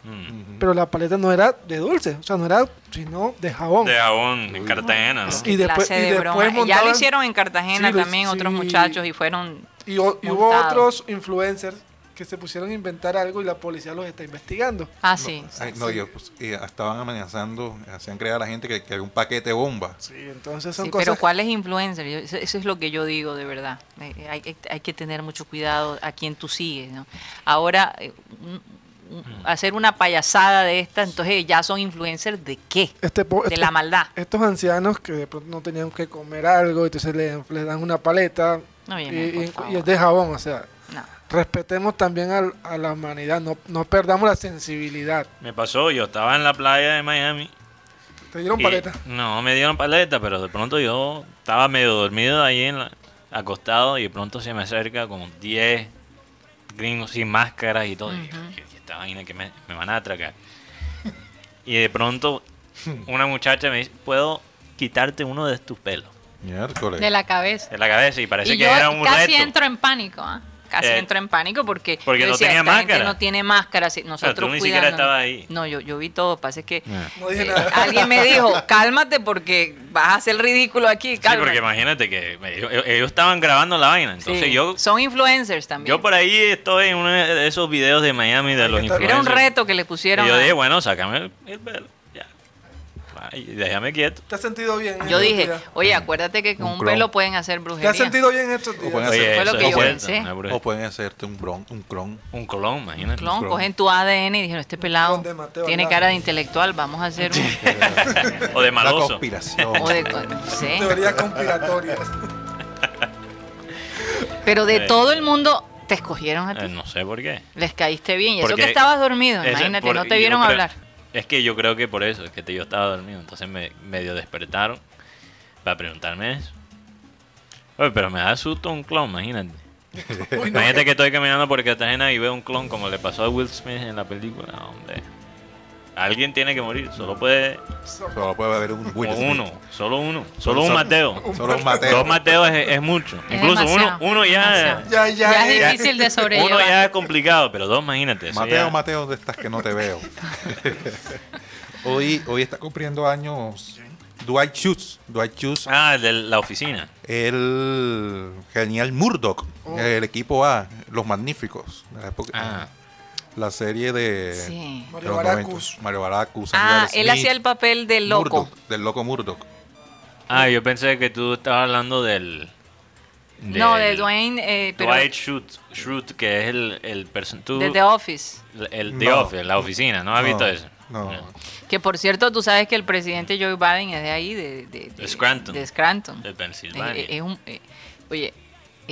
Speaker 4: Mm.
Speaker 5: Pero la paleta no era de dulce, o sea, no era sino de jabón.
Speaker 4: De jabón en Cartagena, ¿no?
Speaker 5: Y
Speaker 3: Qué
Speaker 5: después-
Speaker 3: clase
Speaker 5: y
Speaker 3: de broma.
Speaker 5: después
Speaker 3: Y ya lo
Speaker 5: montaban-
Speaker 3: hicieron en Cartagena
Speaker 5: Sí, lo-
Speaker 3: también otros
Speaker 5: sí.
Speaker 3: muchachos y fueron
Speaker 5: Y, o- y hubo
Speaker 3: Montado.
Speaker 5: otros influencers que se pusieron a inventar algo y la policía los está investigando.
Speaker 3: así.
Speaker 6: Ay, no, yo, pues, y estaban amenazando, hacían creer a la gente que, que había un paquete de bomba.
Speaker 5: Sí, entonces son
Speaker 3: Sí,
Speaker 5: cosas.
Speaker 3: pero ¿cuál es influencer? Yo- eso, eso es lo que yo digo de verdad. Eh, eh, Hay, hay- hay que tener mucho cuidado a quién tú sigues. ¿no? Ahora, eh, un- un-
Speaker 4: Mm.
Speaker 3: hacer una payasada de esta, entonces eh, ya son influencers de qué?
Speaker 5: Este po-
Speaker 3: De
Speaker 5: estos-
Speaker 3: la maldad.
Speaker 5: Estos ancianos que de pronto no tenían que comer algo, entonces le, le dan una paleta
Speaker 3: No, mi
Speaker 5: y,
Speaker 3: amor, por
Speaker 5: y-
Speaker 3: favor.
Speaker 5: y es de jabón, o sea,
Speaker 3: No.
Speaker 5: respetemos también al- a la humanidad, no, no perdamos la sensibilidad.
Speaker 4: Me pasó, yo estaba en la playa de Miami
Speaker 5: Te dieron
Speaker 4: Y-
Speaker 5: paleta.
Speaker 4: No, me dieron paleta, pero de pronto yo estaba medio dormido ahí en la- acostado y de pronto se me acerca como 10 gringos sin máscaras y todo. Y yo, "¿Qué- qué esta vaina que me, me van a atracar. y de pronto una muchacha me dice, ¿puedo quitarte uno de tus pelos?
Speaker 6: Miércoles.
Speaker 3: De la cabeza.
Speaker 4: De la cabeza y parece
Speaker 3: y
Speaker 4: que
Speaker 3: yo
Speaker 4: era un
Speaker 3: casi
Speaker 4: reto.
Speaker 3: entro en pánico. ¿ah? Casi
Speaker 4: Eh,
Speaker 3: entro en pánico porque,
Speaker 4: porque
Speaker 3: yo
Speaker 4: no
Speaker 3: decía,
Speaker 4: tenía
Speaker 3: "Esta gente
Speaker 4: máscara".
Speaker 3: no tiene máscara. si- Nosotros
Speaker 4: tú ni siquiera
Speaker 3: cuidándonos".
Speaker 4: estabas ahí.
Speaker 3: No, yo, yo vi todo. Pasa es que
Speaker 5: No dije
Speaker 3: eh,
Speaker 5: nada.
Speaker 3: alguien me dijo, cálmate porque vas a hacer ridículo aquí.
Speaker 4: Sí,
Speaker 3: Cálmate.
Speaker 4: porque imagínate que me- ellos, ellos estaban grabando la vaina. Entonces
Speaker 3: Sí,
Speaker 4: yo,
Speaker 3: Son influencers también.
Speaker 4: yo por ahí estoy en uno de esos videos de Miami de los influencers.
Speaker 3: Era un reto que le
Speaker 4: Y
Speaker 3: pusieron.
Speaker 4: yo
Speaker 3: a-
Speaker 4: dije, bueno, sácame el, el pelo. Ya. Ay, déjame quieto.
Speaker 5: ¿Te has sentido bien? en
Speaker 3: Yo
Speaker 5: estos
Speaker 3: dije,
Speaker 5: días?
Speaker 3: oye, acuérdate que con
Speaker 6: Un
Speaker 3: un
Speaker 6: clon.
Speaker 3: pelo pueden hacer
Speaker 5: ¿te
Speaker 3: brujería.
Speaker 5: has sentido bien estos
Speaker 6: O pueden
Speaker 5: días?
Speaker 6: hacer-
Speaker 4: Oye,
Speaker 3: fue lo
Speaker 4: eso
Speaker 3: que
Speaker 4: es
Speaker 3: yo
Speaker 4: cierto,
Speaker 3: pensé.
Speaker 4: una bruja.
Speaker 6: O pueden hacerte un bron, un cron.
Speaker 4: Un colón, imagínate.
Speaker 3: Clon, cogen tu ADN y dijeron, este pelado
Speaker 5: Clon de Mateo
Speaker 3: tiene
Speaker 5: Alá.
Speaker 3: cara de intelectual, vamos a hacer un...
Speaker 4: O de
Speaker 6: La
Speaker 4: maloso.
Speaker 6: conspiración.
Speaker 3: o de- no sé.
Speaker 5: Teorías conspiratorias.
Speaker 3: Pero de todo el mundo te escogieron a
Speaker 4: Eh,
Speaker 3: ti.
Speaker 4: no sé por qué.
Speaker 3: Les caíste bien. Y eso
Speaker 4: Porque-
Speaker 3: que estabas dormido,
Speaker 4: Ese-
Speaker 3: imagínate,
Speaker 4: por-
Speaker 3: no te
Speaker 4: yo
Speaker 3: vieron
Speaker 4: creo-
Speaker 3: hablar.
Speaker 4: Es que yo creo que por eso, es que te- yo estaba dormido. Entonces me medio despertaron. para preguntarme eso. Oye, pero me da susto un clon, imagínate. Imagínate que estoy caminando por Cartagena y veo un clon como le pasó a Will Smith en la película, hombre. Alguien tiene que morir, solo puede
Speaker 6: Solo puede haber un Will
Speaker 4: o
Speaker 6: Smith.
Speaker 4: uno, solo uno, solo
Speaker 6: Solo-
Speaker 4: un Mateo.
Speaker 6: Solo un Mateo.
Speaker 4: Dos Mateos es, es mucho.
Speaker 3: Es
Speaker 4: Incluso uno,
Speaker 3: demasiado,
Speaker 4: uno ya,
Speaker 3: demasiado.
Speaker 5: Ya, eh, ya,
Speaker 3: Ya es
Speaker 5: ya.
Speaker 3: difícil de sobrellevar.
Speaker 4: uno ya es complicado, pero dos, imagínate. eso
Speaker 6: Mateo,
Speaker 4: ya-
Speaker 6: Mateo, ¿dónde estás que no te veo? hoy, hoy está cumpliendo años Dwight Schutz. Dwight Schutz,
Speaker 4: Ah, el de la oficina.
Speaker 6: el genial Murdoch,
Speaker 3: Oh.
Speaker 6: el equipo A, Los Magníficos. La, época-
Speaker 4: Ah.
Speaker 6: la serie de,
Speaker 3: Sí.
Speaker 6: de
Speaker 5: Mario
Speaker 6: los
Speaker 5: Baracus.
Speaker 6: 90. Mario Baracus.
Speaker 3: Ah,
Speaker 6: Samuel
Speaker 3: él
Speaker 6: Smith,
Speaker 3: hacía el papel del loco.
Speaker 6: Murdoch, del loco Murdoch.
Speaker 4: Ah, yo pensé que tú estabas hablando del.
Speaker 3: No, de Dwayne, eh, pero
Speaker 4: Dwight Schrute, Schrute, que es el, el person- tú-
Speaker 3: de The Office.
Speaker 4: el The
Speaker 6: No.
Speaker 4: Office, la oficina, ¿no has
Speaker 6: No,
Speaker 4: visto eso? Eh,
Speaker 6: no.
Speaker 3: Que por cierto, tú sabes que el presidente Joe Biden es de ahí, de, de,
Speaker 4: De Scranton.
Speaker 3: de Scranton.
Speaker 4: De Pensilvania.
Speaker 3: Eh, eh, es un- eh, oye,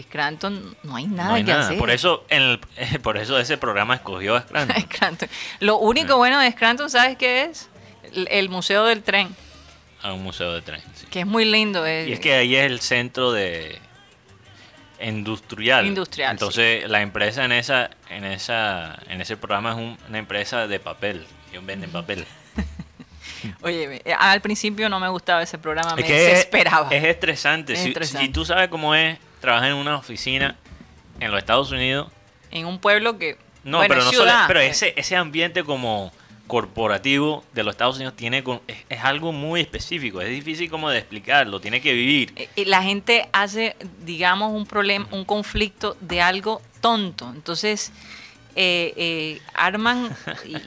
Speaker 3: Scranton no hay
Speaker 4: No
Speaker 3: nada
Speaker 4: hay
Speaker 3: que
Speaker 4: nada.
Speaker 3: hacer.
Speaker 4: Por eso, en el- por eso ese programa escogió a Scranton.
Speaker 3: Scranton. Lo único bueno de Scranton, ¿sabes qué es? El, el Museo del Tren,
Speaker 4: a un museo de tren. sí.
Speaker 3: que es muy lindo. eh,
Speaker 4: Y es que ahí es el centro de industrial.
Speaker 3: Industrial,
Speaker 4: Entonces la empresa en esa, en esa, en ese programa es un- una empresa de papel. Ellos venden papel.
Speaker 3: Oye, eh, al principio no me gustaba ese programa, me
Speaker 4: es que es-
Speaker 3: desesperaba.
Speaker 4: Es, estresante.
Speaker 3: Es
Speaker 4: si,
Speaker 3: estresante.
Speaker 4: si tú sabes cómo es trabajar en una oficina en los Estados Unidos,
Speaker 3: en un pueblo que.
Speaker 4: no,
Speaker 3: bueno,
Speaker 4: pero no solo,
Speaker 3: ciudad,
Speaker 4: pero
Speaker 3: eh,
Speaker 4: ese, ese ambiente como corporativo de los Estados Unidos tiene con- es, es algo muy específico. Es difícil como de explicarlo. Tiene que vivir.
Speaker 3: eh, eh, la gente hace, digamos, un problema, un conflicto de algo tonto. Entonces, eh, eh, arman y-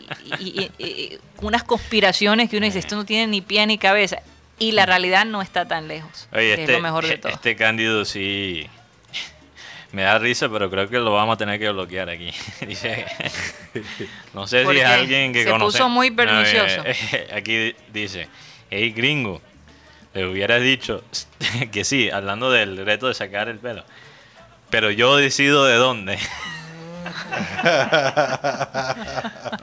Speaker 3: y- y- y- unas conspiraciones que uno
Speaker 4: Eh.
Speaker 3: dice, esto no tiene ni pie ni cabeza. Y la realidad no está tan lejos.
Speaker 4: Oye,
Speaker 3: que
Speaker 4: este,
Speaker 3: es lo mejor de todo.
Speaker 4: este Cándido sí. Me da risa, pero creo que lo vamos a tener que bloquear aquí. Dice, no sé
Speaker 3: ¿Por
Speaker 4: si es
Speaker 3: qué?
Speaker 4: alguien que
Speaker 3: Se
Speaker 4: conoce.
Speaker 3: puso muy
Speaker 4: No, mira,
Speaker 3: pernicioso.
Speaker 4: eh, aquí dice, hey gringo, le hubieras dicho que sí, hablando del reto de sacar el pelo. Pero yo decido de dónde.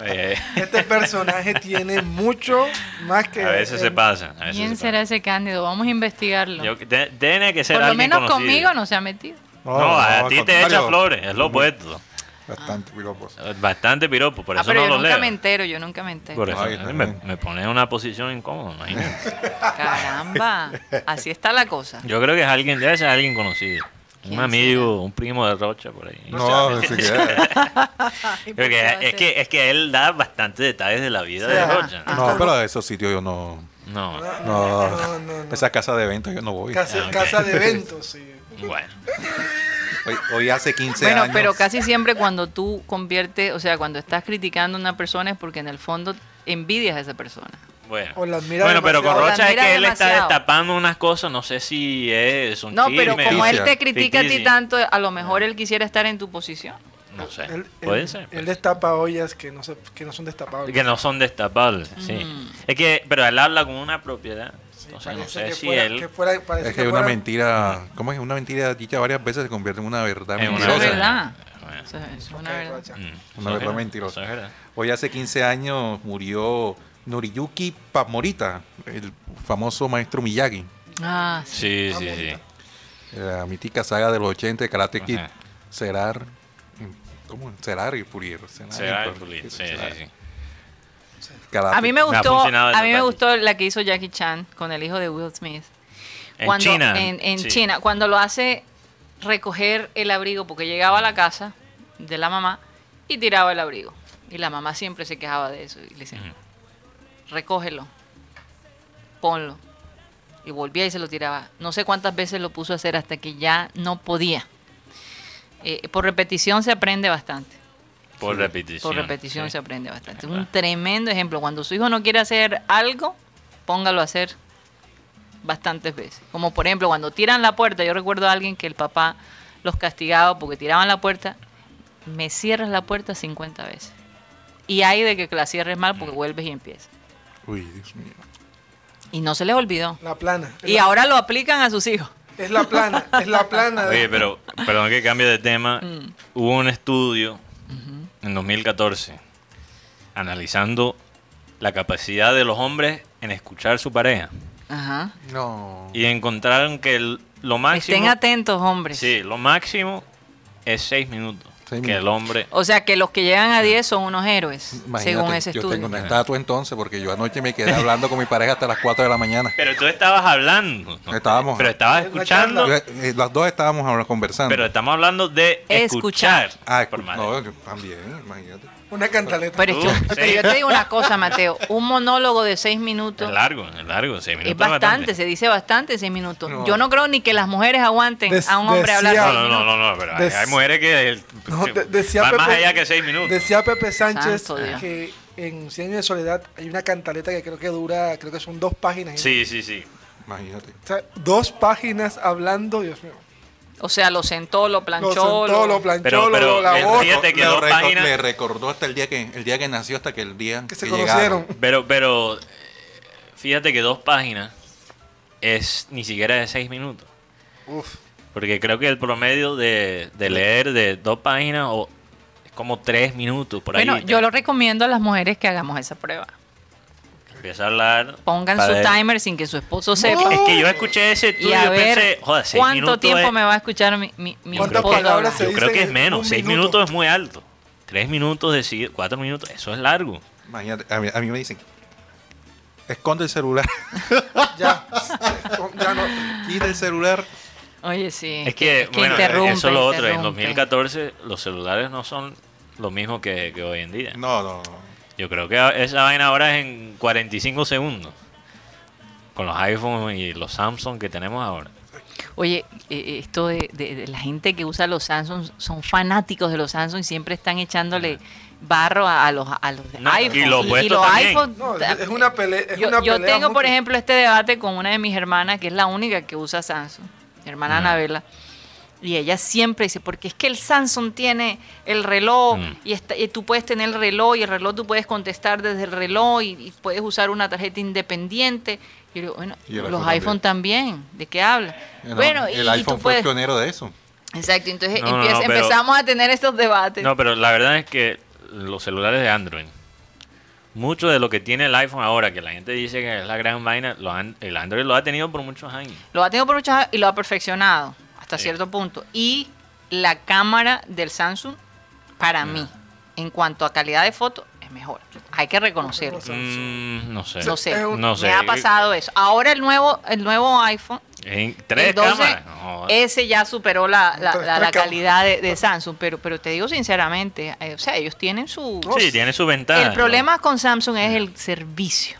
Speaker 4: Oye,
Speaker 5: Este personaje tiene mucho más que.
Speaker 4: a veces se
Speaker 5: el-
Speaker 4: pasa. a veces
Speaker 3: ¿Quién
Speaker 4: se
Speaker 3: será
Speaker 4: pasa.
Speaker 3: ese cándido? Vamos a investigarlo.
Speaker 4: Yo- te- tiene que ser
Speaker 3: Por lo
Speaker 4: alguien
Speaker 3: menos
Speaker 4: conocido.
Speaker 3: conmigo no se ha metido.
Speaker 4: No, a
Speaker 6: al
Speaker 4: ti te echa
Speaker 6: contrario,
Speaker 4: flores, es lo opuesto.
Speaker 6: Bastante pues. piropos.
Speaker 4: Bastante piropo, por
Speaker 3: ah,
Speaker 4: eso
Speaker 3: pero
Speaker 4: no
Speaker 3: yo
Speaker 4: lo
Speaker 3: nunca
Speaker 4: leo.
Speaker 3: me entero, yo nunca me entero.
Speaker 4: Por eso,
Speaker 6: Ay,
Speaker 4: a mí me, me pone en una posición incómoda, imagínate.
Speaker 3: Caramba, así está la cosa.
Speaker 4: Yo creo que es alguien, debe ser alguien conocido. Un
Speaker 3: ¿Quién
Speaker 4: amigo, un primo de Rocha por ahí.
Speaker 6: No, ni siquiera.
Speaker 4: Creo que es, que, es que él da bastantes detalles de la vida de Rocha.
Speaker 3: Ah.
Speaker 6: No, pero a esos sitios yo no.
Speaker 4: No,
Speaker 6: No,
Speaker 5: No, no, no.
Speaker 6: Esa casa de eventos yo no voy.
Speaker 5: Casa,
Speaker 4: Ah, ok.
Speaker 5: casa de eventos, sí.
Speaker 4: bueno.
Speaker 6: Hoy, hoy hace 15
Speaker 3: Bueno,
Speaker 6: años.
Speaker 3: pero casi siempre cuando tú conviertes, o sea, cuando estás criticando a una persona es porque en el fondo envidias a esa persona.
Speaker 4: Bueno,
Speaker 5: O la admira
Speaker 4: bueno pero con
Speaker 5: demasiado.
Speaker 3: La
Speaker 4: Rocha es
Speaker 3: admira
Speaker 4: que él está
Speaker 3: demasiado.
Speaker 4: destapando unas cosas, no sé si es un
Speaker 3: No, pero
Speaker 4: chisme,
Speaker 3: como
Speaker 4: o-
Speaker 3: él te critica a ti
Speaker 4: ficticio.
Speaker 3: tanto, a lo mejor él quisiera estar en tu posición.
Speaker 4: No sé,
Speaker 5: Él,
Speaker 4: puede
Speaker 5: él-
Speaker 4: ser.
Speaker 5: él destapa ollas que no, se, que no son destapables.
Speaker 4: Que no son destapables,
Speaker 3: Mm.
Speaker 4: sí. Es que, pero él habla con una propiedad.
Speaker 5: Sí,
Speaker 4: Entonces, no
Speaker 5: parece
Speaker 4: sé
Speaker 5: que
Speaker 4: si
Speaker 5: fuera-
Speaker 4: él.
Speaker 5: que fuera- parece
Speaker 6: Es que
Speaker 5: que
Speaker 6: una
Speaker 5: fuera-
Speaker 6: mentira, ¿cómo es? Una mentira dicha varias veces se convierte en una verdad
Speaker 4: En
Speaker 3: Eso
Speaker 4: una
Speaker 3: es
Speaker 6: mentirosa.
Speaker 3: verdad.
Speaker 4: Bueno.
Speaker 3: Eso es- eso es
Speaker 5: Ok,
Speaker 3: una verdad.
Speaker 5: Rocha.
Speaker 4: Mm,
Speaker 6: Una
Speaker 4: eso es
Speaker 6: verdad
Speaker 4: verdad,
Speaker 6: mentirosa.
Speaker 4: eso es verdad.
Speaker 6: Hoy hace 15 años murió Noriyuki Pamorita, el famoso maestro Miyagi.
Speaker 3: Ah, sí.
Speaker 4: Sí, sí, sí.
Speaker 6: La mítica saga de los 80 de Karate Kid.
Speaker 4: Ajá.
Speaker 6: Serar. ¿Cómo? Serar y Purir. Serar y
Speaker 4: Será el
Speaker 6: Purir.
Speaker 4: pulido, Sí, sí,
Speaker 6: Serar.
Speaker 4: sí.
Speaker 6: Karate.
Speaker 3: A mí me
Speaker 4: Me ha
Speaker 3: gustó,
Speaker 4: funcionado el
Speaker 3: a mí me
Speaker 4: detalle.
Speaker 3: gustó la que hizo Jackie Chan con el hijo de Will Smith.
Speaker 4: En
Speaker 3: Cuando-
Speaker 4: China.
Speaker 3: En, en
Speaker 4: sí.
Speaker 3: China, cuando lo hace recoger el abrigo, porque llegaba a la casa de la mamá y tiraba el abrigo. Y la mamá siempre se quejaba de eso. Y le decía, recógelo, ponlo. Y volvía y se lo tiraba. No sé cuántas veces lo puso a hacer hasta que ya no podía. Eh, por repetición se aprende bastante.
Speaker 4: Por repetición.
Speaker 3: Por repetición
Speaker 4: sí.
Speaker 3: se aprende bastante. Es
Speaker 4: Ajá.
Speaker 3: un tremendo ejemplo. Cuando su hijo no quiere hacer algo, póngalo a hacer bastantes veces. Como por ejemplo, cuando tiran la puerta, yo recuerdo a alguien que el papá los castigaba porque tiraban la puerta, me cierras la puerta 50 veces. Y hay de que la cierres mal
Speaker 4: Mm.
Speaker 3: porque vuelves y empiezas.
Speaker 6: Uy, Dios mío.
Speaker 3: Y no se les olvidó.
Speaker 5: La plana.
Speaker 3: Y ahora lo aplican a sus hijos.
Speaker 5: Es la plana, es la plana.
Speaker 4: Oye, pero, perdón que cambie de tema.
Speaker 3: Mm.
Speaker 4: Hubo un estudio en 2014 analizando la capacidad de los hombres en escuchar su pareja.
Speaker 3: Ajá.
Speaker 6: No.
Speaker 4: Y encontraron que el- lo máximo.
Speaker 3: Estén atentos, hombres.
Speaker 4: Sí, lo máximo es 6 minutos.
Speaker 6: Seis
Speaker 4: que el
Speaker 6: minutos.
Speaker 4: hombre.
Speaker 3: O sea que los que llegan a 10 son unos héroes,
Speaker 6: Imagínate,
Speaker 3: según ese
Speaker 6: Yo tengo
Speaker 3: estudio.
Speaker 6: una estatua entonces, porque yo anoche me quedé hablando con mi pareja hasta las 4 de la mañana.
Speaker 4: Pero tú estabas hablando. ¿no?
Speaker 6: Estábamos.
Speaker 4: Pero estabas
Speaker 5: Una
Speaker 4: escuchando.
Speaker 6: Yo, eh, las dos estábamos ahora conversando.
Speaker 4: Pero estamos hablando de
Speaker 3: Escuchar.
Speaker 4: escuchar.
Speaker 6: ah,
Speaker 4: por madre.
Speaker 6: no, yo también, imagínate.
Speaker 5: Una cantaleta.
Speaker 3: Pero, es que-
Speaker 4: Tú,
Speaker 3: pero
Speaker 4: sí.
Speaker 3: yo te digo una cosa, Mateo. Un monólogo de 6 minutos
Speaker 4: Es largo, es largo. seis minutos
Speaker 3: es bastante, se dice bastante en 6 minutos.
Speaker 6: No.
Speaker 3: Yo no creo ni que las mujeres aguanten
Speaker 5: Des-
Speaker 3: a un hombre hablar
Speaker 4: No,
Speaker 5: decía-
Speaker 3: seis
Speaker 4: no, no,
Speaker 3: minutos.
Speaker 4: no, no, pero hay,
Speaker 5: Des-
Speaker 4: hay mujeres que el-
Speaker 5: No, de- decía
Speaker 4: van más
Speaker 5: Pepe-
Speaker 4: allá que 6 minutos.
Speaker 5: Decía Pepe Sánchez
Speaker 3: Santo Dios.
Speaker 5: que en Cien años de soledad hay una cantaleta que creo que dura, creo que son dos páginas.
Speaker 4: Sí, sí, sí.
Speaker 6: Imagínate.
Speaker 5: O sea, dos páginas hablando, Dios mío.
Speaker 3: O sea, lo sentó, lo
Speaker 5: Lo
Speaker 3: planchó.
Speaker 5: sentó,
Speaker 3: lo-
Speaker 5: lo planchó,
Speaker 4: Pero-
Speaker 5: lo
Speaker 4: pero
Speaker 5: lavó,
Speaker 4: el- Fíjate que
Speaker 6: le,
Speaker 4: dos
Speaker 6: reco-
Speaker 4: páginas-
Speaker 6: le recordó hasta el día que el día que nació hasta que el día
Speaker 5: que se
Speaker 6: llegaron.
Speaker 5: conocieron.
Speaker 4: Pero, pero eh, fíjate que dos páginas es ni siquiera de 6 minutos.
Speaker 5: Uf.
Speaker 4: Porque creo que el promedio de, de leer de dos páginas o es como 3 minutos por ahí.
Speaker 3: Bueno, yo
Speaker 4: Te-
Speaker 3: lo recomiendo a las mujeres que hagamos esa prueba.
Speaker 4: Empieza a hablar.
Speaker 3: Pongan
Speaker 4: para
Speaker 3: su
Speaker 4: ver.
Speaker 3: timer sin que su esposo sepa.
Speaker 4: Es que yo escuché ese estudio
Speaker 3: Y a ver
Speaker 4: pensé, joder, 6
Speaker 3: cuánto
Speaker 4: minutos
Speaker 3: tiempo
Speaker 4: es-
Speaker 3: me va a escuchar mi, mi, mi
Speaker 4: Yo creo
Speaker 3: esposo
Speaker 4: que-
Speaker 5: palabras se
Speaker 3: hablar.
Speaker 4: Yo creo
Speaker 5: dicen
Speaker 4: que es
Speaker 5: en un
Speaker 4: menos. 6
Speaker 5: minuto.
Speaker 4: minutos es muy alto. 3 minutos de sí- cuatro minutos, eso es largo.
Speaker 6: Imagínate, a mí, a mí me dicen, esconde el celular,
Speaker 5: Ya. ya no.
Speaker 6: quita el celular.
Speaker 3: Oye, sí.
Speaker 4: Es que, bueno,
Speaker 3: interrumpe,
Speaker 4: eso es lo otro. En
Speaker 3: interrumpe.
Speaker 4: 2014 los celulares no son lo mismo que, que hoy en día.
Speaker 6: No, no, no.
Speaker 4: Yo creo que esa vaina ahora es en 45 segundos. Con los iPhones y los Samsung que tenemos ahora.
Speaker 3: Oye, eh, esto de, de- de la gente que usa los Samsung, son fanáticos de los Samsung y siempre están echándole barro a, a los, a los de
Speaker 4: No, y
Speaker 3: iPhone.
Speaker 4: lo opuesto
Speaker 3: los
Speaker 4: también.
Speaker 3: iPhone-
Speaker 5: No, es- es una pele- es
Speaker 3: yo,
Speaker 5: una
Speaker 3: yo
Speaker 5: pelea
Speaker 3: tengo, por
Speaker 5: mutua.
Speaker 3: ejemplo, este debate con una de mis hermanas, que es la única que usa Samsung, mi hermana
Speaker 4: Ah.
Speaker 3: Anabela. Y ella siempre dice, porque es que el Samsung tiene el reloj
Speaker 4: Mm.
Speaker 3: y, está- y tú puedes tener el reloj y el reloj tú puedes contestar desde el reloj y, y puedes usar una tarjeta independiente. Y yo digo, bueno,
Speaker 6: Y el
Speaker 3: los
Speaker 6: iPhone
Speaker 3: iPhone también, ¿de qué habla?
Speaker 6: No,
Speaker 3: bueno, y-
Speaker 6: el
Speaker 3: y,
Speaker 6: iPhone
Speaker 3: tú
Speaker 6: fue
Speaker 3: puedes...
Speaker 6: el pionero de eso.
Speaker 3: Exacto, entonces
Speaker 4: No, no,
Speaker 3: empieza-
Speaker 4: no, pero-
Speaker 3: empezamos a tener estos debates.
Speaker 4: No, pero la verdad es que los celulares de Android, mucho de lo que tiene el iPhone ahora, que la gente dice que es la gran vaina, lo han- el Android lo ha tenido por muchos años.
Speaker 3: Lo ha tenido por muchas y lo ha perfeccionado hasta
Speaker 4: Sí.
Speaker 3: cierto punto. Y la cámara del Samsung, para mí, en cuanto a calidad de foto, es mejor. Hay que reconocerlo.
Speaker 4: Mm, no sé.
Speaker 3: No sé,
Speaker 5: Es un-
Speaker 4: No sé.
Speaker 3: me ha pasado eso. Ahora el nuevo, el nuevo iPhone,
Speaker 4: En
Speaker 3: el
Speaker 4: tres
Speaker 3: 12,
Speaker 4: cámaras. No,
Speaker 3: ese ya superó la, la- la- la
Speaker 5: Tres- tres cámaras.
Speaker 3: calidad de, de Samsung, pero, pero te digo sinceramente, eh, o sea, ellos tienen su...
Speaker 4: sí, tiene su ventaja.
Speaker 3: El
Speaker 4: ¿no?
Speaker 3: problema con Samsung es el servicio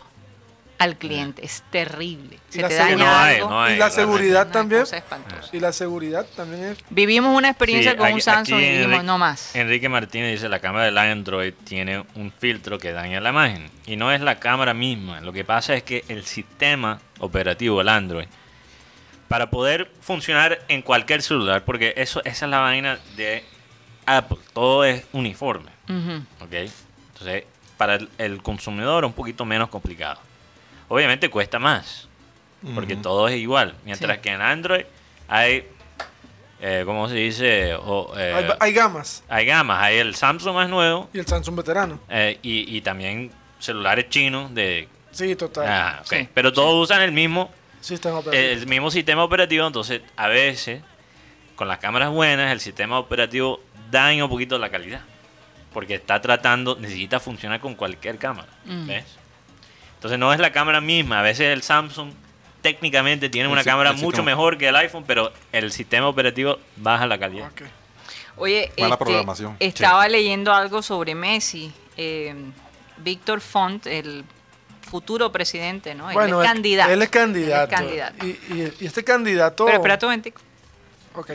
Speaker 3: al cliente. Es terrible.
Speaker 5: Y
Speaker 3: Se
Speaker 5: la
Speaker 3: te
Speaker 5: seguridad-
Speaker 3: daña
Speaker 4: No hay,
Speaker 3: algo.
Speaker 4: no hay.
Speaker 5: y la
Speaker 4: realmente.
Speaker 5: seguridad
Speaker 3: Una
Speaker 5: también.
Speaker 3: cosa espantosa.
Speaker 5: Y la seguridad también es.
Speaker 3: Vivimos una experiencia
Speaker 4: Sí,
Speaker 3: con
Speaker 4: aquí-
Speaker 3: un Samsung
Speaker 4: aquí
Speaker 3: y dijimos,
Speaker 4: Enrique-
Speaker 3: no más.
Speaker 4: Enrique Martínez dice, la cámara del Android tiene un filtro que daña la imagen. Y no es la cámara misma. Lo que pasa es que el sistema operativo del Android, para poder funcionar en cualquier celular, porque eso, esa es la vaina de Apple, todo es uniforme.
Speaker 3: Ujú.
Speaker 4: ¿ok? Entonces, para el, el consumidor un poquito menos complicado. Obviamente cuesta más, porque todo es igual. Mientras
Speaker 3: Sí.
Speaker 4: que en Android hay, eh, ¿cómo se dice? O, eh,
Speaker 5: hay, hay gamas.
Speaker 4: hay gamas, hay el Samsung más nuevo
Speaker 5: Y el Samsung veterano.
Speaker 4: eh, y, y también celulares chinos de...
Speaker 5: Sí, total.
Speaker 4: Ah, ok.
Speaker 3: Sí,
Speaker 4: Pero todos usan el mismo,
Speaker 5: Sí, está en operativo.
Speaker 4: el mismo sistema operativo, entonces a veces con las cámaras buenas el sistema operativo daña un poquito la calidad, porque está tratando, necesita funcionar con cualquier cámara,
Speaker 3: Mm.
Speaker 4: ¿ves? Entonces no es la cámara misma, a veces el Samsung técnicamente tiene
Speaker 6: El
Speaker 4: una
Speaker 6: si-
Speaker 4: cámara
Speaker 6: el
Speaker 4: mucho
Speaker 6: sistema-
Speaker 4: mejor que el iPhone, pero el sistema operativo baja la calidad.
Speaker 5: Ok.
Speaker 3: Oye,
Speaker 6: Mala
Speaker 3: este,
Speaker 6: programación.
Speaker 3: estaba leyendo algo sobre Messi. Eh, Víctor Font, el futuro presidente, ¿no?
Speaker 5: Bueno,
Speaker 3: él
Speaker 5: él-
Speaker 3: es candidato.
Speaker 5: Él es candidato.
Speaker 3: Él es candidato.
Speaker 5: Y, y- y este candidato.
Speaker 3: Pero espérate un momentico.
Speaker 5: Ok.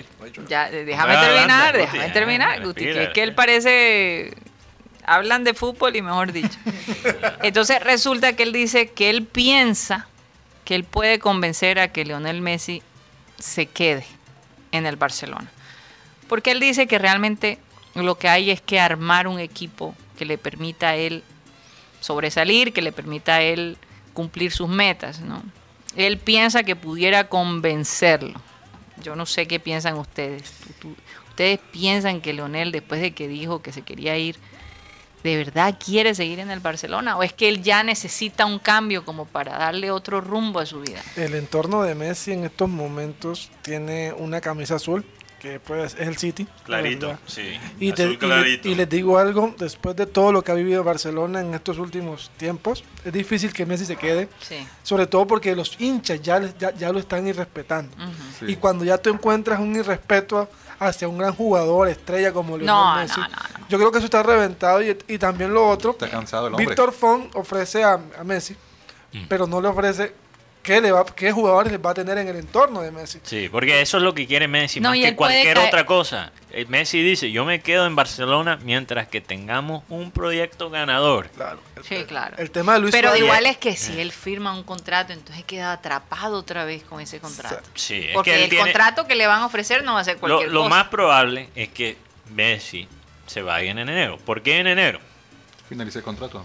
Speaker 3: Ya, eh, déjame
Speaker 4: Adelante,
Speaker 3: terminar,
Speaker 4: Guti,
Speaker 3: déjame
Speaker 4: ajá,
Speaker 3: terminar, Guti, que,
Speaker 4: respira.
Speaker 3: que él parece... Hablan de fútbol y mejor dicho. Entonces resulta que él dice que él piensa que él puede convencer a que Lionel Messi se quede en el Barcelona. Porque él dice que realmente lo que hay es que armar un equipo que le permita a él sobresalir, que le permita a él cumplir sus metas, ¿no? Él piensa que pudiera convencerlo. Yo no sé qué piensan ustedes. Tú- tú- ustedes piensan que Leonel, después de que dijo que se quería ir, de verdad quiere seguir en el Barcelona o es que él ya necesita un cambio como para darle otro rumbo a su vida.
Speaker 5: El entorno de Messi en estos momentos tiene una camisa azul, que pues es el City. la
Speaker 4: Clarito,
Speaker 5: verdad.
Speaker 4: sí.
Speaker 5: Y, te-
Speaker 4: azul
Speaker 5: y le-
Speaker 4: clarito.
Speaker 5: y les digo algo, después de todo lo que ha vivido Barcelona en estos últimos tiempos, es difícil que Messi se quede,
Speaker 3: Sí.
Speaker 5: sobre todo porque los hinchas ya, les- ya, ya lo están irrespetando.
Speaker 3: Ujú.
Speaker 6: Sí.
Speaker 5: Y cuando ya tú encuentras un irrespeto hacia un gran jugador, estrella como Lionel
Speaker 3: No, no,
Speaker 5: Messi,
Speaker 3: no, no.
Speaker 5: yo creo que eso está reventado y, y también lo otro,
Speaker 6: Está cansado el hombre.
Speaker 5: Víctor Font ofrece a, a Messi,
Speaker 4: Mm.
Speaker 5: pero no le ofrece qué, le va, qué jugadores les va a tener en el entorno de Messi.
Speaker 4: Sí, porque eso es lo que quiere Messi,
Speaker 3: No,
Speaker 4: más
Speaker 3: y
Speaker 4: que
Speaker 3: él puede
Speaker 4: cualquier
Speaker 3: caer-
Speaker 4: otra cosa. Eh, Messi dice, yo me quedo en Barcelona mientras que tengamos un proyecto ganador.
Speaker 5: Claro.
Speaker 3: Sí, claro.
Speaker 5: El tema de Luis
Speaker 3: Pero
Speaker 5: Suárez-
Speaker 3: igual es que
Speaker 4: Eh.
Speaker 3: si él firma un contrato, entonces queda atrapado otra vez con ese contrato.
Speaker 4: Sí, es
Speaker 3: Porque
Speaker 4: que él
Speaker 3: el
Speaker 4: tiene-
Speaker 3: contrato que le van a ofrecer no va a ser
Speaker 4: Lo,
Speaker 3: cualquier
Speaker 4: lo
Speaker 3: cosa.
Speaker 4: más probable es que Messi se vaya en enero. ¿Por qué en enero?
Speaker 6: Finalicé el contrato.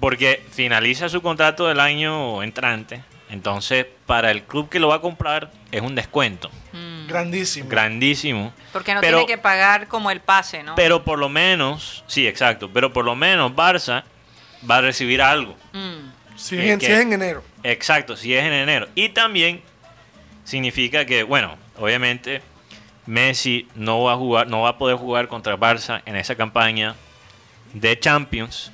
Speaker 4: Porque finaliza su contrato del año entrante. Entonces, para el club que lo va a comprar es un descuento
Speaker 5: Grandísimo.
Speaker 4: grandísimo.
Speaker 3: Porque no
Speaker 4: pero-
Speaker 3: tiene que pagar como el pase, ¿no?
Speaker 4: Pero por lo menos, sí, exacto, pero por lo menos Barça va a recibir algo.
Speaker 3: Mm.
Speaker 5: si,
Speaker 4: que-
Speaker 5: es en, si
Speaker 4: que-
Speaker 5: es en enero.
Speaker 4: Exacto, si es en enero. Y también significa que, bueno, obviamente Messi no va a jugar, no va a poder jugar contra Barça en esa campaña de Champions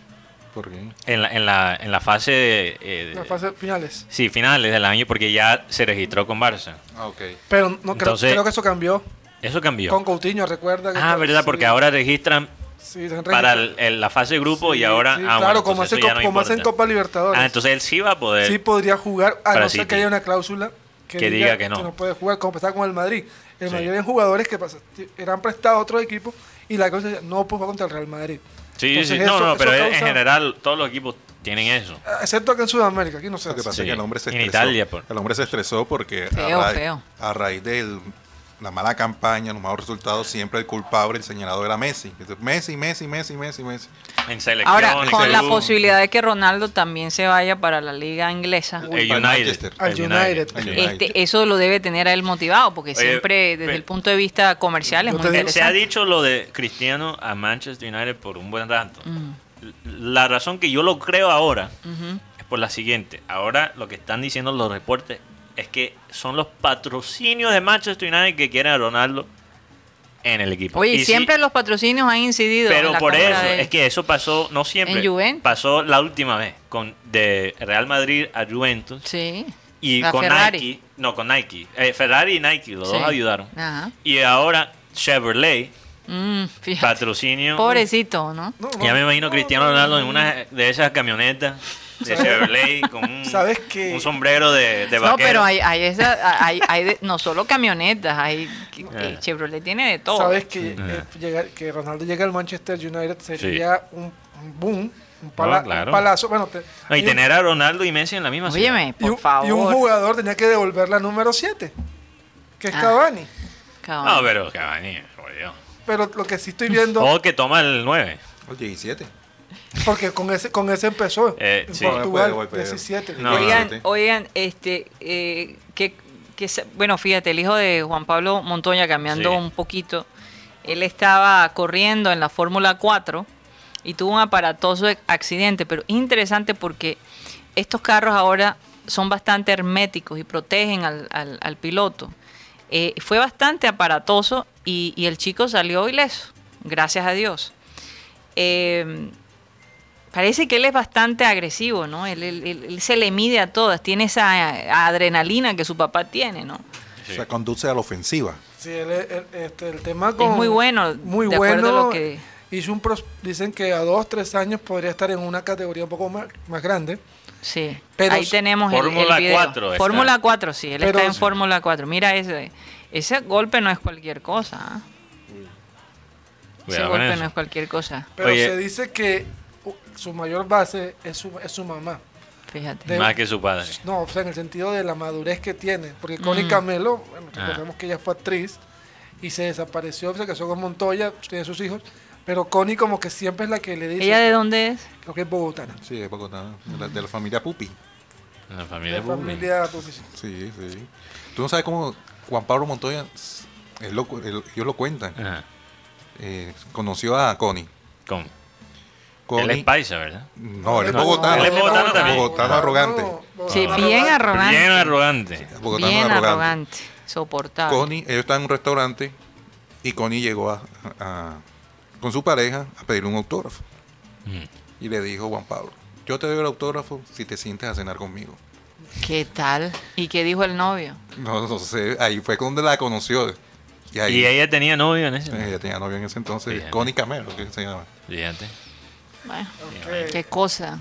Speaker 6: ¿Por qué?
Speaker 4: en la, en la, en la fase de, eh, de-
Speaker 5: Las fases finales.
Speaker 4: sí, finales del año porque ya se registró con Barça.
Speaker 6: Ah, ok.
Speaker 5: Pero no creo,
Speaker 4: Entonces-
Speaker 5: creo que eso cambió.
Speaker 4: Eso cambió.
Speaker 5: Con Coutinho, recuerda. que-
Speaker 4: ah, verdad,
Speaker 5: sí,
Speaker 4: porque ahora registran
Speaker 5: sí, se han
Speaker 4: para
Speaker 5: registrado.
Speaker 4: el- el- la fase de grupo y
Speaker 5: Sí,
Speaker 4: ahora
Speaker 5: sí,
Speaker 4: ah,
Speaker 5: claro,
Speaker 4: bueno,
Speaker 5: como,
Speaker 4: entonces
Speaker 5: hace,
Speaker 4: eso ya
Speaker 5: co-
Speaker 4: no
Speaker 5: como hace en
Speaker 4: importa.
Speaker 5: Copa Libertadores.
Speaker 4: Ah, entonces él sí va a poder.
Speaker 5: sí podría jugar, a
Speaker 4: Para
Speaker 5: no
Speaker 4: City.
Speaker 5: ser que haya una cláusula
Speaker 4: Que diga que no.
Speaker 5: puede jugar, como pasaba con el Madrid. El
Speaker 4: Sí.
Speaker 5: Madrid eran jugadores que pas- eran prestados a otros equipos y la cosa decía, no, pues va contra el Real Madrid.
Speaker 4: sí,
Speaker 5: Entonces
Speaker 4: sí. No,
Speaker 5: eso-
Speaker 4: no,
Speaker 5: eso
Speaker 4: pero en
Speaker 5: causa-
Speaker 4: general todos los equipos tienen eso.
Speaker 5: Excepto que en Sudamérica, aquí no se
Speaker 6: Lo que
Speaker 5: hace.
Speaker 6: pasa es
Speaker 4: Sí,
Speaker 6: que el hombre se
Speaker 4: en
Speaker 6: estresó.
Speaker 4: Italia, por-
Speaker 6: El hombre se estresó porque
Speaker 3: Feo,
Speaker 6: a, raíz,
Speaker 3: feo.
Speaker 6: a raíz de la mala campaña, los malos resultados, siempre el culpable, el señalado era Messi. Entonces, Messi, Messi, Messi, Messi, Messi.
Speaker 4: En selección.
Speaker 3: Ahora,
Speaker 4: en
Speaker 3: con la
Speaker 4: club,
Speaker 3: posibilidad de que Ronaldo también se vaya para la liga inglesa,
Speaker 4: El
Speaker 6: Al
Speaker 4: United. Eh,
Speaker 6: Manchester.
Speaker 5: Al
Speaker 4: el
Speaker 5: United.
Speaker 4: sí.
Speaker 6: Al United.
Speaker 3: este, eso lo debe tener a él motivado, porque
Speaker 4: Oye,
Speaker 3: siempre desde
Speaker 4: pe-
Speaker 3: el punto de vista comercial es
Speaker 5: Yo
Speaker 3: muy
Speaker 5: te digo-
Speaker 4: eh, Se ha
Speaker 3: interesante.
Speaker 4: dicho lo de Cristiano a Manchester United por un buen rato. La razón que yo lo creo ahora
Speaker 3: Mm. Ujú.
Speaker 4: es por la siguiente. Ahora lo que están diciendo los reportes es que son los patrocinios de Manchester United que quieren a Ronaldo en el equipo.
Speaker 3: Oye,
Speaker 4: Y
Speaker 3: y
Speaker 4: si-
Speaker 3: siempre los patrocinios han incidido. en
Speaker 4: Pero
Speaker 3: la
Speaker 4: por
Speaker 3: compra
Speaker 4: eso,
Speaker 3: de-
Speaker 4: es que eso pasó, no siempre.
Speaker 3: ¿En Juventus?
Speaker 4: Pasó la última vez, con de Real Madrid a Juventus.
Speaker 3: Sí.
Speaker 4: Y
Speaker 3: La
Speaker 4: con
Speaker 3: Ferrari.
Speaker 4: Nike. No, con Nike. Eh, Ferrari y Nike, los
Speaker 3: sí.
Speaker 4: dos ayudaron.
Speaker 3: Ajá.
Speaker 4: Y ahora Chevrolet,
Speaker 3: Mm, fíjate.
Speaker 4: patrocinio.
Speaker 3: Pobrecito, ¿no?
Speaker 5: No, no.
Speaker 4: Ya me imagino Cristiano Ronaldo en una de esas camionetas de Chevrolet con un,
Speaker 5: ¿Sabes qué?
Speaker 4: un sombrero de, de
Speaker 3: No,
Speaker 4: vaquero.
Speaker 3: pero hay, hay, esa, hay, hay de- no solo camionetas, hay
Speaker 4: Eh.
Speaker 3: eh, Chevrolet tiene de todo.
Speaker 5: Sabes que,
Speaker 4: Mm.
Speaker 5: eh, llegar- que Ronaldo llega al Manchester United sería un, un boom, un, pala-
Speaker 4: No, claro.
Speaker 5: un palazo. Bueno, te-
Speaker 4: No, y
Speaker 5: un-
Speaker 4: tener a Ronaldo y Messi en la misma ciudad.
Speaker 3: Óyeme,
Speaker 5: y
Speaker 3: por
Speaker 5: un,
Speaker 3: favor.
Speaker 5: y un jugador tenía que devolver la número 7, que es
Speaker 3: Ah.
Speaker 5: Cavani.
Speaker 3: cabrón.
Speaker 4: No, pero Cavani, por Dios.
Speaker 5: Pero lo que sí estoy viendo,
Speaker 4: O que toma el 9.
Speaker 6: Al 17.
Speaker 5: porque con ese, con ese empezó
Speaker 4: Eh,
Speaker 5: en
Speaker 4: sí.
Speaker 5: Portugal,
Speaker 6: Voy, voy, voy.
Speaker 5: 17.
Speaker 4: No,
Speaker 3: oigan,
Speaker 6: no, no.
Speaker 3: oigan, este, eh, que, que se- bueno, fíjate, el hijo de Juan Pablo Montoya, cambiando
Speaker 4: Sí.
Speaker 3: un poquito, él estaba corriendo en la Fórmula 4 y tuvo un aparatoso accidente, pero interesante porque estos carros ahora son bastante herméticos y protegen al, al- al piloto. Eh, fue bastante aparatoso y, y el chico salió ileso, gracias a Dios. Eh, Parece que él es bastante agresivo, ¿no? Él, él- él- él se le mide a todas, tiene esa eh, adrenalina que su papá tiene, ¿no?
Speaker 6: O sea, conduce a la ofensiva.
Speaker 5: Sí, él es- él- este, el tema con...
Speaker 3: muy bueno,
Speaker 5: Muy
Speaker 3: de acuerdo
Speaker 5: bueno.
Speaker 3: a lo que-
Speaker 5: Hizo un pros- dicen que a dos, tres años podría estar en una categoría un poco más, más grande.
Speaker 3: Sí.
Speaker 5: Pero
Speaker 3: Ahí
Speaker 5: s-
Speaker 3: tenemos el-
Speaker 4: Fórmula
Speaker 3: el, video.
Speaker 4: 4 está.
Speaker 3: Fórmula 4, sí, él
Speaker 5: Pero-
Speaker 3: está en Fórmula 4. Mira ese, ese golpe no es cualquier cosa. ¿ah? Ese
Speaker 4: Cuidado con
Speaker 3: golpe
Speaker 4: eso.
Speaker 3: no es cualquier cosa,
Speaker 5: Pero
Speaker 4: Oye.
Speaker 5: se dice que u- su mayor base es su, es su mamá.
Speaker 3: fíjate.
Speaker 5: de-
Speaker 4: Más que su padre.
Speaker 5: No, o sea, en el sentido de la madurez que tiene. Porque Connie Camelo, bueno,
Speaker 4: Mm. Ah.
Speaker 5: recordemos que ella fue actriz y se desapareció, se casó con Montoya, tiene sus hijos. Pero Connie como que siempre es la que le dice...
Speaker 3: ¿Ella de dónde es?
Speaker 5: Creo que es bogotana.
Speaker 6: Sí, de Bogotá. De la, de la familia Pupi.
Speaker 4: En la familia.
Speaker 5: De
Speaker 4: Bull.
Speaker 5: familia pues,
Speaker 6: Sí, sí. Tú no sabes cómo Juan Pablo Montoya, él lo cu-
Speaker 4: Ah.
Speaker 6: él- ellos lo cuentan,
Speaker 4: Ajá.
Speaker 6: eh, conoció a Connie.
Speaker 4: ¿Cómo?
Speaker 6: Berlusconi.
Speaker 4: Él es paisa, ¿verdad?
Speaker 6: No, él es bogotano.
Speaker 4: Él es bogotano también.
Speaker 6: Bogotano arrogante.
Speaker 3: Sí, bien arrogante.
Speaker 4: Bien arrogante.
Speaker 6: Bogotano
Speaker 3: Bien
Speaker 6: arrogante.
Speaker 3: arrogante. Soportable.
Speaker 6: Connie, ellos estaban en un restaurante y Connie llegó a, a- con su pareja a pedirle un autógrafo.
Speaker 4: Mm.
Speaker 6: Y le dijo Juan Pablo, yo te doy el autógrafo si te sientes a cenar conmigo.
Speaker 3: ¿Qué tal? ¿Y qué dijo el novio?
Speaker 6: No, no sé, ahí fue donde la conoció. Y ahí
Speaker 4: Y ella tenía novio en
Speaker 6: eh,
Speaker 4: ese.
Speaker 6: ella tenía novio en ese entonces,
Speaker 4: Fíjate.
Speaker 6: Connie Camelo, que se llama.
Speaker 4: Fíjate.
Speaker 3: Bueno, qué cosa.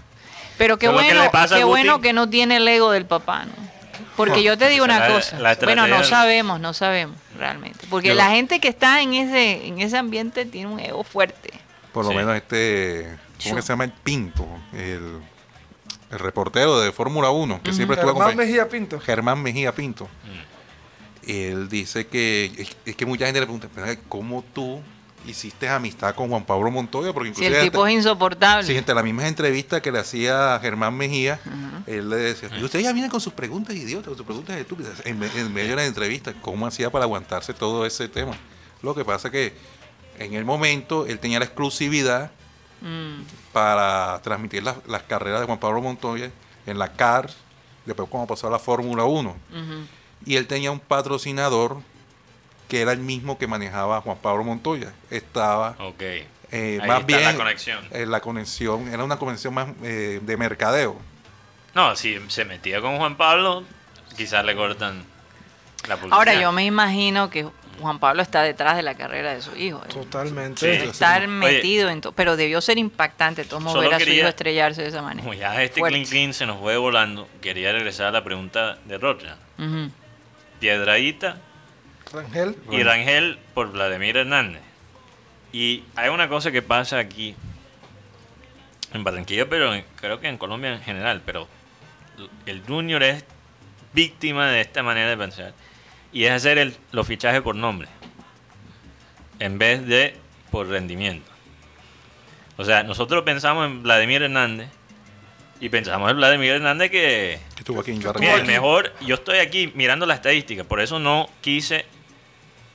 Speaker 3: Pero qué
Speaker 4: Eso es lo que
Speaker 3: bueno,
Speaker 4: le pasa a
Speaker 3: qué
Speaker 4: Guti.
Speaker 3: bueno que no tiene el ego del papá, ¿no? Porque yo te digo
Speaker 4: Esa
Speaker 3: una
Speaker 4: es la-
Speaker 3: cosa.
Speaker 4: la
Speaker 3: bueno, no
Speaker 4: estrategia.
Speaker 3: sabemos, no sabemos realmente. Porque
Speaker 6: Yo-
Speaker 3: la gente que está en ese, en ese ambiente tiene un ego fuerte.
Speaker 6: Por
Speaker 4: Sí.
Speaker 6: lo menos este, ¿cómo que
Speaker 3: Yo.
Speaker 6: se llama? El Pinto, el, el reportero de Fórmula 1, que siempre estuvo
Speaker 5: Germán
Speaker 6: acompañado.
Speaker 5: Mejía Pinto.
Speaker 6: Germán Mejía Pinto.
Speaker 4: Mm.
Speaker 6: Él dice que es, es que mucha gente le pregunta, "Pero, ¿cómo tú hiciste amistad con Juan Pablo Montoya? Porque
Speaker 3: Si
Speaker 6: inclusive
Speaker 3: el tipo es insoportable.
Speaker 6: Sí, entre las mismas entrevistas que le hacía a Germán Mejía, él le decía, y usted ya viene con sus preguntas idiotas, con sus preguntas estúpidas, en, me- en medio de la entrevista, ¿cómo hacía para aguantarse todo ese tema? Lo que pasa que en el momento él tenía la exclusividad
Speaker 3: Mm.
Speaker 6: para transmitir las, las carreras de Juan Pablo Montoya en la CAR, después cuando pasó a la Fórmula 1. Y él tenía un patrocinador que era el mismo que manejaba Juan Pablo Montoya. Estaba
Speaker 4: Ok.
Speaker 6: eh,
Speaker 4: Ahí
Speaker 6: más
Speaker 4: está
Speaker 6: bien
Speaker 4: la conexión.
Speaker 6: eh, la conexión era una conexión más eh, de mercadeo.
Speaker 4: No, si se metía con Juan Pablo, quizás le cortan la publicidad.
Speaker 3: Ahora yo me imagino que Juan Pablo está detrás de la carrera de su hijo. ¿eh?
Speaker 5: Totalmente.
Speaker 4: Sí.
Speaker 3: Debe estar
Speaker 6: Oye.
Speaker 3: metido en todo. Pero debió ser impactante de todos modos,
Speaker 4: Solo
Speaker 3: ver a su
Speaker 4: quería-
Speaker 3: hijo estrellarse de esa manera.
Speaker 4: Como ya este
Speaker 3: Fuerte.
Speaker 4: clean clean se nos fue volando, quería regresar a la pregunta de Rocha.
Speaker 3: Ujú.
Speaker 4: Piedradita
Speaker 5: Rangel.
Speaker 4: y Rangel por Vladimir Hernández. Y hay una cosa que pasa aquí en Barranquilla, pero en- creo que en Colombia en general, pero el junior es víctima de esta manera de pensar y es hacer el- los fichajes por nombre en vez de por rendimiento. O sea, nosotros pensamos en Vladimir Hernández y pensamos en Vladimir Hernández que
Speaker 6: Que estuvo aquí en
Speaker 4: Mira, el
Speaker 6: Barranquilla.
Speaker 4: mejor, yo estoy aquí mirando la estadística, por eso no quise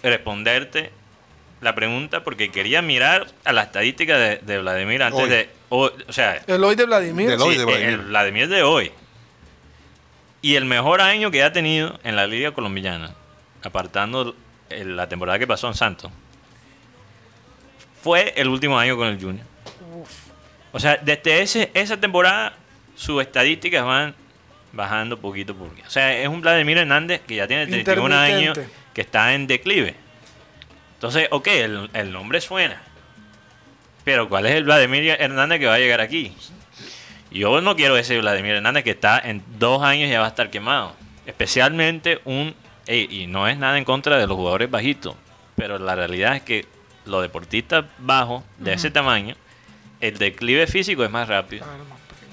Speaker 4: responderte la pregunta porque quería mirar a la estadística de, de Vladimir antes
Speaker 6: Hoy.
Speaker 4: de... O, o sea,
Speaker 5: El hoy de Vladimir.
Speaker 6: Del hoy
Speaker 4: sí,
Speaker 6: de Vladimir.
Speaker 4: el Vladimir de hoy. Y el mejor año que ha tenido en la Liga Colombiana, apartando el- la temporada que pasó en Santos, fue el último año con el Junior. O sea, desde ese, esa temporada sus estadísticas van bajando poquito por poquito. O sea, es un Vladimir Hernández que ya tiene 31 años,
Speaker 5: Intermitente.
Speaker 4: que está en declive. Entonces, ok, el, el nombre suena. Pero ¿cuál es el Vladimir Hernández que va a llegar aquí? Yo no quiero ese Vladimir Hernández que está en dos años ya va a estar quemado. Especialmente un... ey, y no es nada en contra de los jugadores bajitos. Pero la realidad es que los deportistas bajos de ese tamaño, el declive físico es más rápido.
Speaker 5: Ah, no, más pequeño.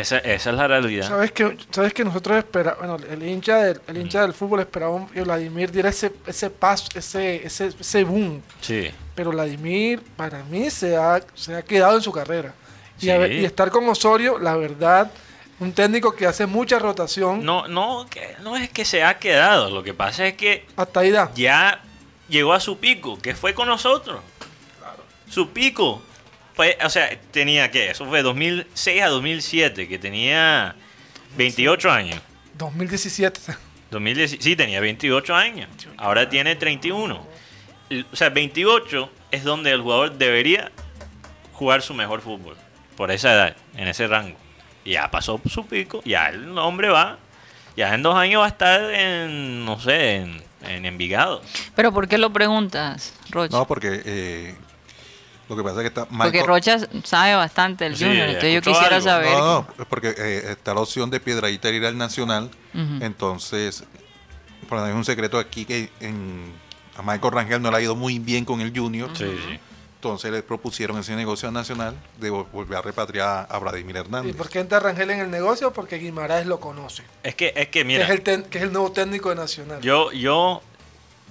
Speaker 4: Esa, esa es la realidad.
Speaker 5: ¿Sabes que, sabes que nosotros esperábamos, bueno, el hincha del, el
Speaker 4: Mm.
Speaker 5: hincha del fútbol esperaba un- que Vladimir diera ese, ese paso, ese, ese, ese boom.
Speaker 4: Sí.
Speaker 5: Pero Vladimir, para mí, se ha, se ha quedado en su carrera. Y, a
Speaker 4: Sí.
Speaker 5: ver- y estar con Osorio, la verdad, un técnico que hace mucha rotación,
Speaker 4: No, no, que, no es que se ha quedado. Lo que pasa es que
Speaker 5: hasta ahí da.
Speaker 4: ya llegó a su pico, que fue con nosotros. Su pico. Fue, o sea, tenía que, eso fue 2006 a 2007, que tenía 28 años.
Speaker 5: 2017.
Speaker 4: 2010, sí, tenía 28 años. Ahora tiene 31. Y, O sea, 28 es donde el jugador debería jugar su mejor fútbol. Por esa edad, en ese rango. Y Ya pasó su pico, ya el hombre va. Ya en dos años va a estar en, no sé, en, en Envigado.
Speaker 3: Pero ¿por qué lo preguntas, Rocha?
Speaker 6: No, porque eh, lo que pasa es que está
Speaker 3: Porque
Speaker 6: Michael-
Speaker 3: Rocha sabe bastante del
Speaker 4: Sí,
Speaker 3: Junior, entonces yo
Speaker 4: escuchó
Speaker 3: quisiera
Speaker 4: algo.
Speaker 3: saber.
Speaker 6: No, no, porque eh, está la opción de Piedrahíta ir al Nacional.
Speaker 3: Ujú.
Speaker 6: Entonces, para mí es un secreto aquí que en, a Michael Rangel no le ha ido muy bien con el Junior.
Speaker 4: sí.
Speaker 6: Entonces le propusieron ese negocio al Nacional de vol- volver a repatriar a Vladimir
Speaker 5: ¿Y
Speaker 6: Hernández.
Speaker 5: por qué entra Rangel en el negocio? Porque Guimaraes lo conoce.
Speaker 4: Es que, es que
Speaker 5: Que
Speaker 4: mira,
Speaker 5: es, el ten- que es el nuevo técnico de Nacional.
Speaker 4: yo, yo,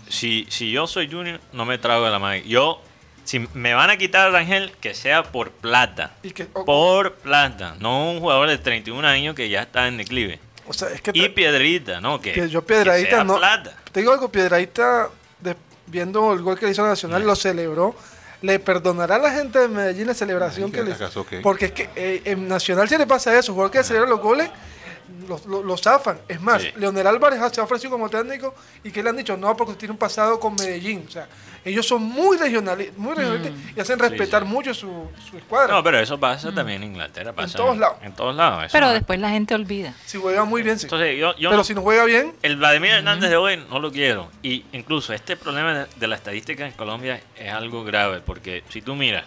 Speaker 4: si, si yo soy junior, no me trago de la madre. Yo, si me van a quitar a Rangel, que sea por plata.
Speaker 5: y que, o,
Speaker 4: Por plata, no un jugador de 31 años que ya está en declive.
Speaker 5: o sea, es que
Speaker 4: Y
Speaker 5: te-
Speaker 4: Piedrita, ¿no? Que,
Speaker 5: que yo
Speaker 4: que
Speaker 5: Piedradita
Speaker 4: sea
Speaker 5: no.
Speaker 4: plata.
Speaker 5: Te digo algo, Piedradita, de- viendo el gol que le hizo a Nacional, lo celebró. le perdonará a la gente de Medellín la celebración
Speaker 6: Ay,
Speaker 5: que
Speaker 6: que
Speaker 5: les.
Speaker 6: acaso, ok.
Speaker 5: Porque es que eh, en Nacional se le pasa eso, jugador que celebra los goles. Los, los, los zafan. Es más,
Speaker 4: Sí.
Speaker 5: Leonel Álvarez se ha ofrecido como técnico y que le han dicho no porque tiene un pasado con Medellín. O sea, ellos son muy regionalistas muy regionalistas y hacen respetar mucho su, su escuadra.
Speaker 4: Mm. No, pero eso pasa también en Inglaterra. Pasa
Speaker 5: Mm. todos lados.
Speaker 4: En todos lados. eso
Speaker 3: Pero
Speaker 4: no-
Speaker 3: después la gente olvida.
Speaker 5: si juega muy bien, sí.
Speaker 4: Entonces, yo, yo
Speaker 5: pero
Speaker 4: no-
Speaker 5: si no juega bien,
Speaker 4: el Vladimir Hernández de hoy no lo quiero. Y incluso este problema de, de la estadística en Colombia es algo grave, porque si tú miras,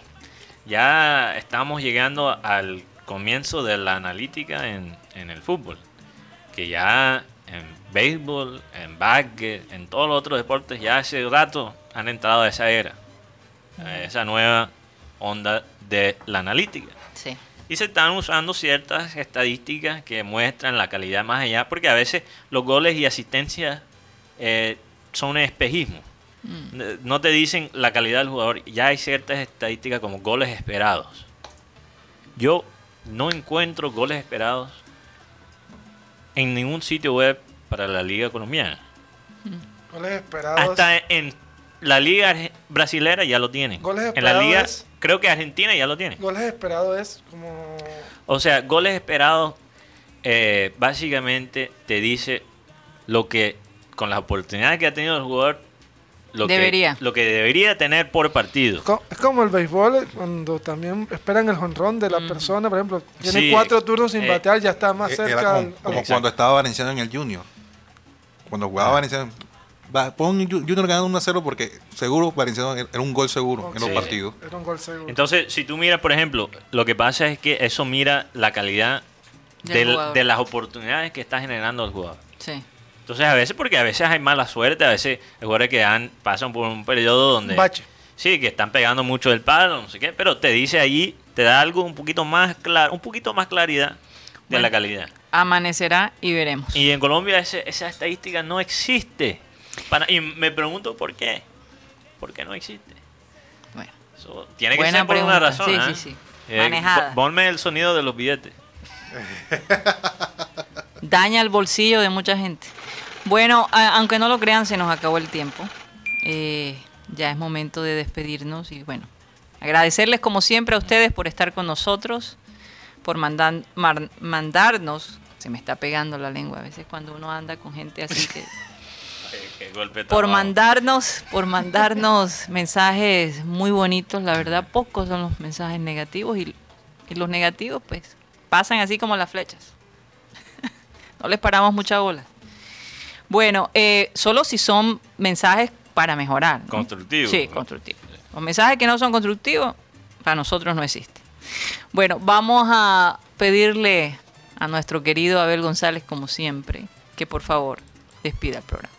Speaker 4: ya estamos llegando al comienzo de la analítica en, en el fútbol, que ya en béisbol, en básquet, en todos los otros deportes, ya hace rato han entrado a esa era, a esa nueva onda de la analítica
Speaker 3: Sí.
Speaker 4: y se están usando ciertas estadísticas que muestran la calidad más allá, porque a veces los goles y asistencias eh, son un espejismo. N- No te dicen la calidad del jugador, ya hay ciertas estadísticas como goles esperados. Yo no encuentro goles esperados en ningún sitio web para la liga colombiana.
Speaker 5: goles esperados.
Speaker 4: Hasta en la liga arge- brasilera ya lo tienen.
Speaker 5: Goles
Speaker 4: en la liga,
Speaker 5: esperados.
Speaker 4: creo que Argentina ya lo tienen.
Speaker 5: Goles esperados es como.
Speaker 4: O sea, goles esperados eh, básicamente te dice lo que, con las oportunidades que ha tenido el jugador, lo,
Speaker 3: Debería.
Speaker 4: Que, lo que debería tener por partido.
Speaker 5: co- Es como el béisbol eh, cuando también esperan el jonrón de la persona, por ejemplo, tiene
Speaker 4: Sí,
Speaker 5: cuatro turnos sin
Speaker 4: eh,
Speaker 5: batear, ya está más
Speaker 6: Eh,
Speaker 5: cerca.
Speaker 6: Era como,
Speaker 5: al- al-
Speaker 6: como
Speaker 4: Exacto.
Speaker 6: cuando estaba Valenciano en el Junior. Cuando jugaba Valenciano. va, pon Ju- Junior ganando 1 0 porque seguro Valenciano era era un gol seguro en los
Speaker 4: Sí.
Speaker 6: partidos.
Speaker 5: Era un gol seguro.
Speaker 4: Entonces, si tú miras, por ejemplo, lo que pasa es que eso mira la calidad
Speaker 3: Del
Speaker 4: del-
Speaker 3: jugador.
Speaker 4: de las oportunidades que está generando el jugador.
Speaker 3: Sí.
Speaker 4: Entonces, a veces, porque a veces hay mala suerte, a veces hay jugadores que han, pasan por un periodo donde...
Speaker 5: Un bache.
Speaker 4: Sí, que están pegando mucho del palo, no sé qué, pero te dice allí, te da algo un poquito más claro, un poquito más claridad de
Speaker 3: Bueno.
Speaker 4: la calidad.
Speaker 3: Amanecerá y veremos.
Speaker 4: Y en Colombia ese- esa estadística no existe. Para- y me pregunto por qué. ¿Por qué no existe?
Speaker 3: Bueno.
Speaker 4: Eso tiene que
Speaker 3: Buena
Speaker 4: ser por una
Speaker 3: pregunta.
Speaker 4: razón.
Speaker 3: Sí,
Speaker 4: ¿ah?
Speaker 3: sí, sí. Manejada.
Speaker 4: po- ponme el sonido de los billetes.
Speaker 3: daña el bolsillo de mucha gente. Bueno, a- aunque no lo crean, se nos acabó el tiempo. Eh, ya es momento de despedirnos y bueno, agradecerles como siempre a ustedes por estar con nosotros, por mandan- mar- mandarnos. Se me está pegando la lengua a veces cuando uno anda con gente así que
Speaker 4: Ay, qué golpe tan
Speaker 3: por
Speaker 4: bajo.
Speaker 3: mandarnos, por mandarnos mensajes muy bonitos. La verdad, pocos son los mensajes negativos y, y los negativos, pues, pasan así como las flechas. no les paramos mucha bola. Bueno, eh, solo si son mensajes para mejorar. ¿no?
Speaker 4: Constructivos,
Speaker 3: Sí,
Speaker 4: ¿no?
Speaker 3: constructivos. Los mensajes que no son constructivos, para nosotros no existen. Bueno, vamos a pedirle a nuestro querido Abel González, como siempre, que por favor despida el programa.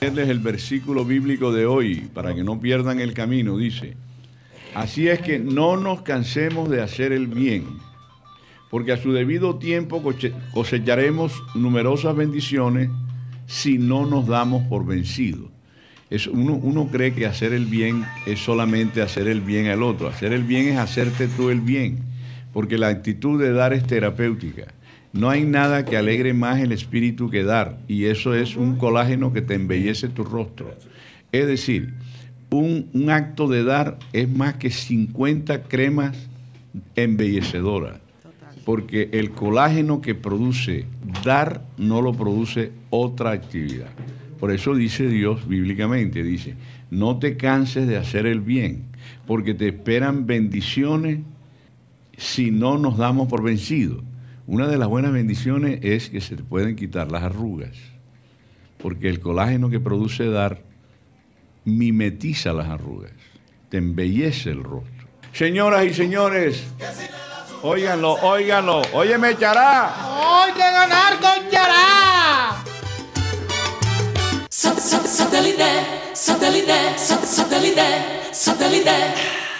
Speaker 10: Leerles Este el versículo bíblico de hoy para que no pierdan el camino, dice. Así es que no nos cansemos de hacer el bien, porque a su debido tiempo coche- cosecharemos numerosas bendiciones si no nos damos por vencidos. Es, uno, uno cree que hacer el bien es solamente hacer el bien al otro. Hacer el bien es hacerte tú el bien, porque la actitud de dar es terapéutica. No hay nada que alegre más el espíritu que dar, y eso es un colágeno que te embellece tu rostro. Es decir, un, un acto de dar es más que 50 cremas embellecedoras, porque el colágeno que produce dar no lo produce otra actividad. Por eso dice Dios bíblicamente, dice, no te canses de hacer el bien, porque te esperan bendiciones si no nos damos por vencidos. Una de las buenas bendiciones es que se te pueden quitar las arrugas, porque el colágeno que produce dar mimetiza las arrugas, te embellece el rostro. Señoras y señores, óiganlo, óiganlo, óyeme chará.
Speaker 11: Sat- sat- Satellite, satellite, sat- satellite, satellite.